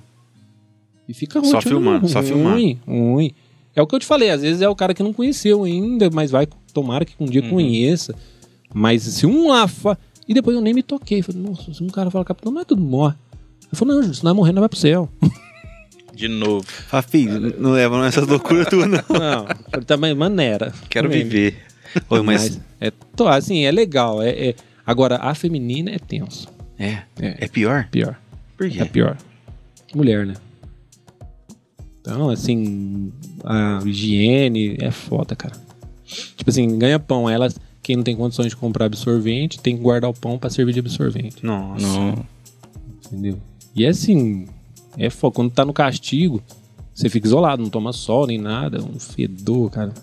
E fica ruim. Só tipo, filmando, ruim, só filmando. Ruim. É o que eu te falei, às vezes é o cara que não conheceu ainda, mas vai, tomara que um dia conheça. Mas se um lá. fa- E depois eu nem me toquei. Falei, nossa, se um cara fala, capitão, não é tudo morre. Eu falei, não, Júlio, se não é morrer, não vai pro céu. De novo. É. Fala, filho, não leva não essas loucuras tuas, não. não, falei, também maneira. Quero Também, viver. Oi, mas. é, to- assim, é legal. É, é- Agora, a feminina é tenso. É. É. É pior? Pior. Por É pior. Mulher, né? Então, assim, a higiene é foda, cara. Tipo assim, ganha pão. Elas, quem não tem condições de comprar absorvente, tem que guardar o pão pra servir de absorvente. Nossa. Não. Entendeu? E é assim, é foda. Quando tá no castigo, você fica isolado, não toma sol nem nada. é Um fedor, cara.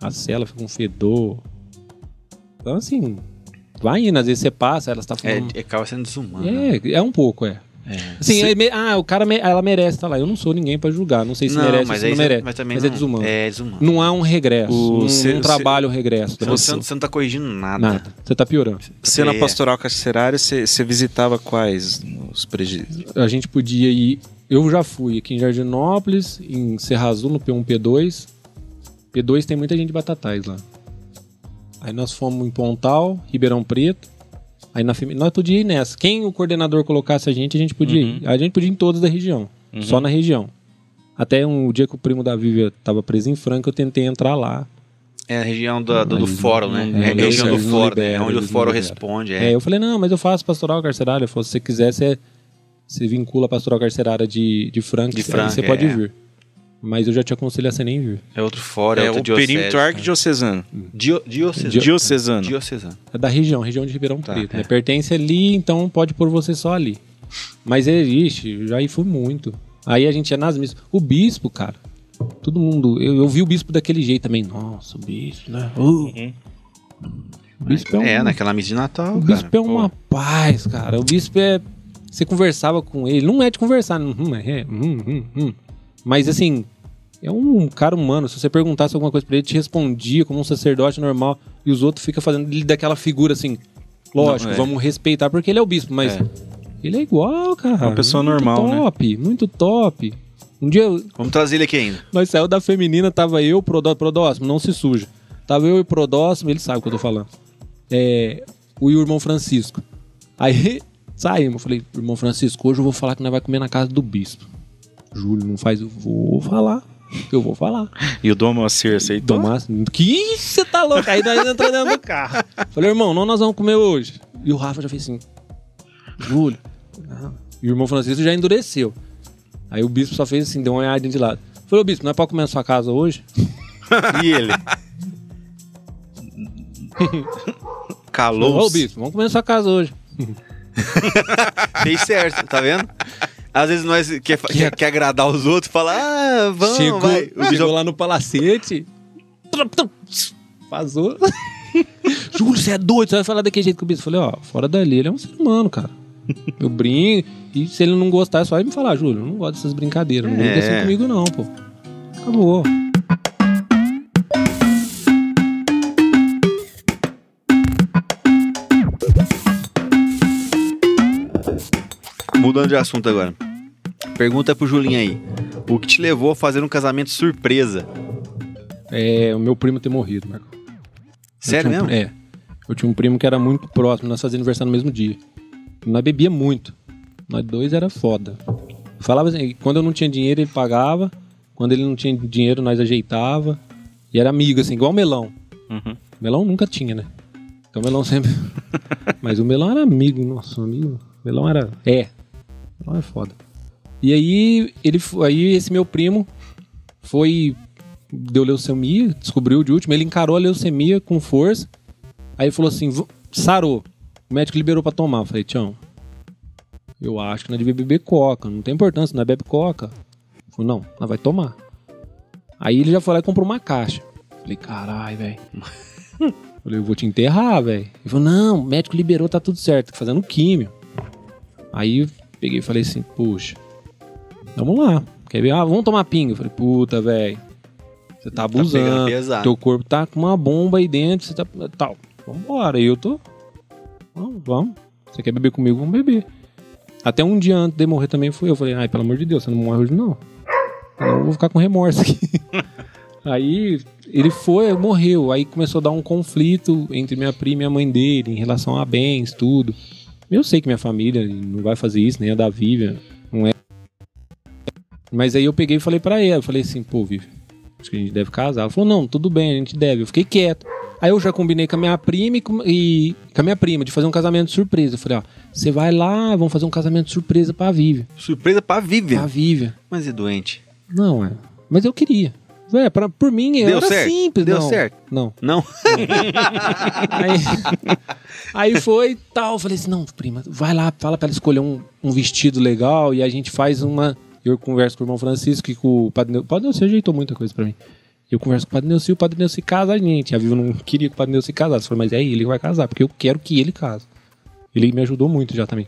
A cela fica um fedor. Então, assim, vai indo. Às vezes você passa, elas tá falando. É, é acaba sendo desumano. É, é um pouco, é. Assim, é me- ah, o cara, me- ela merece tá lá. Eu não sou ninguém pra julgar. Não sei se merece ou se aí não você- merece. mas também mas é não- desumano. É desumano. Não há um regresso. O não, cê- não trabalha o regresso. da Você, pessoa. você não tá corrigindo nada. Nada. Você tá piorando. Cena É. pastoral carcerária, você você visitava quais os É, presídios? A gente podia ir. Eu já fui aqui em Jardinópolis, em Serra Azul, no P1, P2. P2 tem muita gente de Batatais lá. Aí nós fomos em Pontal, Ribeirão Preto. Aí na Femi- nós podíamos ir nessa. Quem o coordenador colocasse a gente, a gente podia ir. A gente podia ir em todas da região. Só na região. Até um dia que o primo da Vívia tava preso em Franca, eu tentei entrar lá. É a região da- do, do Mas fórum, não- né? não É a região libera, do não fórum, libera, é onde o eles não fórum liberam. responde. É, É. eu falei, não, mas eu faço pastoral carcerária. Ele falou, se você quiser, você, você vincula a pastoral carcerária de, de Franca, De você- Franca, você pode é. vir. Mas eu já te aconselho a você nem vir. É outro fórum, é, é outro o perímetro arquidiocesano. Dio, diocesano. Dio- Diocesano. Diocesano. É da região, região de Ribeirão Tá, é. Preto. né? Pertence ali, então pode pôr você só ali. Mas é, ixi, já aí fui muito. Aí a gente é nas missas. O bispo, cara, todo mundo. Eu, eu vi o bispo daquele jeito também. Nossa, o bispo, né? Uh. O bispo é um Uhum. É, naquela missa de Natal, O cara. bispo é uma paz, cara. O bispo é. Você conversava com ele. Não é de conversar. Hum, é, hum, hum, hum. Mas assim, é um cara humano. Se você perguntasse alguma coisa pra ele, ele te respondia como um sacerdote normal. E os outros ficam fazendo ele daquela figura assim. Lógico, Não, é. vamos respeitar porque ele é o bispo, mas ele é igual, cara. É uma pessoa muito normal, né? top, muito top. Um dia eu- Vamos trazer ele aqui ainda. nós saiu da feminina, tava eu, Prodóximo, Prodóximo, não se suja. Tava eu e o Prodóximo, ele sabe o que eu tô falando. É, o e o irmão Francisco. Aí saímos, eu falei, irmão Francisco, hoje eu vou falar que nós vai comer na casa do bispo. Júlio não faz, eu vou falar. Eu vou falar. E o Dom Alcir aceitou? Tomás, que você tá louco? Aí nós entramos dentro do carro. Falei, irmão, não nós vamos comer hoje. E o Rafa já fez assim, Júlio. não. E o irmão Francisco já endureceu. Aí o bispo só fez assim, deu uma olhadinha de lado. Falei, ô bispo, não é pra comer na sua casa hoje? E ele? Ô, Calou-se. bispo, vamos comer na sua casa hoje. Fez certo, tá vendo? Às vezes nós quer, fa- quer, quer agradar os outros, fala, ah, vamos, é- chegou, vai. O chegou bispo- lá no palacete. trum, trum, tss, Vazou. Júlio, você é doido, você vai falar daquele jeito com o bispo. Falei, ó, fora dali, ele é um ser humano, cara. Eu brinco, e se ele não gostar, é só ele me falar, Júlio, eu não gosto dessas brincadeiras, não brinca É. assim comigo não, pô. Acabou. Mudando de assunto agora. Pergunta pro Julinho aí. O que te levou a fazer um casamento surpresa? É, o meu primo ter morrido, Marco. Eu Sério tinha um mesmo? pri- É. Eu tinha um primo que era muito próximo, nós fazíamos aniversário no mesmo dia. Nós bebia muito. Nós dois era foda. Falava assim, quando eu não tinha dinheiro, ele pagava. Quando ele não tinha dinheiro, nós ajeitava. E era amigo, assim, igual o melão. Uhum. Melão nunca tinha, né? Então o melão sempre. Mas o melão era amigo, nosso amigo. O melão era. É. O melão é foda. E aí, ele, fo- aí esse meu primo foi deu leucemia, descobriu de último, ele encarou a leucemia com força. Aí ele falou assim: "Vo- sarou. O médico liberou pra tomar. Eu falei: Tião, eu acho que nós devia beber coca. Não tem importância, nós bebe coca. Ele falou: Não, nós vai tomar. Aí ele já foi lá e comprou uma caixa. Eu Falei: Caralho, velho. Eu Falei: Eu vou te enterrar, velho. Ele falou: Não, o médico liberou, tá tudo certo, tá fazendo químio. Aí eu peguei e falei assim: Puxa, vamos lá. Quer ver? Ah, vamos tomar pinga. Eu falei: Puta, velho. Você tá pegando abusando. pesado. teu corpo tá com uma bomba aí dentro, você tá. Tal. Vambora. E eu tô. Vamos, vamos. Você quer beber comigo? Vamos beber. Até um dia antes de morrer também fui eu. Falei, ai, pelo amor de Deus, você não morre hoje não. Senão eu vou ficar com remorso aqui. aí ele foi, morreu. Aí começou a dar um conflito entre minha prima e a mãe dele em relação a bens, tudo. Eu sei que minha família não vai fazer isso, nem a da Vivian, não é. Mas aí eu peguei e falei pra ela, eu falei assim, pô, Vivian, acho que a gente deve casar. Ela falou, não, tudo bem, a gente deve. Eu fiquei quieto. Aí eu já combinei com a minha prima e com, e- com a minha prima de fazer um casamento surpresa. Eu falei, ó, você vai lá, vamos fazer um casamento surpresa pra Vivian. Surpresa pra é. Pra Vivian. Vivian. Mas e doente? Não, é. Mas eu queria. Vé, pra, por mim, Deu era certo? simples. Deu não. certo? Não. Não? Aí, aí foi tal. Eu falei assim: não, prima, vai lá, fala pra ela escolher um, um vestido legal e a gente faz uma. Eu converso com o irmão Francisco e com o Padre Neuci. O Padre Neuci ajeitou muita coisa pra mim. Eu converso com o Padre Neuci e o Padre Neuci casa a gente. A Viva não queria que o Padre Neuci casasse. Eu falei, mas é ele que vai casar, porque eu quero que ele case. Ele me ajudou muito já também.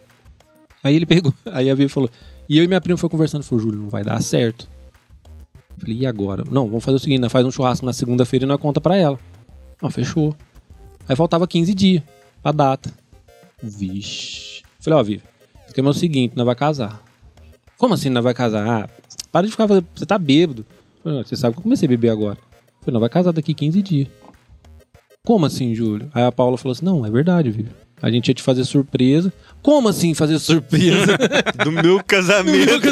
Aí ele pegou, aí a Vivi falou. E eu e minha prima foi conversando, falou, Júlio, não vai dar certo. Eu falei, e agora? Não, vamos fazer o seguinte, nós faz um churrasco na segunda-feira e nós conta pra ela. Não, fechou. Aí faltava 15 dias pra data. Vixe. Eu Falei, ó, Vivi, o esquema é o seguinte, nós vai casar. Como assim nós vai casar? Ah, para de ficar, fazendo- você tá bêbado. Eu Falei, não, você sabe que eu comecei a beber agora. Eu Falei, nós vai casar daqui 15 dias. Como assim, Júlio? Aí a Paula falou assim, não, é verdade, Vivi. A gente ia te fazer surpresa. Como assim fazer surpresa? Do meu casamento.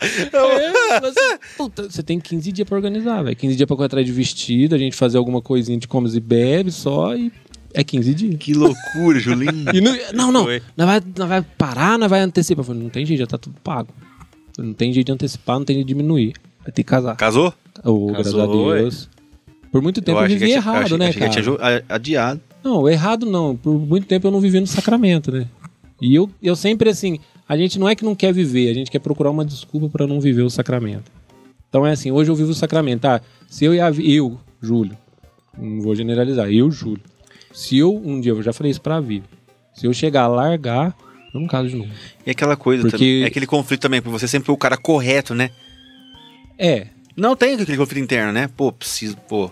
É, você, puta, você tem 15 dias pra organizar, velho. 15 dias pra correr atrás de vestido, a gente fazer alguma coisinha de comes e bebe só e. É 15 dias. que loucura, Julinho. E não, não, não. Nós vai, nós vai parar, nós vai antecipar. Eu falei, não tem jeito, já tá tudo pago. Eu falei, Não tem jeito de antecipar, não tem jeito de diminuir. Vai ter que casar. Casou? Ô, graças a Casou, ué. Deus. Por muito tempo eu, achei vivi que errado, achei, né, achei cara? Que tinha ju- a- adiado. Não, errado não. Por muito tempo eu não vivi no sacramento, né? E eu, eu sempre assim, a gente não é que não quer viver, a gente quer procurar uma desculpa pra não viver o sacramento. Então é assim, hoje eu vivo o sacramento, tá? Se eu e a, Vi- eu, Júlio, não vou generalizar, eu, Júlio. Se eu um dia, eu já falei isso pra Vi, se eu chegar a largar, eu não caso de novo. E aquela coisa Porque- também. É aquele conflito também, porque você sempre foi o cara correto, né? É, Não tem aquele conflito interno, né? Pô, preciso, pô.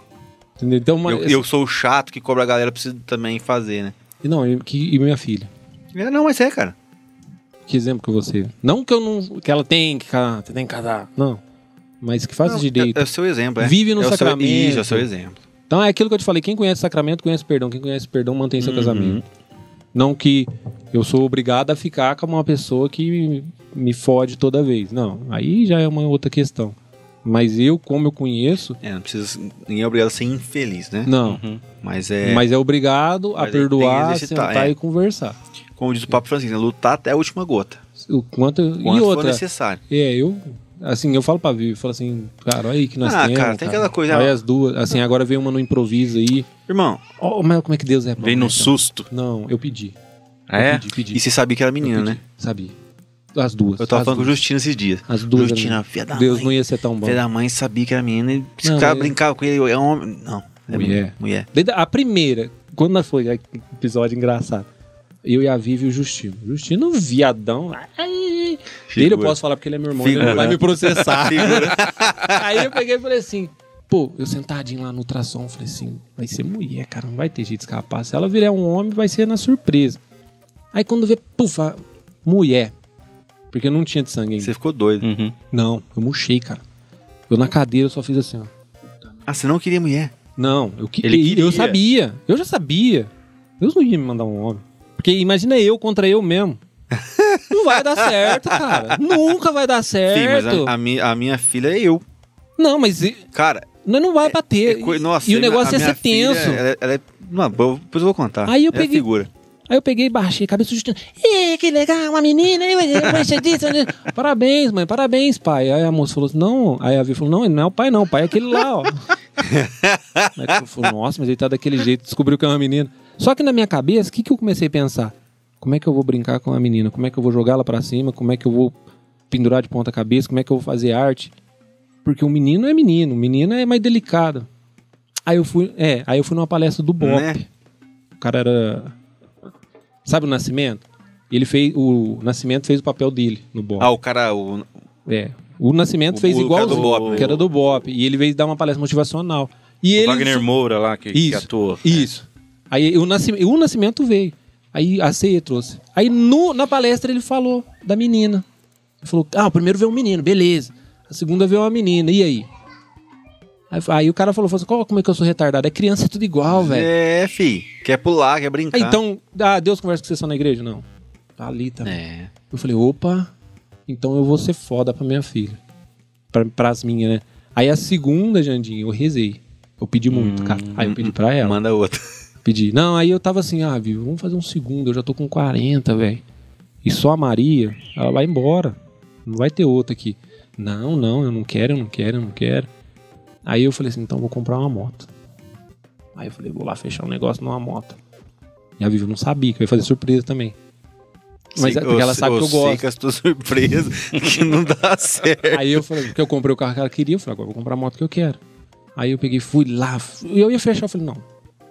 entendeu? Então, mas, Eu, eu sou o chato que cobra a galera, preciso também fazer, né? Não, e, que, e minha filha? É, Não, mas é, cara. Que exemplo que você. Não que eu não. Que ela tem que casar, você tem que casar. Não. Mas que faça Não, direito. É, é o seu exemplo, é. Vive no é o seu- sacramento. Isso, é o seu exemplo. Então é aquilo que eu te falei, quem conhece sacramento conhece perdão, quem conhece perdão mantém Uhum. seu casamento. Não que eu sou obrigado a ficar com uma pessoa que me fode toda vez. Não, aí já é uma outra questão. Mas eu, como eu conheço, É, não precisa. Ninguém é obrigado a ser infeliz, né? não. Mas é. Mas é obrigado a Mas aí tem que perdoar, exercitar, sentar é. e conversar. Como diz o Papa Francisco, né? lutar até a última gota. O quanto, Quanto e for outra, necessário. é, eu, assim, eu falo pra Vivi, eu falo assim, cara, olha aí que nós Ah, temos. cara, tem aquela coisa- Olha as duas, assim, agora veio uma no improviso aí. Irmão, Ó, mas como é que Deus é bom, Vem né, no cara? susto. Não, eu pedi. É? Pedi, pedi. e você sabia que era Eu menina, pedi, né? Sabia. As duas. Eu tava as falando com o duas. Justino esses dias. As duas. Justina, eram- filha da Deus mãe. não ia ser tão bom. Filha da mãe sabia que era menina. E se Não, o cara mas- brincava com ele, é homem. Não. É Mulher. Mulher. Desde a primeira, quando nós foi, aí, que episódio engraçado. Eu e a Vivi e o Justino. Justino, viadão. Ai, dele eu posso falar porque ele é meu irmão, ele não vai me processar. Aí eu peguei e falei assim, pô, eu sentadinho lá no ultrassom, falei assim, vai ser mulher, cara, não vai ter jeito de escapar. Se ela virar um homem, vai ser na surpresa. Aí quando vê, pufa, mulher. Porque eu não tinha de sangue ainda. Você ficou doido. Uhum. Não, eu murchei, cara. Eu na cadeira eu só fiz assim, ó. Ah, você não queria mulher. Não, eu, que, Ele e- queria. eu sabia. Eu já sabia. Deus não ia me mandar um homem. Porque imagina eu contra eu mesmo. não vai dar certo, cara. Nunca vai dar Sim, mas certo. a, a minha, a minha filha é eu. Não, mas e- Cara, nós não vai é bater. coi- nossa. e a o minha- negócio a é minha ser tenso. filha, Ela, ela é. Não, eu- depois eu vou contar. Aí eu Ela é peguei- figura. Aí eu peguei, e baixei, cabeça sugestindo. Ih, que legal, uma menina, hein, mas- mas é disso, né? Parabéns, mãe, parabéns, pai. Aí a moça falou assim: não. Aí a Vi falou: não, ele não é o pai, não, o pai é aquele lá, ó. Aí eu falei, nossa, mas ele tá daquele jeito, descobriu que é uma menina. Só que na minha cabeça, o que, que eu comecei a pensar? Como é que eu vou brincar com a menina? Como é que eu vou jogar ela pra cima? Como é que eu vou pendurar de ponta cabeça? Como é que eu vou fazer arte? Porque o menino é menino, o menino é mais delicado. Aí eu fui, é, aí eu fui numa palestra do Bop. Né? O cara era Sabe o Nascimento? Ele fez o Nascimento fez o papel dele no Bop. Ah, o cara. O, É. O Nascimento O- fez o cara igual do Bop, né? que era do Bop, e ele veio dar uma palestra motivacional. E ele Wagner Moura lá, que, que Isso. atua. né? isso. Aí o Nascimento, o Nascimento veio. Aí a CE trouxe. Aí no- na palestra ele falou da menina. Ele falou: Ah, o primeiro veio um menino, beleza. A segunda veio uma menina, e aí? Aí, aí o cara falou, falou assim: "Qual- como é que eu sou retardado? É criança, é tudo igual, velho. É, fi. Quer pular, quer brincar. Ah, então, ah, Deus conversa com vocês só na igreja? Não. Tá ali também. É. Eu falei, opa, então eu vou ser foda pra minha filha. Pra, pras minhas, né? Aí a segunda, Jandinho, eu rezei. Eu pedi muito, cara. Aí eu pedi pra ela. Manda outra. Pedi. Não, aí eu tava assim, ah, viu, vamos fazer um segundo, eu já tô com 40, velho. E só a Maria, ela vai embora. Não vai ter outra aqui. Não, não, eu não quero, eu não quero, eu não quero. Aí eu falei assim, então eu vou comprar uma moto. Aí eu falei, vou lá fechar um negócio numa moto. E a Vivi não sabia que eu ia fazer surpresa também. Mas Sei- é porque ela sei- sabe que eu Sei gosto. que as tuas surpresas que não dá certo. Aí eu falei, porque eu comprei o carro que ela queria, eu falei, agora eu vou comprar a moto que eu quero. Aí eu peguei, fui lá, f- e eu ia fechar, eu falei, não,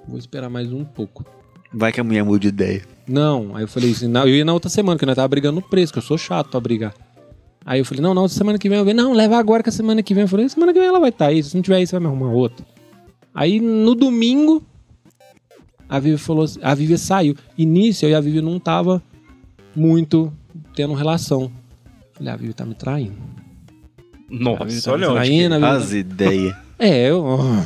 vou esperar mais um pouco. Vai que a mulher muda de ideia. Não, aí eu falei assim, não, eu ia na outra semana, que nós tava brigando no preço, que eu sou chato pra brigar. Aí eu falei, não, na outra semana que vem eu venho, não, leva agora que a semana que vem. Eu falei, semana que vem ela vai estar aí, se não tiver aí, você vai me arrumar outra. Aí no domingo, a Vivi falou assim- a Vivi saiu. Início, eu e a Vivi não tava muito tendo relação. Falei, a Vivi tá me traindo. A Vivi Nossa, tá olha me onde. que- traindo, a Vivi tá- As ideias. é, eu. ah.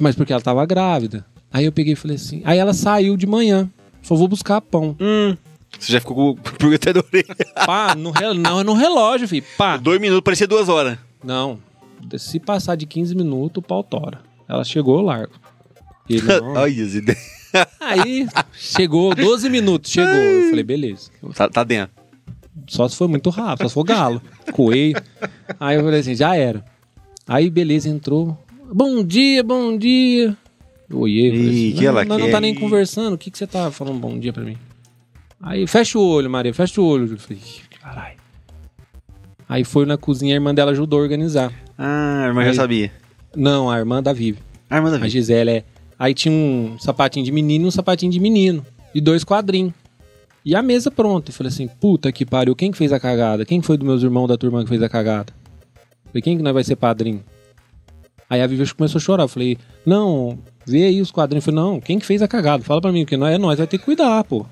Mas porque ela tava grávida. Aí eu peguei e falei assim. Aí ela saiu de manhã. Só vou buscar pão. Você já ficou com o pulga até da orelha. Pá, no rel... não, é no relógio, filho. Pá. Dois minutos, parecia duas horas. Não. Se passar de 15 minutos, o pau tora. Ela chegou, eu largo. E ele, não. Olha as ideias. Aí chegou, 12 minutos, chegou. Eu falei, beleza. Tá, tá dentro. Só se foi muito rápido, só se for galo. Coelho. Aí eu falei assim, já era. Aí, beleza, entrou. Bom dia, bom dia. Eu olhei, eu falei Ih, assim, que não, ela nós não quer? tá nem conversando. O que, que você tá falando bom dia pra mim? Aí, fecha o olho, Maria, fecha o olho. Eu falei, "Ih, caralho. Aí foi na cozinha, a irmã dela ajudou a organizar. Ah, a irmã Aí. já sabia. Não, a irmã da Vivi. Ah, A irmã tá da A vida. Gisele é. Aí tinha um sapatinho de menino e um sapatinho de menino. E dois quadrinhos. E a mesa pronta. Eu falei assim, puta que pariu, quem que fez a cagada? Quem que foi dos meus irmãos da turma que fez a cagada? Falei, quem que nós vai ser padrinho? Aí a Vivi acho que começou a chorar. Eu falei, não, vê aí os quadrinhos. Eu falei, não, quem que fez a cagada? Fala pra mim, que nós é nós, vai ter que cuidar, pô.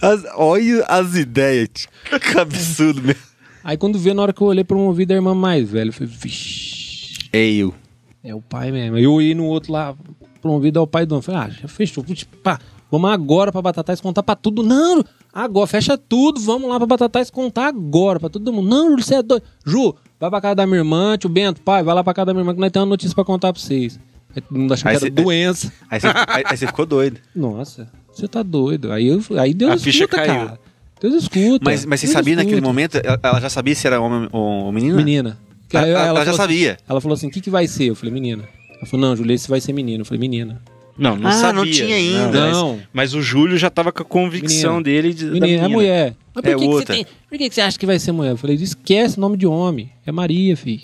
As- olha as ideias. tio. Que absurdo mesmo. Aí quando vê, na hora que eu olhei pro ouvido da irmã mais velha, eu falei, vixi. É eu. É o pai mesmo. Eu olhei no outro lá, promovido ao pai do dono. Falei, ah, já fechou. Putz, pá, vamos agora pra Batatais contar pra tudo. Não, agora, fecha tudo, vamos lá pra Batatais contar agora pra todo mundo. Não, Júlio, você é doido. Ju, vai pra casa da minha irmã, tio Bento, pai, vai lá pra casa da minha irmã que nós temos uma notícia pra contar pra vocês. Aí todo mundo achou Aí que era cê- doença. Aí você, aí- aí você ficou doido. Nossa, você tá doido. Aí, eu, aí Deus A ficha escuta, caiu. cara. Deus escuta. Mas, mas é você Deus sabia naquele escuta. momento? Ela, ela já sabia se era homem ou, ou menina? Menina. Que Ela, aí ela- ela já falou assim- sabia. Ela falou assim, o que, que vai ser? Eu falei, menina. Ela falou, não, Julia, esse vai ser menino. Eu falei, menina. Não, não Ah, sabia. não tinha ainda. Não, mas- Não. Mas, o Júlio já tava com a convicção Menina. dele de, da Menina, é mulher. Mas É outra. Que você tem- por que, que você acha que vai ser mulher? Eu falei, esquece o nome de homem. É Maria, filho.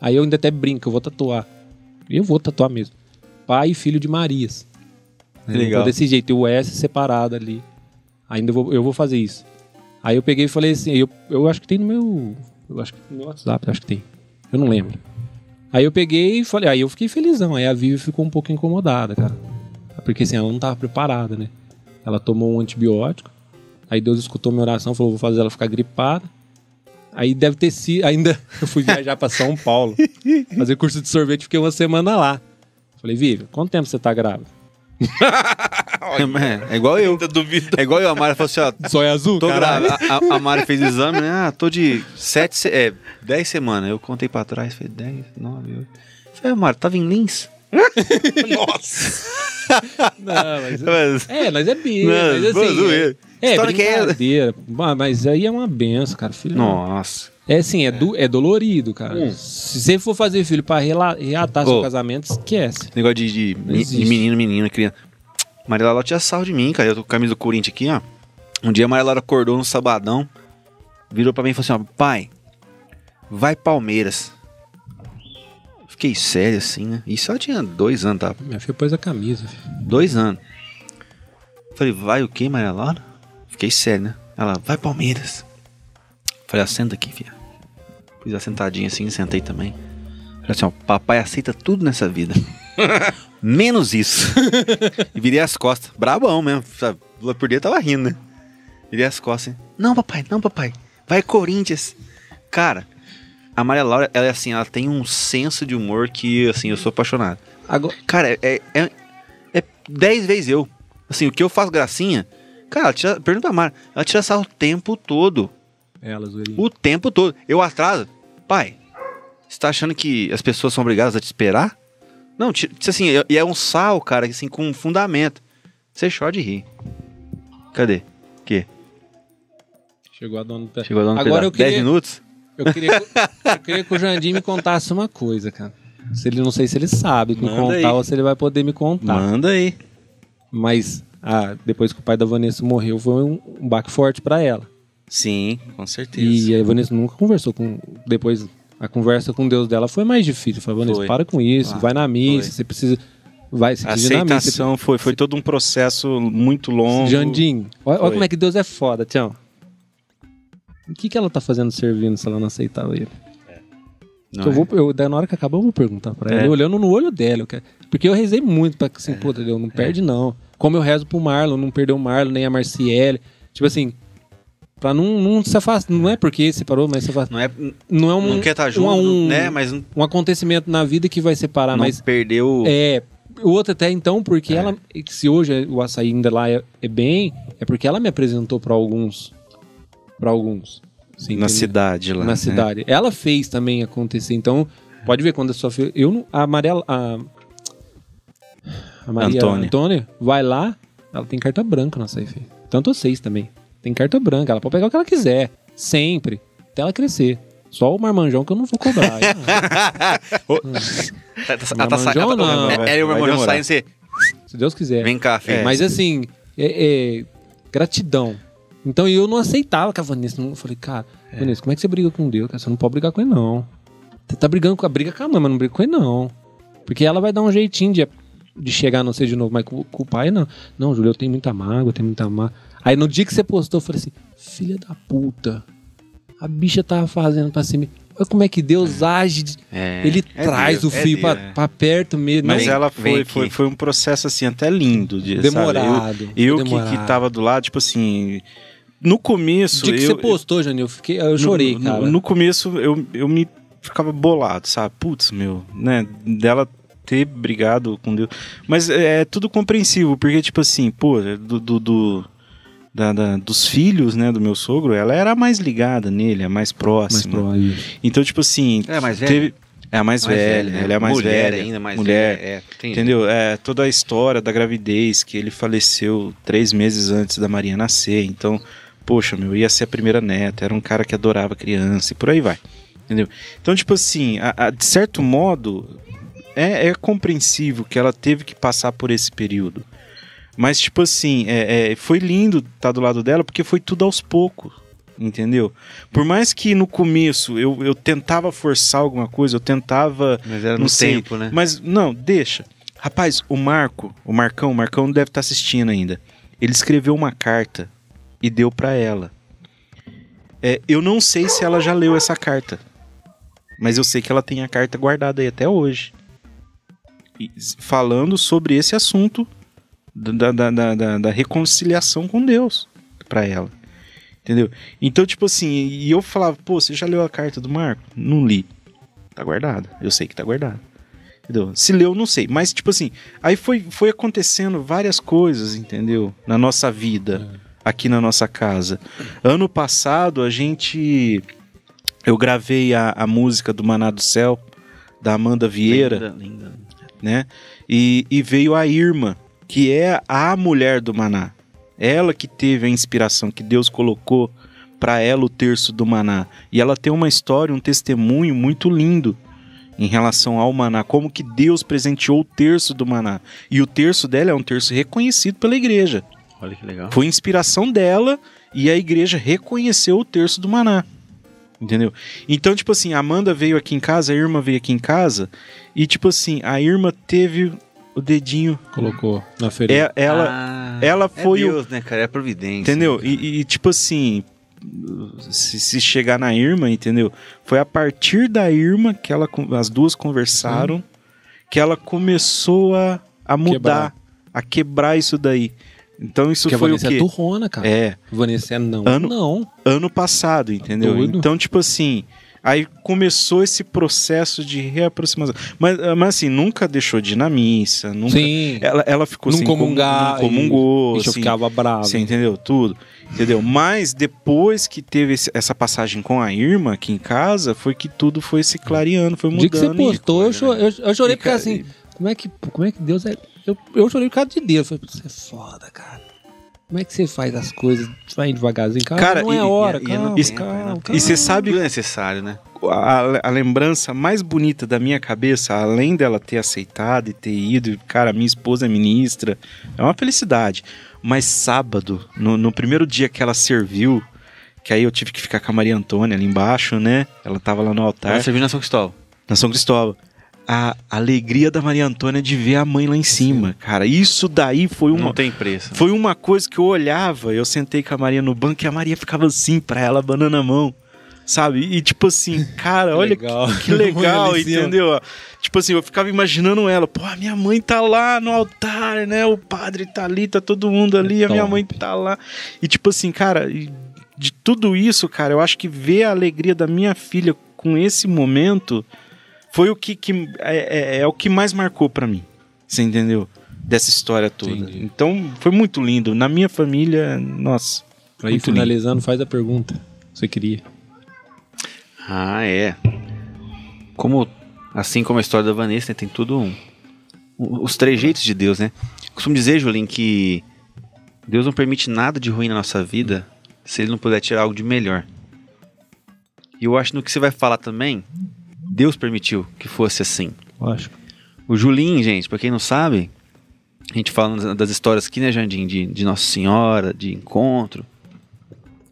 Aí eu ainda até brinco, eu vou tatuar. Eu vou tatuar mesmo. Pai e filho de Marias. Então, É Legal. desse jeito, e o S separado ali. Ainda vou, eu vou fazer isso. Aí eu peguei e falei assim, eu, eu acho que tem no meu. Eu acho que no meu WhatsApp, eu acho que tem. Eu não lembro. Aí eu peguei e falei, aí eu fiquei felizão. Aí a Vivi ficou um pouco incomodada, cara. Porque assim, ela não tava preparada, né? Ela tomou um antibiótico. Aí Deus escutou minha oração, falou, vou fazer ela ficar gripada. Aí deve ter sido. Ainda eu fui viajar pra São Paulo fazer curso de sorvete, fiquei uma semana lá. Falei, Vivi, quanto tempo você tá grávida? É, é igual eu. É igual eu. A Mari falou assim: ó, Só é azul, tô caralho. grávida. A, a- a Mari fez o exame, né? Ah, tô de sete, se- é, dez semanas. Eu contei pra trás, falei 10, 9, 8. Falei, ah, Mari, tava em Lins? Não, mas... Mas- É, nós é bi, Não, mas boa assim... zoeira. É, é História que é- brincadeira. Ah, Mas aí é uma benção, cara. Filho, Nossa. É assim, é, do- é dolorido, cara. Se você for fazer filho pra rela- reatar seu Ô. casamento, esquece. Negócio de, de, Não existe. de menino, menina, criança. Maria Laura tinha sarro de mim, cara. Eu tô com a camisa do Corinthians aqui, ó. Um dia a Maria Laura acordou no sabadão, virou pra mim e falou assim, ó, pai, vai Palmeiras. Fiquei sério assim, né? Isso ela tinha dois anos, tá? Minha filha pôs a camisa. filho. Dois anos. Falei, vai o quê, Maria Laura? Fiquei sério, né? Ela, vai Palmeiras. Falei, ah, senta aqui, filha. Fiz a sentadinha assim, sentei também. Falei assim, ó, papai aceita tudo nessa vida. Menos isso. e virei as costas. Brabão mesmo. Sabe? Lá por dentro tava rindo, né? Virei as costas. hein? Não, papai, não, papai. Vai Corinthians. Cara, a Maria Laura, ela é assim, ela tem um senso de humor que, assim, eu sou apaixonado. Agora, Cara, é, é, é dez vezes eu. Assim, o que eu faço gracinha. Cara, ela tira, pergunta pra Mara. Ela tira sarro o tempo todo. ela, zoeirinha. O tempo todo. Eu atraso. Pai, você tá achando que as pessoas são obrigadas a te esperar? Não, ti- ti- assim, é- e é um sal, cara, assim, com fundamento. Você chora de rir. Cadê? Chegou a dona do pé. Chegou dando Agora eu pedaço. 10 queria- minutos? Eu queria, eu queria que o Jandim me contasse uma coisa, cara. Se ele, não sei se ele sabe me Manda contar aí. ou se ele vai poder me contar. Manda aí. Mas ah, depois que o pai da Vanessa morreu, foi um, um baque forte pra ela. Sim, com certeza. E a Vanessa nunca conversou com. Depois, a conversa com Deus dela foi mais difícil. Eu Falei, Vanessa, Foi. para com isso, vai na missa, foi. você precisa. Vai se na missa. Aceitação foi, foi todo um processo muito longo. Jandim, olha, olha Foi. como é que Deus é foda, Tião. O que, que ela tá fazendo servindo se ela não aceitava ele? Não Que eu é? vou, eu, daí na hora que acabar, eu vou perguntar pra ela. É. Olhando no olho dela. eu quero- porque eu rezei muito pra que assim, pô, Tadeu, não perde não. Como eu rezo pro Marlon, não perdeu o Marlon, nem a Marciele. Tipo assim, pra não, não se afastar. Não é porque separou, mas se afastar. Não é. Não é um, Não quer tá estar um, junto, a um, né? Mas não, um acontecimento na vida que vai separar, não É. mas perdeu. é, outra até então, porque ela. Se hoje o açaí ainda lá é, é bem, é porque ela me apresentou pra alguns. Pra alguns. Você Na entendeu? cidade lá. Na né? cidade. Ela fez também acontecer. Então, pode ver quando a sua filha. Eu não. A Amarela. A, a Maria Antônia. Antônia. vai lá, ela tem carta branca na açaí, filho. Tanto vocês também. Tem carta branca, ela pode pegar o que ela quiser. Sempre. Até ela crescer. Só o marmanjão que eu não vou cobrar. Tá- tá- ela tá sa- Marmanjão, ela tá- não. é- Ela e o Vai irmão demorar. saem você. se Deus quiser. Vem cá, filho. É. Mas assim, é, é, gratidão. Então eu não aceitava que a Vanessa. Não, eu falei, cara, Vanessa, como é que você briga com Deus? cara? Você não pode brigar com ele, não. Você tá brigando com a briga com a mãe, mas não briga com ele, não. Porque ela vai dar um jeitinho de, de chegar, não sei de novo, mas com, com o pai, não. Não, Júlio, eu tenho muita mágoa, eu tenho muita mágoa. Aí no dia que você postou, eu falei assim, filha da puta. A bicha tava fazendo pra cima. Olha como é que Deus age. de- É. Ele É traz Deus, o é filho pra, Deus. pra perto mesmo. Mas não ela vem foi, aqui. foi, foi um processo assim até lindo. De, sabe? demorado. Eu, eu que, demorado. que tava do lado, tipo assim. No começo. O dia que eu, você postou, Janil, eu, fiquei, eu no- chorei, no, cara. No, começo eu, eu me ficava bolado, sabe? Putz, meu, né? Dela ter brigado com Deus. Mas é, tudo compreensível, porque, tipo assim, pô, do. do, do- da- da- dos filhos, né, do meu sogro, ela era a mais ligada nele, a mais próxima. Então, tipo assim, É a mais velha? teve. É a mais, Mais velha, né? ela é a mais Mulher velha. ainda, mais mulher. velha. É, entendi. Entendeu? É, toda a história da gravidez, que ele faleceu três meses antes da Maria nascer. Então, poxa, meu, ia ser a primeira neta. Era um cara que adorava criança e por aí vai. Entendeu? Então, tipo assim, a- a- de certo modo, é, é compreensível que ela teve que passar por esse período. Mas, tipo assim, é- é, foi lindo estar do lado dela porque foi tudo aos poucos. Entendeu? Por mais que no começo eu, eu tentava forçar alguma coisa, eu tentava Mas era Não no sei. tempo, né? mas não, deixa. Rapaz, o Marco, o Marcão, o Marcão deve estar assistindo ainda. Ele escreveu uma carta e deu pra ela. É, eu não sei se ela já leu essa carta. Mas eu sei que ela tem a carta guardada aí até hoje. E s- falando sobre esse assunto da, da, da, da- da reconciliação com Deus pra ela. Entendeu? Então, tipo assim, e eu falava, pô, você já leu a carta do Marco? Não li. Tá guardada. Eu sei que tá guardada. Entendeu? Se leu, não sei. Mas, tipo assim, aí foi, foi acontecendo várias coisas, entendeu? Na nossa vida, aqui na nossa casa. Ano passado, a gente. Eu gravei a, a música do Maná do Céu, da Amanda Vieira Linda, linda. né? E, e veio a Irma, que é a mulher do Maná. Ela que teve a inspiração que Deus colocou para ela o terço do Maná. E ela tem uma história, um testemunho muito lindo em relação ao Maná, como que Deus presenteou o terço do Maná. E o terço dela é um terço reconhecido pela igreja. Olha que legal. Foi inspiração dela e a igreja reconheceu o terço do maná. Entendeu? Então, tipo assim, a Amanda veio aqui em casa, a Irma veio aqui em casa, e tipo assim, a Irma teve o dedinho. Colocou na ferida. É- ela Ah, ela foi é o- Deus, né, cara? É a providência. Entendeu? E, e, tipo assim, se, se chegar na Irma, entendeu? Foi a partir da Irma que ela, con- as duas conversaram, Uhum. que ela começou a, a mudar, a quebrar isso daí. Então isso Porque a foi o Vanessa é quê? turrona, cara. é, Vanessa é não. Ano- Não. ano passado, entendeu? Doido. Então, tipo assim, aí começou esse processo de reaproximação. Mas, mas assim, nunca deixou de ir na missa, nunca. Sim. Ela, ela ficou assim, não sem comungar. não comungou, Bicho, é, eu assim, ficava bravo. você entendeu? Tudo. Entendeu? Mas depois que teve esse- essa passagem com a Irma aqui em casa, foi que tudo foi se clareando, foi O dia mudando. que você e- né? postou, eu, cho- eu- eu chorei porque cara, assim, como é que, como é que Deus é. Eu, eu chorei por causa de Deus. Eu falei, você é foda, cara. Como é que você faz as coisas? Você vai devagarzinho, cara. Cara, não e- é hora, e- e é no calma, tempo, é calma, no calma. E você sabe Tudo é necessário, né? a, a lembrança mais bonita da minha cabeça, além dela ter aceitado e ter ido, e, cara, minha esposa é ministra, é uma felicidade. Mas sábado, no, no primeiro dia que ela serviu, que aí eu tive que ficar com a Maria Antônia ali embaixo, né? Ela tava lá no Tá. altar, servindo na São Cristóvão. na São Cristóvão. a alegria da Maria Antônia de ver a mãe lá em cima, cara. Isso daí foi uma Não tem preço. foi uma coisa que eu olhava, eu sentei com a Maria no banco e a Maria ficava assim, pra ela, banana na mão. Sabe? E tipo assim, cara, olha que legal. que, Olha legal, ali em assim, cima. entendeu? Tipo assim, eu ficava imaginando ela, pô, a minha mãe tá lá no altar, né? O padre tá ali, tá todo mundo ali, a minha Top. mãe tá lá. E tipo assim, cara, e de tudo isso, cara, eu acho que ver a alegria da minha filha com esse momento foi o que, que é, é- é o que mais marcou pra mim. Você entendeu? Dessa história toda. Entendi. Então, foi muito lindo. Na minha família, nossa. Aí muito lindo. finalizando, faz a pergunta. que Você queria. Ah, é. Como, assim como a história da Vanessa, né, tem tudo um, um- os trejeitos de Deus, né? Costumo dizer, Julinho, que Deus não permite nada de ruim na nossa vida se ele não puder tirar algo de melhor. E eu acho que no que você vai falar também, Deus permitiu que fosse assim. Lógico. O Julinho, gente, pra quem não sabe, a gente falando das histórias aqui, né, Jandim, de, de Nossa Senhora, de encontro.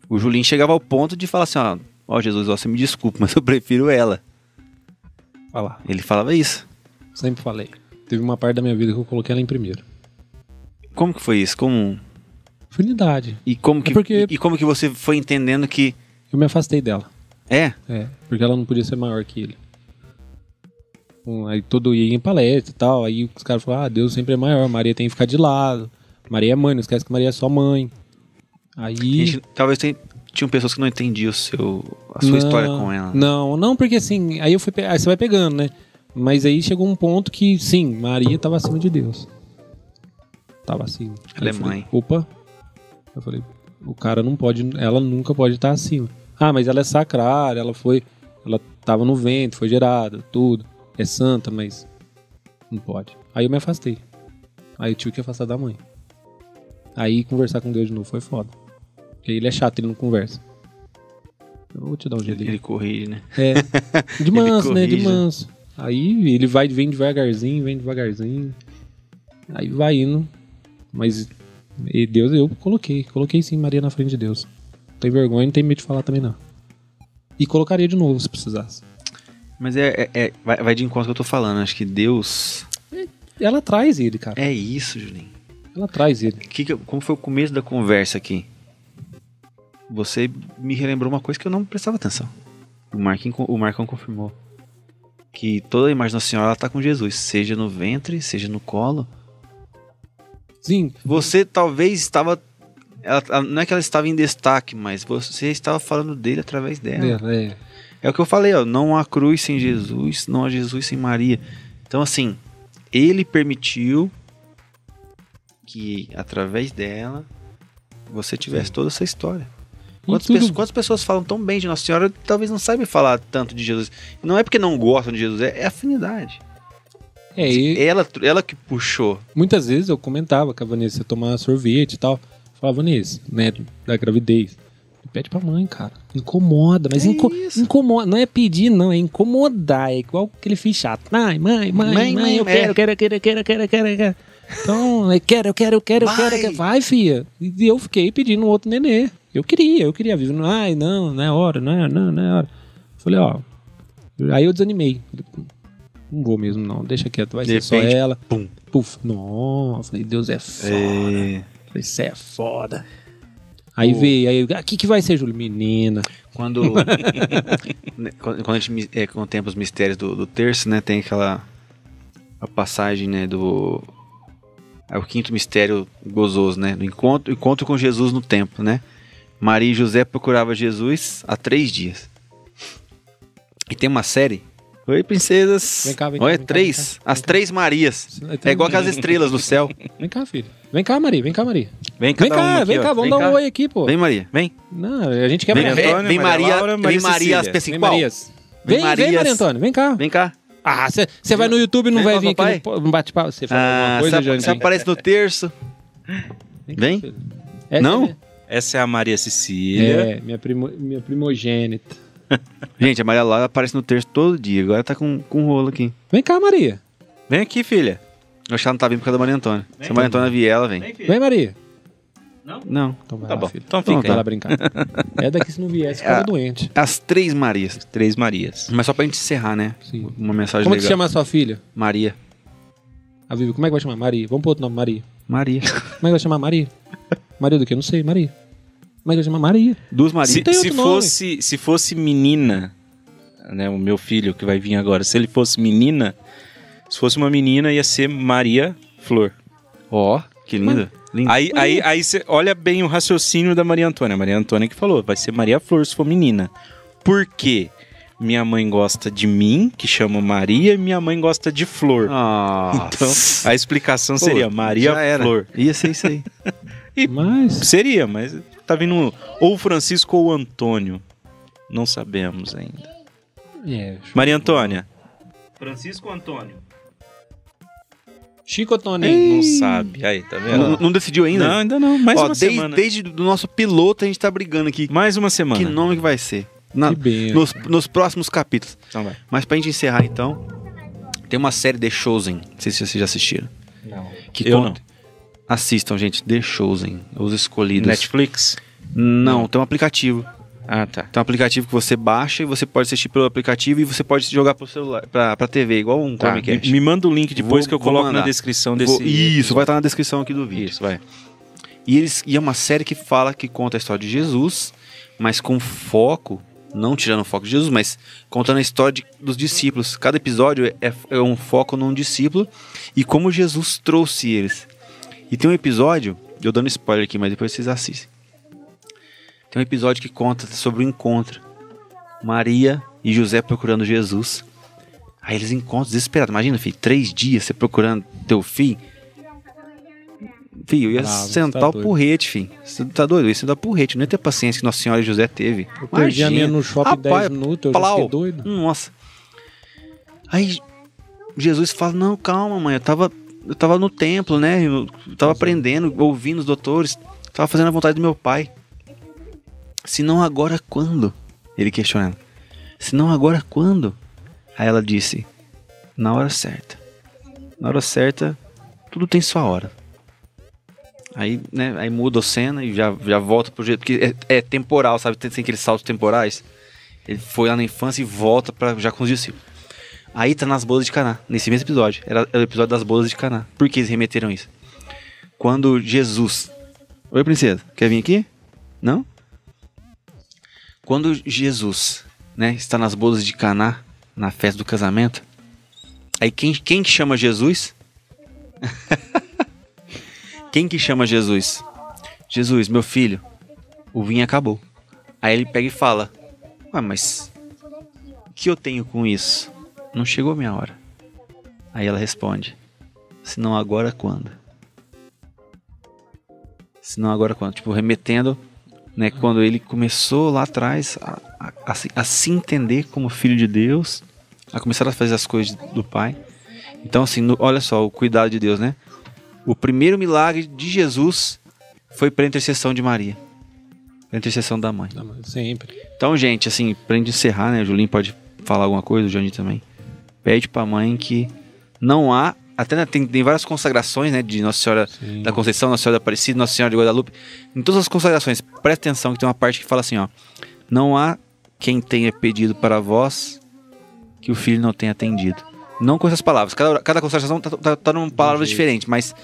O Julinho chegava ao ponto de falar assim, ó, ó Jesus, ó, você me desculpa, mas eu prefiro ela. Olha lá. Ele falava isso. Sempre falei. Teve uma parte da minha vida que eu coloquei ela em primeiro. Como que foi isso? Como Afinidade. e como que É porque- e como que você foi entendendo que Eu me afastei dela. é, É, porque ela não podia ser maior que ele. Hum, Aí todo ia em palestra e tal. Aí os caras falaram, ah, Deus sempre é maior, Maria tem que ficar de lado. Maria é mãe, não esquece que Maria é só mãe. a Aí. gente, talvez tem, tinham pessoas que não entendiam o seu a sua Não, história com ela. Não, não, porque assim, aí eu fui pe- aí você vai pegando, né? Mas aí chegou um ponto que, sim, Maria tava acima de Deus. Tava acima. Ela Aí eu é falei, mãe. Opa. Eu falei, o cara não pode, ela nunca pode estar acima. Ah, mas ela é sacrária, ela foi, ela tava no ventre, foi gerada, tudo. É santa, mas não pode. Aí eu me afastei. Aí eu tive que afastar da mãe. Aí conversar com Deus de novo foi foda. Porque ele é chato, ele não conversa. Eu vou te dar um jeito. Ele corrige, né? É. De manso, né? De corrige, né? manso. Aí ele vai, vem devagarzinho, vem devagarzinho. Aí vai indo. Mas e Deus eu coloquei. Coloquei sim Maria na frente de Deus. Não tem vergonha, não tem medo de falar também não. E colocaria de novo se precisasse. Mas é, é- é- vai, vai de encontro ao que eu tô falando. Acho que Deus Ela traz ele, cara. é isso, Julinho. Ela traz ele. que que eu- como foi o começo da conversa aqui? Você me relembrou uma coisa que eu não prestava atenção. O Marcão, o Marcão confirmou. Que toda a imagem da senhora ela tá com Jesus, seja no ventre, seja no colo. Sim, Você talvez estava. ela- ela- não é que ela estava em destaque, mas você estava falando dele através dela. dela, é. É o que eu falei, ó. Não há cruz sem Jesus, não há Jesus sem Maria. Então, assim, ele permitiu que, através dela, você tivesse toda essa história. E Quantas, tudo- pessoas, quantas pessoas falam tão bem de Nossa Senhora e talvez não saibam falar tanto de Jesus? Não é porque não gostam de Jesus, é, é afinidade. É, e- Ela, ela que puxou. Muitas vezes eu comentava com a Vanessa ia tomar sorvete e tal. Eu Falava, Vanessa, né, da gravidez. Pede pra mãe, cara. Incomoda, mas inco- incomoda. Não é pedir, não, é incomodar. É igual aquele filho chato. Ai, mãe, mãe, mãe, Mãe, mãe, eu é. quero, quero, quero, quero, quero, quero, quero. Então, eu quero, eu quero, eu quero, eu quero, eu quero. Vai, filha. E eu fiquei pedindo outro nenê. Eu queria, eu queria. Vivo, ai, não, não é hora, não é, não, não é hora. Falei, ó. Aí eu desanimei. Não vou mesmo, não. Deixa quieto, vai De ser só repente, ela. pum. Puf. Nossa, falei, Deus é foda. É, Falei, Você é foda. Aí veio, aí, o que, que vai ser, Júlio? Menina. Quando, né, quando quando a gente mi- é, contempla os mistérios do, do terço, né, tem aquela a passagem, né, do é o quinto mistério gozoso, né, do encontro, encontro com Jesus no templo, né? Maria e José procurava Jesus há três dias. E tem uma série. Oi, princesas. Vem cá, vem cá, Oi, vem cá, três. vem cá, as vem cá. três Marias. É igual aquelas estrelas no céu. Vem cá, filho. Vem cá, Maria, vem cá, Maria. Vem, Vem cada uma cá, aqui, vem ó. cá, vamos dar um oi aqui, pô. Vem, Maria. Vem. Não, a gente quer Vem, Maria. vem, Antônia, vem Maria Maria, Laura, vem Maria Maria, as Cecília. pensa em Vem, qual? Marias. Vem, vem, Marias. Maria Antônia, vem cá. Vem cá. Ah, você vai no YouTube e não Vem vai com o vir aqui papai? no po- no bate-papo. Você fala Ah, alguma coisa, sabe- Jandim? sabe, aparece no terço. cá, Vem. filho. Essa Não? é minha- Essa é a Maria Cecília. É, minha, primo, minha primogênita. Gente, a Maria Laura aparece no terço todo dia. Agora tá com, com rolo aqui. Vem cá, Maria. Vem aqui, filha. Eu acho que ela não tá vindo por causa da Maria Antônia. Se a Maria Antônia vier, ela vem. Vem, Maria. Não. Então vai Tá lá, bom. filho. Então Não, fica tá lá aí. Ah. brincar. É daqui se não viesse, ficava doente. As três Marias. Três Marias. Mas só pra gente encerrar, né? Sim. Uma mensagem Como é que legal. chama a sua filha? Maria. A Vivi, como é que vai chamar? Maria. Vamos pro outro nome, Maria. Maria. Como é que vai chamar? Maria. Maria do quê? Não sei, Maria. Como é que vai chamar? Maria. Duas Marias. Se, tem se outro nome. fosse, se fosse menina, né, o meu filho que vai vir agora, se ele fosse menina, se fosse uma menina, ia ser Maria Flor. Ó, que linda. Linda. Aí, aí, aí você olha bem o raciocínio da Maria Antônia. A Maria Antônia que falou, vai ser Maria Flor se for menina. Por quê? Minha mãe gosta de mim, que chama Maria, e minha mãe gosta de Flor. Ah, Então, a explicação seria Maria já era. Flor. Ia ser isso aí. Mas. Seria, mas tá vindo ou o Francisco ou o Antônio. Não sabemos ainda. É. Maria Antônia. Francisco Antônio. Chico Tony. Não sabe. Aí, tá vendo? Não, não decidiu ainda? Não, ainda não. Mais Ó, uma desde, semana. desde o nosso piloto a gente tá brigando aqui. Mais uma semana. Que nome que vai ser? Na- Que bem. nos, nos próximos capítulos. Então vai. Mas pra gente encerrar então, tem uma série The Chosen. Não sei se vocês já assistiram. Não. Que Eu conta- Assistam, gente. The Chosen. Os escolhidos. Netflix? Não, tem um aplicativo. Ah, tá. Tem um aplicativo que você baixa e você pode assistir pelo aplicativo e você pode jogar pro celular, pra, pra TV, igual um Tá, me, Chromecast. me manda o link depois Vou- que eu vou coloco na mandar. descrição Vou- desse. Isso, vai estar na descrição aqui do vídeo. Isso, vai. E, eles, e é uma série que fala, que conta a história de Jesus, mas com foco, não tirando o foco de Jesus, mas contando a história de- dos discípulos. Cada episódio é, é- é um foco num discípulo e como Jesus trouxe eles. E tem um episódio, eu dando spoiler aqui, mas depois vocês assistem. Tem um episódio que conta sobre o encontro. Maria e José procurando Jesus. Aí eles encontram desesperados. Imagina, filho, três dias você procurando teu filho. Filho, eu ia Bravo, sentar tá o doido. porrete, filho. Você tá doido? Eu ia sentar o porrete. Não ia ter paciência que Nossa Senhora e José teve. Eu perdi a minha no shopping em 10 Rapaz, minutos, eu já plau. fiquei doido. Nossa. Aí Jesus fala: Não, calma, mãe. Eu tava, eu tava no templo, né? Eu tava aprendendo, ouvindo os doutores. Tava fazendo a vontade do meu pai. Se não agora, quando? Ele questionando. Se não agora, quando? Aí ela disse: Na hora certa. Na hora certa, tudo tem sua hora. Aí, né, aí muda a cena e já, já volta pro jeito. Porque é, é temporal, sabe? Tem, tem aqueles saltos temporais. Ele foi lá na infância e volta pra, já com os discípulos. Aí tá nas bodas de Caná, nesse mesmo episódio. Era, era o episódio das bodas de Caná. Por que eles remeteram isso? Quando Jesus. Oi, princesa, quer vir aqui? Não? Quando Jesus, né, está nas bodas de Caná, na festa do casamento, aí quem, quem que chama Jesus? quem que chama Jesus? Jesus, meu filho, o vinho acabou. Aí ele pega e fala: Ué, mas o que eu tenho com isso? Não chegou a minha hora. Aí ela responde: Se não agora, quando? Se não agora, quando? Tipo, remetendo, né? Quando ele começou lá atrás a, a- a se- a se entender como filho de Deus, a começar a fazer as coisas do Pai. Então, assim, no- olha só o cuidado de Deus, né? O primeiro milagre de Jesus foi pela intercessão de Maria, pela intercessão da mãe. Não, mas sempre. Então, gente, assim, pra gente encerrar, né? O Julinho pode falar alguma coisa, o Johnny também. Pede pra mãe que não há. Até né, tem, tem várias consagrações, né? De Nossa Senhora Sim. da Conceição, Nossa Senhora da Aparecida, Nossa Senhora de Guadalupe. Em todas as consagrações, presta atenção que tem uma parte que fala assim, ó. Não há quem tenha pedido para vós que o filho não tenha atendido. Não com essas palavras. Cada, cada consagração tá, tá, tá numa palavra diferente, mas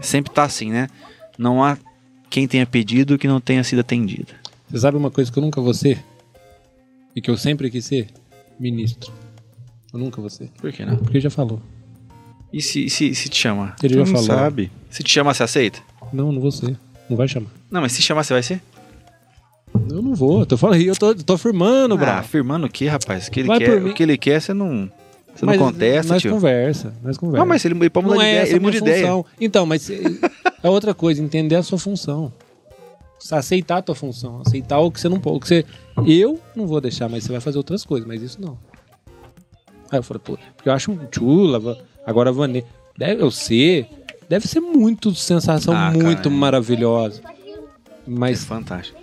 sempre tá assim, né? Não há quem tenha pedido que não tenha sido atendido. Você sabe uma coisa que eu nunca vou ser? E que eu sempre quis ser? Ministro. Eu nunca vou ser. Por que não? Porque já falou. E se, se, se te chamar? Ele já falou. sabe. Se te chamar, você aceita? Não, não vou ser. Não vai chamar. Não, mas se chamar, você vai ser? Eu não vou. Eu tô falando, eu tô, tô afirmando, ah, bravo. afirmando o que, rapaz? O que ele, Vai quer, por mim. o que ele quer, você não, você Mas não contesta, nós tio. conversa, nós conversa. Ah, mas ele, ele pode mudar não de é ideia. essa Ele a minha muda de ideia. função. Então, mas eh, é outra coisa, entender a sua função. Você Aceitar a tua função, aceitar o que você não pode. O que você... Eu não vou deixar, mas você vai fazer outras coisas, mas isso não. Aí eu falei, pô, porque eu acho chula, va- agora a Vanê. Deve eu ser, deve ser muito sensação, Ah, cara, muito é. maravilhosa. É Mas, fantástico.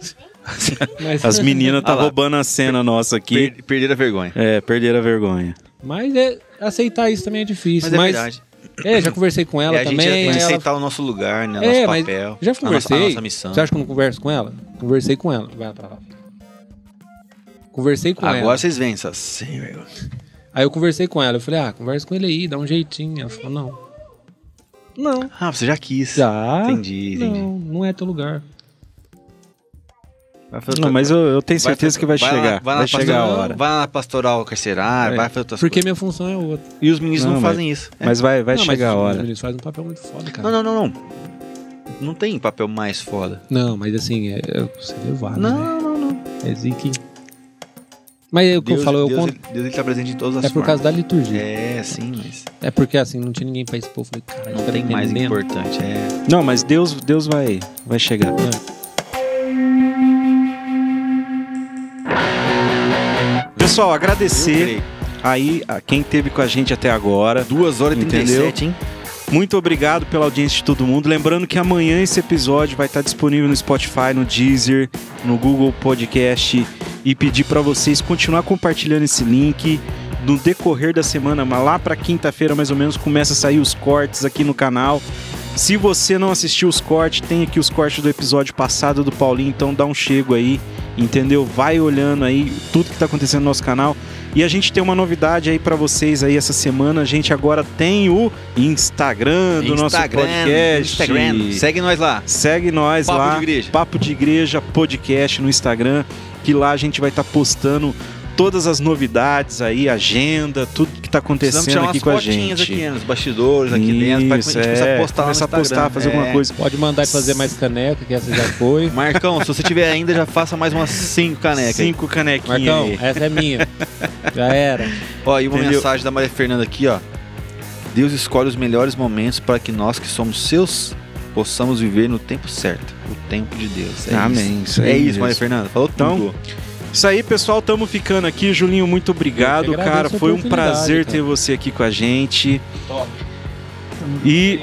mas, As meninas tá Ah lá. roubando a cena nossa aqui. Per- perder a vergonha. É, perderam a vergonha. mas é, aceitar isso também é difícil. Mas, Mas, é verdade. É, já conversei com ela e a gente também. tem que aí ela- aceitar o nosso lugar, né? É, nosso mas papel. já a nossa, a conversei. nossa missão. Você acha que eu não converso com ela? Conversei com ela. Vai pra lá. Conversei com Agora ela. vocês veem essas. Sim, velho. Aí eu conversei com ela. Eu falei, ah, conversa com ele aí, dá um jeitinho. Ela falou, não. Não. Ah, você já quis. Já? Entendi, entendi. Não, não é teu lugar. Vai fazer Não, outra- mas eu, eu tenho vai fazer- certeza que vai, lá- chegar. vai lá vai na chegar a pastoral- hora. Vai lá na pastoral carcerária, vai fazer outras Porque coisas. minha função é outra. E os meninos não, Não, mas- fazem isso. É. Mas vai, vai não, chegar a mas hora. Eles fazem um papel muito foda, cara. Não, não, não, não. Não tem papel mais foda. Não, mas assim, é, é você levar, né? Ah, Não, não, não. É zique. Mas é o que eu falo, eu Deus, conto. ele- Deus ele tá presente em todas as É por causa da liturgia. É, sim, mas É porque assim, não tinha ninguém pra expor. Eu falei, cara, não tem mais importante. É. Não, mas Deus, Deus vai, vai chegar. Pessoal, agradecer Eu aí a quem teve com a gente até agora. Duas horas e Entendeu? 37, hein? Muito obrigado pela audiência de todo mundo. Lembrando que amanhã esse episódio vai estar disponível no Spotify, no Deezer, no Google Podcast e pedir para vocês continuar compartilhando esse link no decorrer da semana, mas lá para quinta-feira mais ou menos começa a sair os cortes aqui no canal. Se você não assistiu os cortes, tem aqui os cortes do episódio passado do Paulinho, então dá um chego aí, entendeu? Vai olhando aí tudo que tá acontecendo no nosso canal. E a gente tem uma novidade aí para vocês aí essa semana. A gente agora tem o Instagram do nosso podcast. Instagram. Segue nós lá. Segue nós Papo Tá lá. de igreja. Papo de Igreja Podcast no Instagram, que lá a gente vai estar postando todas as novidades aí, agenda, tudo que tá Precisamos acontecendo tirar aqui umas com a fotinhas gente. aqui, né, nos bastidores, aqui dentro, pra gente Isso, começar é, a postar lá no começar a postar, Instagram. fazer alguma É. coisa. Pode mandar e fazer mais caneca, que essa já foi. Marcão, se você tiver ainda, já faça mais umas cinco canecas. aí. Cinco canequinhas Marcão, aí. essa é minha. Já era. Ó, e uma Entendeu? mensagem da Maria Fernanda aqui, ó. Deus escolhe os melhores momentos para que nós que somos seus possamos viver no tempo certo, o tempo de Deus. É Amém, Isso. isso aí é isso, mesmo. Maria Fernanda. Falou Então, tudo. Isso aí, pessoal. Tamo ficando aqui. Julinho, muito Eu obrigado, que agradeço cara. a Foi um oportunidade, prazer cara. ter você aqui com a gente. E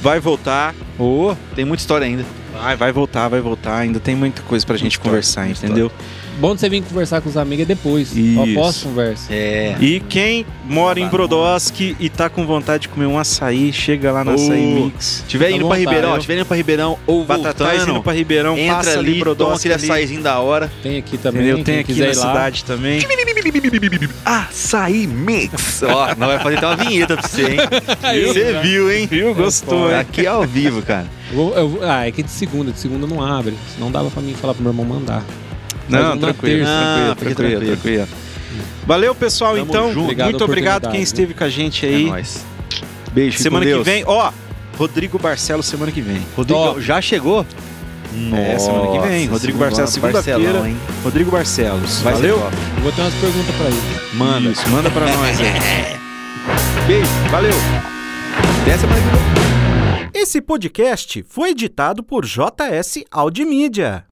vai voltar. Ô, Tem muita história ainda. vai, vai voltar, vai voltar. Ainda tem muita coisa pra gente conversar, entendeu? Bom de você vir conversar com os amigos é depois. Isso. Ó, pós-conversa. É. E quem mora em Brodowski e tá com vontade de comer um açaí, chega lá no Ô, Açaí Mix. Tiver Fica indo à pra tá, vontade, Ribeirão, ó, eu- tiver indo pra Ribeirão ou Batatais indo voltando, pra Ribeirão, entra passa ali, ali, toma Brodowski. aquele ali. açaizinho da hora. Tem aqui também. Entendeu? Tem quem aqui quiser na ir lá. cidade também. Açaí Mix. Ó, nós vai fazer até uma vinheta pra você, hein? Você viu, hein? Viu? Gostou, hein? Aqui é ao vivo, cara. Eu vou- eu vou- ah, é que de segunda. De segunda não abre. Senão dava pra mim falar pro meu irmão mandar. Não, Mas na tranquilo, terça. tranquilo, Ah, fica tranquilo, tranquilo. Valeu, pessoal, Tamo então. junto. Obrigado Muito a obrigado oportunidade, quem né? esteve com a gente É aí. nóis. Beijo, fique semana com que Deus. vem, ó, Rodrigo Barcelos semana que vem. Rodrigo, Top. já chegou? É, semana que vem. Nossa, Rodrigo segunda- Barcelos, segunda-feira. Barcelão, hein? Rodrigo Barcelos. Vai ser Valeu? top. Eu vou ter umas perguntas pra ele. Manda. Isso, manda pra nós aí. Beijo, valeu. Até semana que vem. Esse podcast foi editado por JS Audimídia.